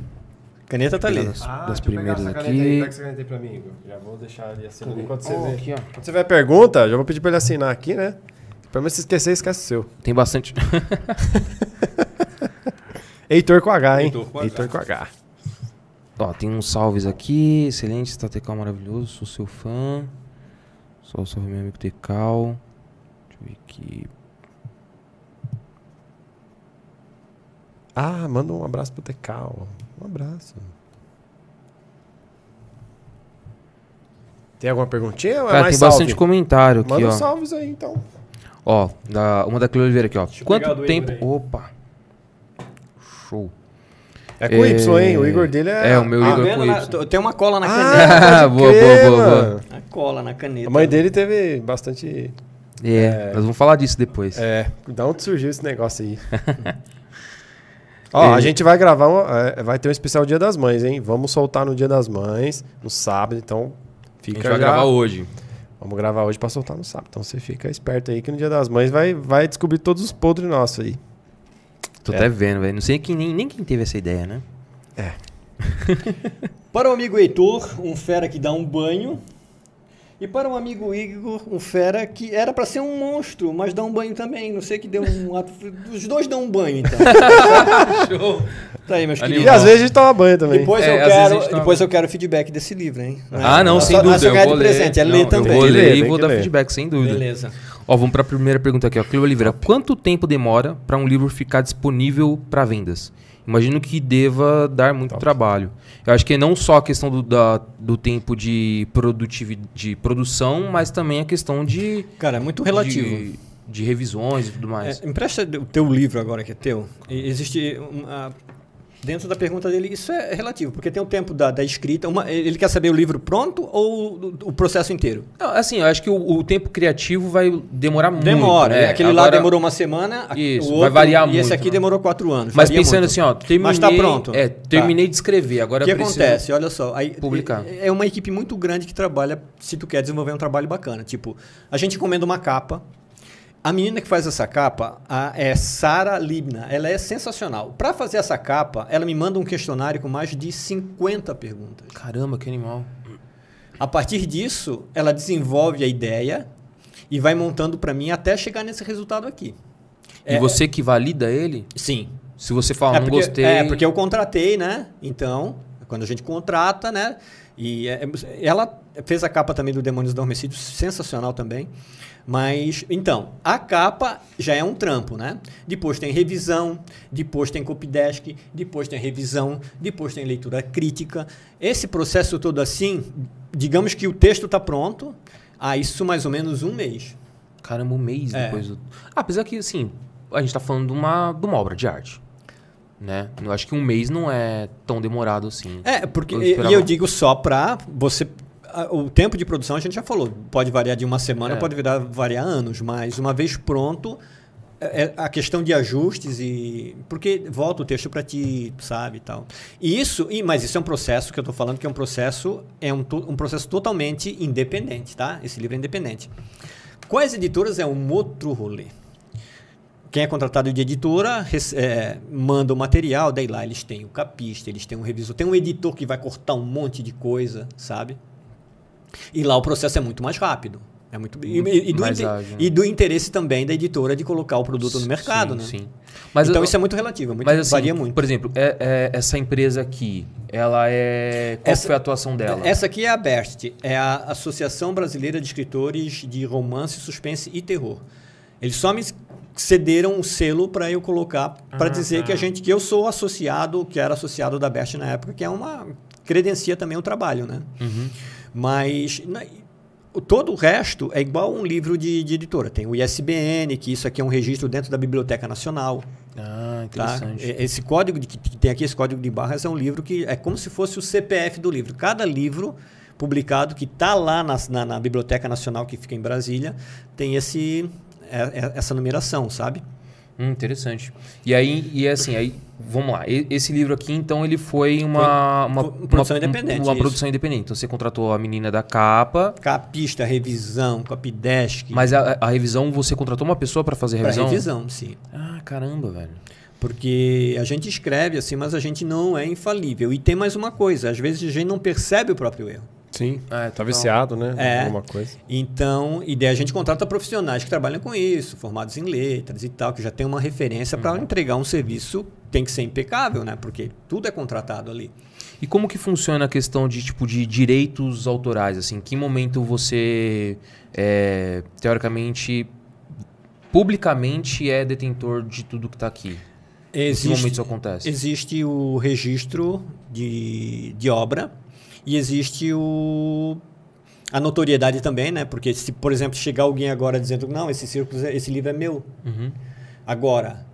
Speaker 8: Caneta tá ali.
Speaker 2: Das,
Speaker 1: Ah, deixa
Speaker 2: das
Speaker 1: eu pegar
Speaker 2: primeiras
Speaker 1: essa caneta aí,
Speaker 2: aqui.
Speaker 1: Pega essa caneta aí pra mim, Igor. Já vou deixar ali assinando enquanto você
Speaker 2: Ó,
Speaker 1: vê.
Speaker 2: aqui, ó.
Speaker 1: Quando você tiver pergunta, já vou pedir pra ele assinar aqui, né? Pelo menos se esquecer, esquece o seu.
Speaker 2: Tem bastante.
Speaker 1: Heitor com H, hein? Heitor
Speaker 8: com
Speaker 1: com
Speaker 8: H.
Speaker 1: H.
Speaker 2: Ó, tem uns salves aqui. Excelente, Tatecal maravilhoso. Sou seu fã. Só salve meu amigo Tecal. Deixa eu ver aqui.
Speaker 1: Ah, manda um abraço pro Tecal. Um abraço. Tem alguma perguntinha? ou é
Speaker 2: Cara, tem
Speaker 1: mais salve?
Speaker 2: bastante comentário aqui,
Speaker 1: Manda
Speaker 2: ó.
Speaker 1: uns salves aí, então.
Speaker 2: Ó, da, uma da Cleo Oliveira aqui, ó.
Speaker 3: eu pegar o
Speaker 2: Quanto
Speaker 3: do
Speaker 2: tempo.
Speaker 3: Igor
Speaker 2: Opa! Show.
Speaker 1: É com Y, hein? O Igor dele é...
Speaker 2: É, o meu
Speaker 1: Ah,
Speaker 2: Igor é com
Speaker 3: Vendo na-
Speaker 2: Y.
Speaker 3: t- tem uma cola na caneta.
Speaker 1: Ah, boa,
Speaker 2: Boa, boa, boa, Então- boa.
Speaker 1: boa.
Speaker 3: A cola na caneta.
Speaker 1: A mãe dele teve bastante...
Speaker 2: É, nós vamos falar disso depois.
Speaker 1: É, da onde surgiu esse negócio aí? Ó,
Speaker 2: É.
Speaker 1: a gente vai gravar, um- é, vai ter um especial Dia das Mães, hein? Vamos soltar no Dia das Mães, no sábado, então
Speaker 2: a
Speaker 1: fica
Speaker 2: gente vai
Speaker 1: já-
Speaker 2: gravar hoje.
Speaker 1: Vamos gravar hoje pra soltar no sábado, então você fica esperto aí que no Dia das Mães vai, vai descobrir todos os podres nossos aí.
Speaker 2: Tô
Speaker 1: É.
Speaker 2: até vendo, velho. Não sei quem, nem, nem quem teve essa ideia, né?
Speaker 3: Para o amigo Heitor, um fera que dá um banho. E para o amigo Igor, um fera que era pra ser um monstro, mas dá um banho também. Não sei que deu um ato. Os dois dão um banho, então.
Speaker 2: Show.
Speaker 3: Tá aí, meus
Speaker 2: Animal.
Speaker 1: E
Speaker 3: queridos.
Speaker 1: às vezes a gente toma banho também.
Speaker 3: Depois,
Speaker 2: É,
Speaker 3: eu
Speaker 2: às vezes a gente
Speaker 3: quero,
Speaker 2: tá-
Speaker 3: depois eu quero feedback desse livro, hein?
Speaker 2: Ah, não,
Speaker 3: Não é
Speaker 2: sem
Speaker 3: só- não é só
Speaker 2: dúvida. Eu
Speaker 3: ganhar
Speaker 2: vou
Speaker 3: de
Speaker 2: ler.
Speaker 3: presente, é
Speaker 2: Não,
Speaker 3: ler
Speaker 2: Eu
Speaker 3: também.
Speaker 1: Tem
Speaker 2: vou
Speaker 1: que
Speaker 2: ler
Speaker 1: ler,
Speaker 2: e
Speaker 1: tem
Speaker 2: vou
Speaker 1: que
Speaker 2: dar
Speaker 1: ler.
Speaker 2: feedback, sem dúvida.
Speaker 3: Beleza.
Speaker 2: Ó, vamos pra primeira pergunta aqui, ó. Cleo Oliveira, quanto tempo demora pra um livro ficar disponível pra vendas? Imagino que deva dar muito trabalho. Eu acho que é não só a questão do, da- do tempo de, produtivi- de produção, mas também a questão de,
Speaker 3: Cara, é muito relativo.
Speaker 2: de, de revisões e tudo mais.
Speaker 3: É, empresta o teu livro agora que é teu. E Existe um, a- dentro da pergunta dele isso é relativo, porque tem o tempo da, da escrita. uma- ele quer saber o livro pronto ou o, o processo inteiro?
Speaker 2: Não, assim, eu acho que o, o tempo criativo vai demorar muito.
Speaker 3: Demora.
Speaker 2: né?
Speaker 3: Aquele lá
Speaker 2: Agora-
Speaker 3: demorou uma semana. a-
Speaker 2: Isso,
Speaker 3: o
Speaker 2: vai variar
Speaker 3: e esse
Speaker 2: muito,
Speaker 3: aqui
Speaker 2: né?
Speaker 3: demorou quatro anos.
Speaker 2: Mas
Speaker 3: varia
Speaker 2: pensando
Speaker 3: muito.
Speaker 2: assim, ó, terminei.
Speaker 3: Mas tá pronto.
Speaker 2: É,
Speaker 3: Tá.
Speaker 2: terminei de escrever. Agora
Speaker 3: O que
Speaker 2: preciso-
Speaker 3: acontece? Olha só, aí,
Speaker 2: publicar.
Speaker 3: é é uma equipe muito grande que trabalha se tu quer desenvolver um trabalho bacana. Tipo, a gente encomenda uma capa. A menina que faz essa capa a- é Sara Libna. Ela é sensacional. Para fazer essa capa, ela me manda um questionário com mais de 50 perguntas.
Speaker 2: Caramba, que animal.
Speaker 3: A partir disso, ela desenvolve a ideia e vai montando para mim até chegar nesse resultado aqui.
Speaker 2: E você que valida ele?
Speaker 3: Sim,
Speaker 2: Se você falar, não
Speaker 3: porque,
Speaker 2: gostei.
Speaker 3: É, É, porque eu contratei, né? Então, quando a gente contrata, né? E é- é- ela fez a capa também do Demônios do Dormicídio, sensacional também. Mas, então, a capa já é um trampo, né? Depois tem revisão, depois tem copydesk, depois tem revisão, depois tem leitura crítica. Esse processo todo assim, digamos que o texto está pronto, a isso mais ou menos um mês.
Speaker 2: Caramba, um mês
Speaker 3: É.
Speaker 2: depois do. Ah, apesar que, assim, a gente tá falando de uma, de uma obra de arte. Né? Eu acho que um mês não é tão demorado assim.
Speaker 3: É, porque
Speaker 2: Eu
Speaker 3: e-
Speaker 2: esperava.
Speaker 3: e eu digo só para você. a- O tempo de produção a gente já falou, pode variar de uma semana,
Speaker 2: É.
Speaker 3: pode virar, variar anos, mas uma vez pronto, é- é a questão de ajustes e. Porque volta o texto para ti, sabe e tal. E isso, e, mas isso é um processo que eu tô falando que é um processo, é um, to- um processo totalmente independente, tá? Esse livro é independente. Com as editoras é um outro rolê. Quem é contratado de editora rece- é, manda o material, daí lá eles têm o capista, eles têm um revisor, tem um editor que vai cortar um monte de coisa, sabe? E lá o processo é muito mais rápido. É muito, e, e- e do
Speaker 2: Mais
Speaker 3: inte-
Speaker 2: ágil, né?
Speaker 3: e do interesse também da editora de colocar o produto no mercado,
Speaker 2: sim,
Speaker 3: né?
Speaker 2: Sim. Mas,
Speaker 3: então
Speaker 2: eu-
Speaker 3: isso é muito relativo, é muito,
Speaker 2: mas assim,
Speaker 3: varia muito.
Speaker 2: por exemplo, é- é- essa empresa aqui, ela é. Qual
Speaker 3: Essa-
Speaker 2: foi a atuação dela?
Speaker 3: Essa aqui é a BEST, é a Associação Brasileira de Escritores de Romance, Suspense e Terror. Eles só me cederam um selo para eu colocar, para dizer que a gente que eu sou associado, que era associado da BEST na época, que é uma credencia também o trabalho, né? Mas na- o- todo o resto é igual um livro de, de editora. Tem o ISBN, que isso aqui é um registro dentro da Biblioteca Nacional.
Speaker 2: Ah,
Speaker 3: Tá?
Speaker 2: interessante.
Speaker 3: E- Esse código de, que que tem aqui, esse código de barras, é um livro que é como se fosse o CPF do livro. Cada livro tá publicado que está lá na, na- na Biblioteca Nacional que fica em Brasília tem esse é- é- essa numeração, sabe?
Speaker 2: Hum, interessante. E aí, e assim, aí, vamos lá. E- Esse livro aqui, então, ele foi uma, uma,
Speaker 3: foi produção
Speaker 2: uma-
Speaker 3: independente,
Speaker 2: Uma
Speaker 3: isso.
Speaker 2: produção independente. Então, você contratou a menina da capa,
Speaker 3: Capista, revisão, copydesk.
Speaker 2: mas a, a revisão, você contratou uma pessoa pra fazer a
Speaker 3: Pra
Speaker 2: revisão?
Speaker 3: revisão, sim.
Speaker 2: Ah, caramba, velho.
Speaker 3: Porque a gente escreve assim, mas a gente não é infalível. E tem mais uma coisa, às vezes a gente não percebe o próprio erro.
Speaker 1: Sim.
Speaker 2: Ah, é
Speaker 1: Tá
Speaker 2: total.
Speaker 1: viciado, né?
Speaker 3: então É.
Speaker 1: Alguma coisa.
Speaker 3: Então, e daí a gente contrata profissionais que trabalham com isso, formados em letras e tal, que já tem uma referência para entregar um serviço, tem que ser impecável, né? Porque tudo é contratado ali.
Speaker 2: E como que funciona a questão de tipo de direitos autorais? Assim, em que momento você é, teoricamente, publicamente é detentor de tudo que tá aqui? Em que momento isso acontece?
Speaker 3: Existe o registro de, de obra e existe o a notoriedade também, né? Porque se, por exemplo, chegar alguém agora dizendo não, esse circo, esse livro é meu
Speaker 2: Uhum.
Speaker 3: agora,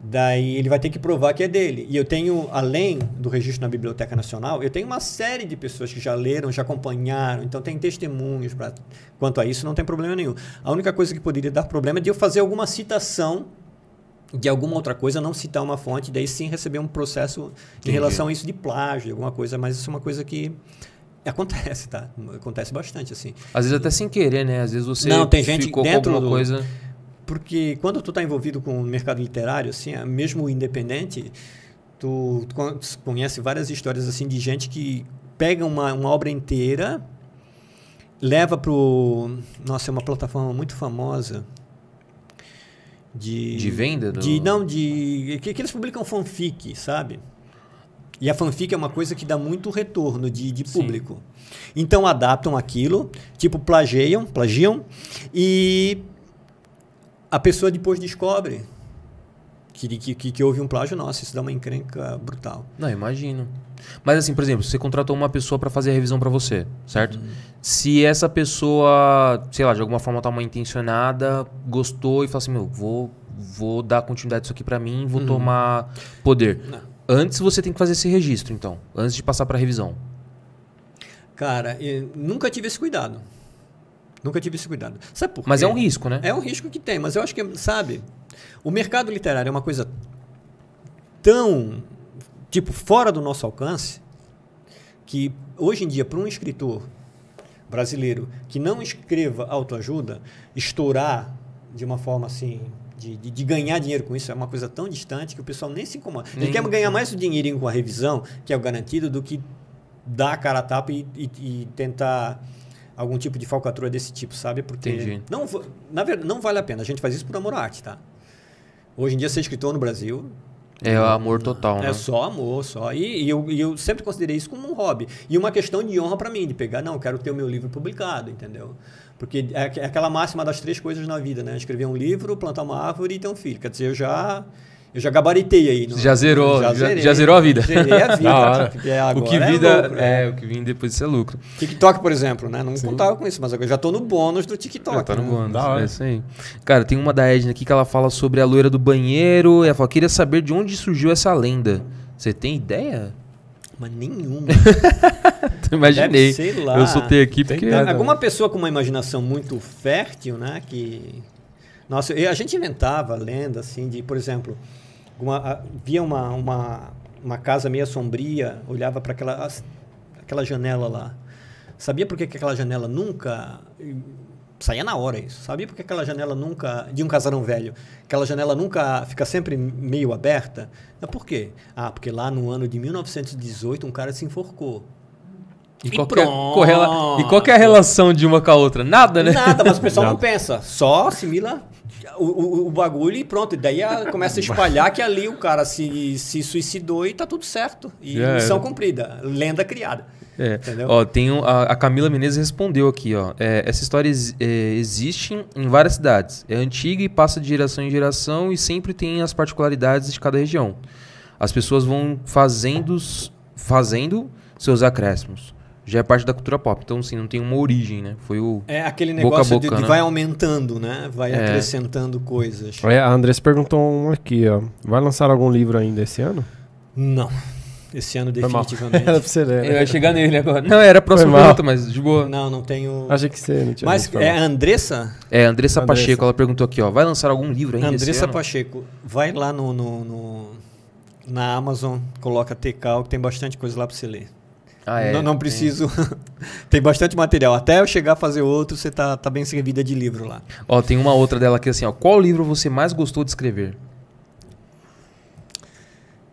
Speaker 3: daí ele vai ter que provar que é dele. E eu tenho, além do registro na Biblioteca Nacional, eu tenho uma série de pessoas que já leram, já acompanharam, então tem testemunhos pra, quanto a isso, não tem problema nenhum. A única coisa que poderia dar problema é de eu fazer alguma citação de alguma outra coisa, não citar uma fonte, daí sim receber um processo em relação a isso de plágio, alguma coisa, mas isso é uma coisa que acontece, tá? Acontece bastante assim.
Speaker 2: Às vezes até sem querer, né? Às vezes você
Speaker 3: Não, tem gente
Speaker 2: ficou com
Speaker 3: dentro
Speaker 2: alguma
Speaker 3: do-
Speaker 2: coisa.
Speaker 3: Porque quando tu está envolvido com o mercado literário, assim, é, mesmo o independente, tu con- conhece várias histórias assim de gente que pega uma, uma obra inteira, leva pro, nossa, é uma plataforma muito famosa de
Speaker 2: De venda do-
Speaker 3: de não de que, que eles publicam fanfic, sabe? E a fanfic é uma coisa que dá muito retorno de, de público. Então adaptam aquilo, tipo plagiam, plagiam e a pessoa depois descobre que, que, que- que houve um plágio, nossa, isso dá uma encrenca brutal.
Speaker 2: Não, imagino. Mas assim, por exemplo, você contratou uma pessoa pra fazer a revisão pra você, certo? Se essa pessoa, sei lá, de alguma forma tá mal intencionada, gostou e fala assim, meu, vou, vou dar continuidade isso aqui pra mim, vou tomar poder. Antes você tem que fazer esse registro, então, antes de passar pra revisão.
Speaker 3: Cara, eh, nunca tive esse cuidado. Nunca tive esse cuidado. Sabe por
Speaker 2: Mas
Speaker 3: quê?
Speaker 2: é um risco, né?
Speaker 3: É um risco que tem, mas eu acho que, sabe, o mercado literário é uma coisa tão, tipo, fora do nosso alcance, que hoje em dia, para um escritor brasileiro que não escreva autoajuda, estourar de uma forma assim, de, de, de ganhar dinheiro com isso, é uma coisa tão distante que o pessoal nem se incomoda. Ele
Speaker 2: Nem-
Speaker 3: quer ganhar mais o dinheirinho com a revisão, que é o garantido, do que dar a cara a tapa e, e- e tentar algum tipo de falcatrua desse tipo, sabe? Porque
Speaker 2: Entendi.
Speaker 3: não va- na verdade não vale a pena. A gente faz isso por amor à arte, tá? Hoje em dia ser escritor no Brasil
Speaker 2: É o amor total, né?
Speaker 3: é só amor, só. E, e eu, e eu sempre considerei isso como um hobby. E uma questão de honra pra mim, de pegar, não, eu quero ter o meu livro publicado, entendeu? Porque é aqu- é aquela máxima das três coisas na vida, né? Escrever um livro, plantar uma árvore e ter um filho. Quer dizer, eu já. Eu já gabaritei aí. não- é?
Speaker 2: Já zerou, já-
Speaker 3: zerei.
Speaker 2: já zerou a vida.
Speaker 3: Zerei a vida.
Speaker 2: Da hora.
Speaker 3: porque agora
Speaker 2: o que
Speaker 3: é
Speaker 2: vida
Speaker 3: lucro, né?
Speaker 2: é, o que vem depois disso é lucro.
Speaker 3: TikTok, por exemplo, né? Não contava com isso, mas agora eu já tô no bônus do TikTok.
Speaker 2: tá no
Speaker 3: né?
Speaker 2: bônus.
Speaker 1: Da hora.
Speaker 2: É isso aí. Cara, tem uma da Edna aqui que ela fala sobre a loira do banheiro. E ela fala: queria saber de onde surgiu essa lenda. Você tem ideia?
Speaker 3: Mas nenhuma.
Speaker 2: Imaginei.
Speaker 3: Deve, sei lá.
Speaker 2: Eu soltei aqui porque.
Speaker 3: Tem alguma pessoa com uma imaginação muito fértil, né? Que. Nossa, eu- a gente inventava lenda, assim, de, por exemplo, uma- a- via uma, uma, uma casa meio sombria, olhava para aquela, as- aquela janela lá. Sabia por que, que aquela janela nunca. Saía na hora isso. Sabia por que aquela janela nunca. De um casarão velho. Aquela janela nunca fica sempre meio aberta? Mas Por quê? Ah, porque lá no ano de 1918 um cara se enforcou.
Speaker 2: E
Speaker 3: E
Speaker 2: qual, que é,
Speaker 3: pronto.
Speaker 2: correla- e qual que é a relação de uma com a outra? Nada, né?
Speaker 3: Nada, mas o pessoal não pensa. Só assimila o, o, o bagulho e pronto. E daí a- começa a espalhar que ali o cara se, se suicidou e tá tudo certo. E
Speaker 2: Já
Speaker 3: missão
Speaker 2: era.
Speaker 3: cumprida. Lenda criada.
Speaker 2: É.
Speaker 3: Entendeu?
Speaker 2: Ó, tem um- a, a Camila Menezes respondeu aqui, ó. É, essa história ex- é, existe em várias cidades. É antiga e passa de geração em geração e sempre tem as particularidades de cada região. As pessoas vão fazendo, s- fazendo seus acréscimos. Já é parte da cultura pop. Então, assim, não tem uma origem, né? Foi o.
Speaker 3: É aquele
Speaker 2: Boca a
Speaker 3: negócio de-
Speaker 2: boca,
Speaker 3: de,
Speaker 2: né?
Speaker 3: vai aumentando, né? Vai
Speaker 2: É.
Speaker 3: acrescentando coisas.
Speaker 1: É, a Andressa perguntou um aqui, ó. Vai lançar algum livro ainda esse ano?
Speaker 3: Não. esse ano
Speaker 1: Foi mal.
Speaker 3: definitivamente.
Speaker 1: Era pra você ler.
Speaker 8: Eu
Speaker 1: né?
Speaker 8: ia chegar nele agora. Não, era a próxima
Speaker 1: Foi mal.
Speaker 8: pergunta, mas de boa.
Speaker 3: Não, não tenho.
Speaker 1: Achei que você não tinha
Speaker 3: Mas
Speaker 1: visto, foi
Speaker 3: é
Speaker 1: mal.
Speaker 3: a Andressa?
Speaker 8: É, Andressa,
Speaker 1: Andressa.
Speaker 8: Pacheco, ela perguntou aqui, ó. Vai lançar algum livro ainda esse
Speaker 3: Andressa
Speaker 8: ano?
Speaker 3: Pacheco, vai lá no, no- no- na Amazon, coloca TK, que tem bastante coisa lá para você ler.
Speaker 8: Ah, é.
Speaker 3: não, não
Speaker 8: tem.
Speaker 3: preciso. tem bastante material. Até eu chegar a fazer outro, você tá, tá bem servida de livro lá.
Speaker 8: Ó, tem uma outra dela aqui assim, ó. Qual livro você mais gostou de escrever?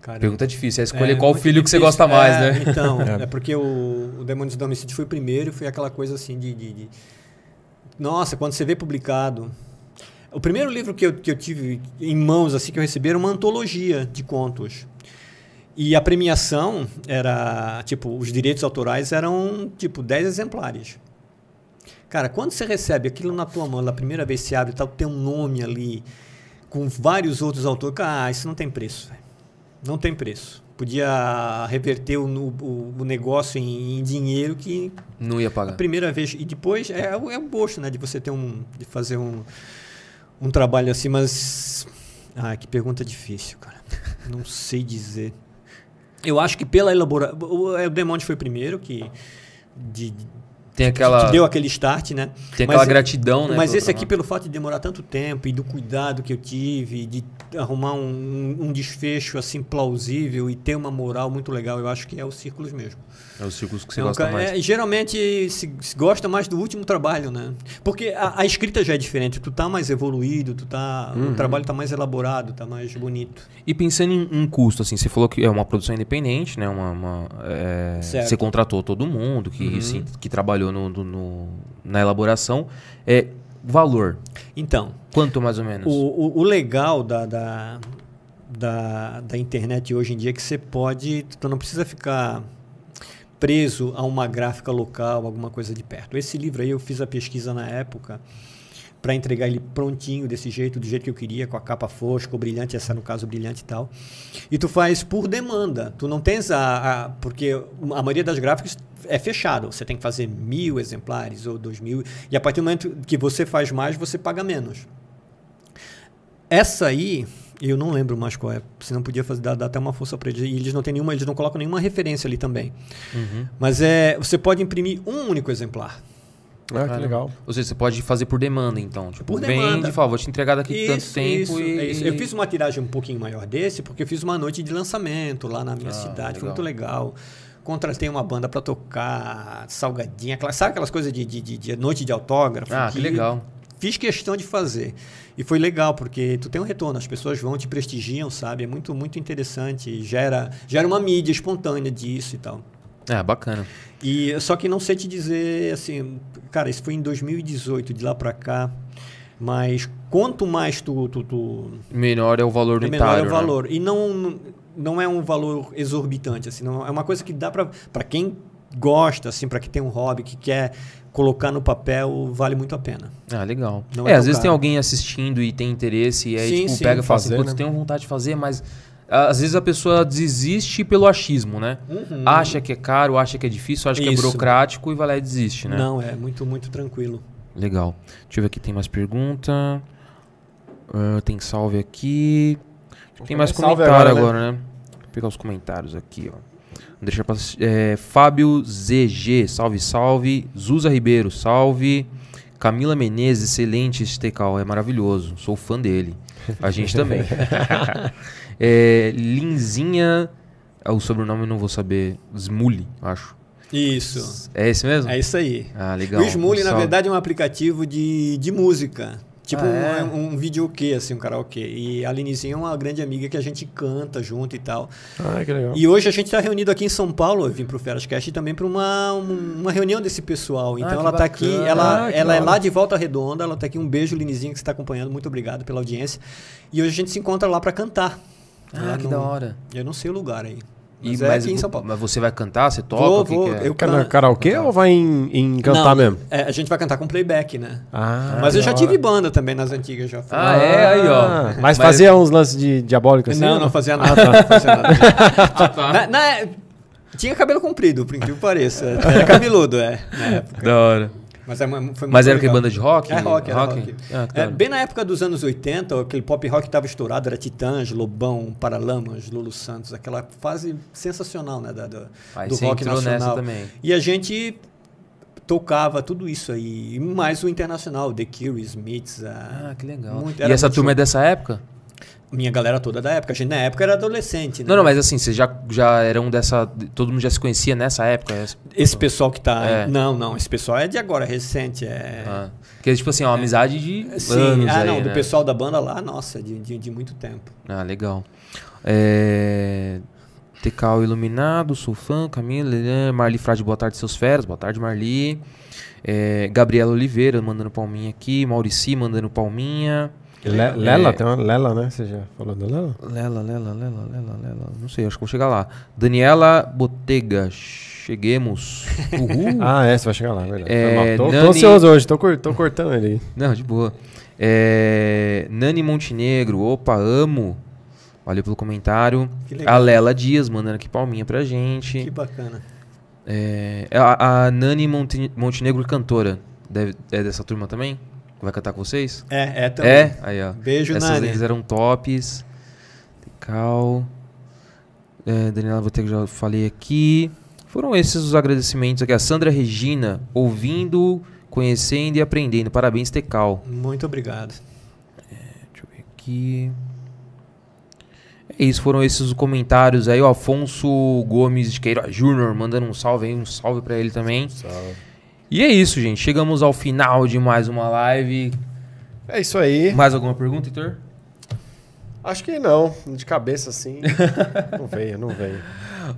Speaker 3: Cara,
Speaker 8: Pergunta difícil, é
Speaker 3: é
Speaker 8: escolher qual
Speaker 3: muito
Speaker 8: filho que você
Speaker 3: difícil.
Speaker 8: gosta mais,
Speaker 3: É,
Speaker 8: né?
Speaker 3: Então, é, porque o, o Demônios do Homicídio foi o primeiro, foi aquela coisa assim de, de- de- Nossa, quando você vê publicado. O primeiro livro que eu, que eu tive em mãos, assim, que eu recebi, era uma antologia de contos. E a premiação era, tipo, os direitos autorais eram, tipo, 10 exemplares. Cara, quando você recebe aquilo na tua mão, na primeira vez que você abre, tá o teu nome ali, com vários outros autores, cara, ah, isso não tem preço, velho. Não tem preço. Podia reverter o, nu- o- o negócio em, em dinheiro que
Speaker 8: Não ia
Speaker 3: a
Speaker 8: pagar.
Speaker 3: primeira vez. E depois é, o- é o gosto, né? De você ter um. de fazer um, um trabalho assim, mas. Ah, que pergunta difícil, cara. Não sei dizer. Eu acho que pela elaboração. O, o Demônio foi o primeiro que. de- de-
Speaker 8: Tem aquela,
Speaker 3: que deu aquele start, né?
Speaker 8: tem
Speaker 3: mas
Speaker 8: aquela
Speaker 3: é-
Speaker 8: gratidão, né?
Speaker 3: Mas
Speaker 8: pelo
Speaker 3: esse aqui, pelo
Speaker 8: trabalho.
Speaker 3: fato de demorar tanto tempo e do cuidado que eu tive, de arrumar um, um- um desfecho assim plausível e ter uma moral muito legal, eu acho que é o Círculos mesmo.
Speaker 8: É os círculos que você
Speaker 3: Não,
Speaker 8: gosta
Speaker 3: ca-
Speaker 8: mais.
Speaker 3: é, geralmente se, se gosta mais do último trabalho, né? Porque a, a escrita já é diferente, tu tá mais evoluído, tu tá,
Speaker 8: Uhum.
Speaker 3: o trabalho tá mais elaborado, tá mais bonito.
Speaker 8: E pensando em, em custo, assim, você falou que é uma produção independente, né? Uma, uma, é,
Speaker 3: Certo. Uhum.
Speaker 8: você contratou todo mundo que, assim, que trabalhou no, no- no- na elaboração. É, valor,
Speaker 3: Então,
Speaker 8: quanto mais ou menos?
Speaker 3: O, o- o legal da, da, da, da internet hoje em dia é que você pode. Tu não precisa ficar preso a uma gráfica local, alguma coisa de perto. Esse livro aí eu fiz a pesquisa na época para entregar ele prontinho, desse jeito, do jeito que eu queria, com a capa fosca, o brilhante, essa no caso, o brilhante e tal. E tu faz por demanda. Tu não tens a, a- Porque a maioria das gráficas é fechado. Você tem que fazer mil exemplares ou dois mil. E a partir do momento que você faz mais, você paga menos. Essa aí, eu não lembro mais qual é. Se não podia fazer, dar, dar até uma força para eles. E eles não têm nenhuma, eles não colocam nenhuma referência ali também. Mas é, você pode imprimir um único exemplar.
Speaker 1: Ah, que legal.
Speaker 8: Ou seja, você pode fazer por demanda, então. Tipo,
Speaker 3: Por demanda.
Speaker 8: vende e fala, vou te entregar daqui tanto tempo
Speaker 3: isso,
Speaker 8: e.
Speaker 3: é isso. Eu fiz uma tiragem um pouquinho maior desse, porque eu fiz uma noite de lançamento lá na minha cidade. Foi muito legal. Contratei uma banda para tocar, salgadinha, aquela- sabe aquelas coisas de, de, de- de noite de autógrafo?
Speaker 8: Ah, que legal.
Speaker 3: Fiz questão de fazer. E foi legal, porque tu tem um retorno, as pessoas vão, te prestigiam, sabe? É muito, muito interessante. e Gera, gera uma mídia espontânea disso e tal.
Speaker 8: É, bacana.
Speaker 3: E só que não sei te dizer assim, cara, isso foi em 2018, de lá pra cá. Mas quanto mais tu, tu, tu
Speaker 8: Menor é o valor
Speaker 3: é
Speaker 8: unitário.
Speaker 3: menor é o
Speaker 8: né?
Speaker 3: valor. E não, não é um valor exorbitante, assim, não, é uma coisa que dá pra para quem gosta, assim, para quem tem um hobby, que quer colocar no papel, vale muito a pena.
Speaker 8: Ah, legal.
Speaker 3: Não
Speaker 8: é,
Speaker 3: é
Speaker 8: às vezes
Speaker 3: tão
Speaker 8: tem
Speaker 3: caro.
Speaker 8: alguém assistindo e tem interesse e aí
Speaker 3: Sim,
Speaker 8: tipo,
Speaker 3: sim,
Speaker 8: pega e fala assim,
Speaker 1: fazer,
Speaker 8: putz,
Speaker 1: né?
Speaker 8: tenho vontade de fazer, mas ah, às vezes a pessoa desiste pelo achismo, né? Acha que é caro, acha que é difícil, acha que é
Speaker 3: Uhum. Isso.
Speaker 8: burocrático e vai lá e desiste, né?
Speaker 3: Não, é muito, muito tranquilo.
Speaker 8: Legal. Deixa eu ver aqui, tem mais pergunta. Ah, tem salve aqui. Tem mais
Speaker 1: fazer salve
Speaker 8: comentário agora,
Speaker 1: agora,
Speaker 8: né? Vou pegar os comentários aqui, ó. Deixa pra, é, Fábio ZG, salve, salve. Zuza Ribeiro, salve. Camila Menezes, excelente esse Tecal, é maravilhoso. Sou fã dele. A gente também. É, Linzinha, ah, o sobrenome eu não vou saber. Smully, acho.
Speaker 3: Isso.
Speaker 8: É esse mesmo?
Speaker 3: É isso aí.
Speaker 8: Ah, legal.
Speaker 3: O Smule, na
Speaker 8: Salve.
Speaker 3: verdade, é um aplicativo de, de música. Tipo
Speaker 8: Ah,
Speaker 3: um-
Speaker 8: é?
Speaker 3: um, um videokê, assim, um karaokê. E a Linizinha é uma grande amiga que a gente canta junto e tal.
Speaker 1: Ah, que legal.
Speaker 3: E hoje a gente está reunido aqui em São Paulo, eu vim para o Ferascast também para uma, um- uma reunião desse pessoal. Então
Speaker 8: Ah, que
Speaker 3: ela está aqui,
Speaker 8: bacana.
Speaker 3: ela,
Speaker 1: Ah, que
Speaker 3: ela é
Speaker 1: da
Speaker 3: lá
Speaker 1: hora.
Speaker 3: de Volta Redonda, ela está aqui. Um beijo, Linizinha, que está acompanhando. Muito obrigado pela audiência. E hoje a gente se encontra lá para cantar.
Speaker 8: Ah,
Speaker 3: Eu
Speaker 8: que
Speaker 3: não-
Speaker 8: da hora.
Speaker 3: Eu não sei o lugar aí.
Speaker 8: E-
Speaker 3: Mas é aqui em
Speaker 8: vo-
Speaker 3: São Paulo.
Speaker 8: mas você vai cantar? Você toca?
Speaker 3: Vou,
Speaker 8: o que
Speaker 3: vou,
Speaker 8: que é?
Speaker 3: eu-
Speaker 1: Fica na karaokê ou vai em, em cantar
Speaker 3: Não,
Speaker 1: mesmo?
Speaker 3: é, a gente vai cantar com playback, né?
Speaker 1: Ah,
Speaker 3: Mas eu
Speaker 1: da
Speaker 3: já
Speaker 1: hora.
Speaker 3: tive banda também nas antigas, já fui.
Speaker 8: Ah, é? Aí, ó.
Speaker 1: Mas fazia uns lances de diabólico assim?
Speaker 3: Não, não fazia nada. não fazia nada.
Speaker 8: Ah, tá.
Speaker 3: Na- na- tinha cabelo comprido, por incrível que pareça. Era cabeludo, é. na época.
Speaker 8: Da hora.
Speaker 3: Mas, é uma- foi muito
Speaker 8: Mas era que
Speaker 3: legal.
Speaker 8: banda de rock?
Speaker 3: É rock, era rock.
Speaker 8: Ah, que
Speaker 3: É,
Speaker 8: da hora.
Speaker 3: bem na época dos anos 80, aquele pop rock que estava estourado era Titãs, Lobão, Paralamas, Lulu Santos, aquela fase sensacional né, da, da-
Speaker 8: Aí
Speaker 3: do
Speaker 8: você
Speaker 3: rock
Speaker 8: entrou nessa
Speaker 3: nacional.
Speaker 8: também.
Speaker 3: E a gente tocava tudo isso aí, e mais o internacional, The Cure, Smiths. a-
Speaker 8: Ah, que legal.
Speaker 3: muito-
Speaker 8: e
Speaker 3: era
Speaker 8: essa
Speaker 3: muito
Speaker 8: turma é dessa época?
Speaker 3: show. Minha galera toda da época, a gente na época era adolescente. Né?
Speaker 8: Não, não, mas assim, vocês já, já eram dessa. Todo mundo já se conhecia nessa época? essa-
Speaker 3: Esse pessoal que tá.
Speaker 8: É.
Speaker 3: Não, não, esse pessoal é de agora, é recente. É...
Speaker 8: Ah. Que é tipo assim, é uma amizade de
Speaker 3: Sim,
Speaker 8: anos
Speaker 3: ah,
Speaker 8: aí,
Speaker 3: não, do
Speaker 8: né?
Speaker 3: pessoal da banda lá, nossa, de, de, de muito tempo.
Speaker 8: Ah, legal. É... Tecal Iluminado, Sulfan, Camila, Lelê, Marli Frade, boa tarde, seus feras. Boa tarde, Marli. É... Gabriela Oliveira mandando palminha aqui. Maurici mandando palminha.
Speaker 1: Le-
Speaker 3: É.
Speaker 1: Lela, tem uma Lela, né? Você já falou da Lela?
Speaker 8: Lela, Lela, Lela, Lela, Lela. Não sei, acho que vou chegar lá. Daniela Botega, cheguemos. Uhul.
Speaker 1: Ah, é, você vai chegar lá, é verdade.
Speaker 8: É,
Speaker 1: Foi mal. tô, tô
Speaker 8: Nani-
Speaker 1: ansioso hoje, tô, cur- tô cortando ele aí.
Speaker 8: Não, de boa. É, Nani Montenegro, opa, amo. Valeu pelo comentário.
Speaker 3: Que legal.
Speaker 8: A Lela Dias mandando aqui palminha pra gente.
Speaker 3: Que bacana.
Speaker 8: É, a, a Nani Monte- Montenegro, cantora, deve- é dessa turma também? Vai cantar com vocês?
Speaker 3: É, é também.
Speaker 8: É? Aí, ó.
Speaker 3: Beijo,
Speaker 8: Essas
Speaker 3: Nani.
Speaker 8: eles eram tops. Cal. É, Daniela, vou ter que já falei aqui. Foram esses os agradecimentos aqui. A Sandra Regina, ouvindo, conhecendo e aprendendo. Parabéns, Tecal.
Speaker 3: Muito obrigado.
Speaker 8: Deixa eu ver aqui. É isso, foram esses os comentários aí. O Afonso Gomes de Queiroz Júnior mandando um salve aí, um salve pra ele também. E é isso, gente. Chegamos ao final de mais uma live.
Speaker 1: É isso aí.
Speaker 8: Mais alguma pergunta, Heitor?
Speaker 1: Acho que não, de cabeça assim. não veio, não veio.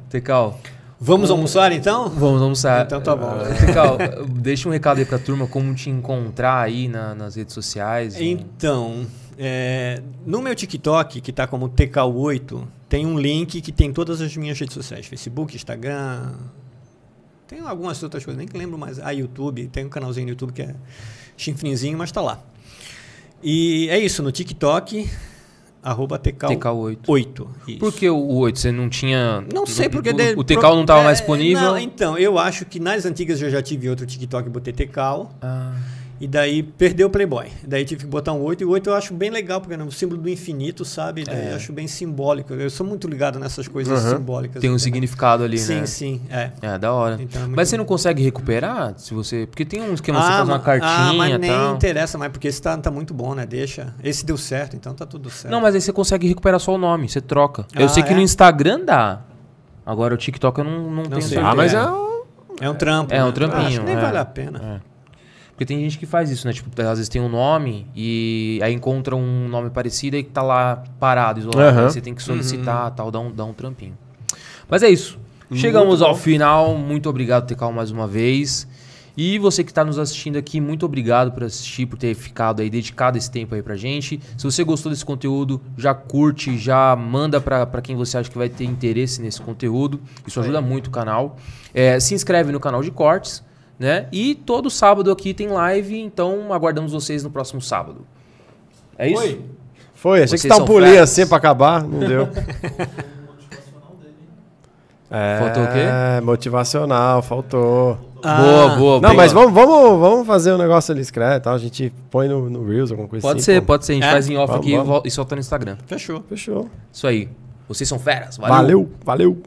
Speaker 8: Tecal, Hum.
Speaker 3: Vamos almoçar então?
Speaker 8: vamos almoçar.
Speaker 3: Então tá bom.
Speaker 8: Eh, Tecal, deixa um recado aí pra turma como te encontrar aí na- nas redes sociais. né? no-
Speaker 3: Então, é, no meu TikTok, que tá como TK8, tem um link que tem todas as minhas redes sociais: Facebook, Instagram. Tem algumas outras coisas, nem que lembro mais. Ah, YouTube, tem um canalzinho no YouTube que é chinfrinzinho, mas tá lá. E é isso, no TikTok, arroba TK8.
Speaker 8: TK8.
Speaker 3: isso.
Speaker 8: Por que o 8? Você não tinha.
Speaker 3: Não sei porque...
Speaker 8: Uhum. o,
Speaker 3: de-
Speaker 8: o Tecal não tava
Speaker 3: é,
Speaker 8: mais disponível?
Speaker 3: não, então, eu acho que nas antigas eu já tive outro TikTok e botei Tecal.
Speaker 8: Ah.
Speaker 3: E daí perdeu o Playboy. Daí tive que botar um 8. E o 8 eu acho bem legal, porque é um símbolo do infinito, sabe? Daí
Speaker 8: É.
Speaker 3: eu acho bem simbólico. Eu sou muito ligado nessas coisas simbólicas.
Speaker 8: Tem um
Speaker 3: entendeu?
Speaker 8: significado ali,
Speaker 3: Sim,
Speaker 8: né?
Speaker 3: sim. É.
Speaker 8: É, da hora.
Speaker 3: Então é muito
Speaker 8: mas você
Speaker 3: bom.
Speaker 8: não consegue recuperar? Se você. Porque tem um esquema, você faz
Speaker 3: ma-
Speaker 8: uma cartinha
Speaker 3: ah, mas
Speaker 8: e
Speaker 3: nem
Speaker 8: tal.
Speaker 3: interessa mais, porque esse tá, tá muito bom, né? Deixa. Esse deu certo, então tá tudo certo.
Speaker 8: Não, mas aí você consegue recuperar só o nome, você troca. eu
Speaker 3: Ah,
Speaker 8: sei que
Speaker 3: é?
Speaker 8: no Instagram dá. Agora o TikTok eu não, não, tenho
Speaker 3: sei.
Speaker 8: certeza.
Speaker 1: Ah, mas
Speaker 3: é.
Speaker 1: é um-
Speaker 3: É um trampo.
Speaker 8: É um
Speaker 3: né?
Speaker 8: trampinho,
Speaker 3: Acho que nem
Speaker 8: é.
Speaker 3: vale a pena.
Speaker 8: Porque tem gente que faz isso, né? Tipo, às vezes tem um nome e aí encontra um nome parecido e tá lá parado, isolado.
Speaker 1: Aham.
Speaker 8: Aí você tem que solicitar tal, dá um, dá um trampinho. Mas é isso. Chegamos ao final. Muito obrigado, Tecal, mais uma vez. E você que está nos assistindo aqui, muito obrigado por assistir, por ter ficado aí, dedicado esse tempo aí pra gente. Se você gostou desse conteúdo, já curte, já manda pra pra quem você acha que vai ter interesse nesse conteúdo. Isso ajuda muito o canal. É, se inscreve no canal de cortes, né? E todo sábado aqui tem live, então aguardamos vocês no próximo sábado. É isso?
Speaker 1: Foi, achei
Speaker 8: Vocês
Speaker 1: que tá um
Speaker 8: são
Speaker 1: pulinho
Speaker 8: fracos.
Speaker 1: assim pra acabar, não deu. É,
Speaker 8: Faltou o quê?
Speaker 1: Motivacional, faltou.
Speaker 8: Ah.
Speaker 3: Ah,
Speaker 8: Boa, boa.
Speaker 1: Não,
Speaker 8: boa.
Speaker 1: mas vamos, vamos, vamos fazer um negócio ali escreve, tal. A gente põe no, no Reels, alguma coisa
Speaker 8: Pode
Speaker 1: assim.
Speaker 8: ser,
Speaker 1: pô.
Speaker 8: pode ser. A gente
Speaker 3: É?
Speaker 8: faz em off
Speaker 1: Vamos,
Speaker 8: aqui e
Speaker 1: vamos.
Speaker 8: vol- e solta no Instagram.
Speaker 3: Fechou.
Speaker 1: Fechou.
Speaker 8: Isso aí. Vocês são feras.
Speaker 1: Valeu, valeu.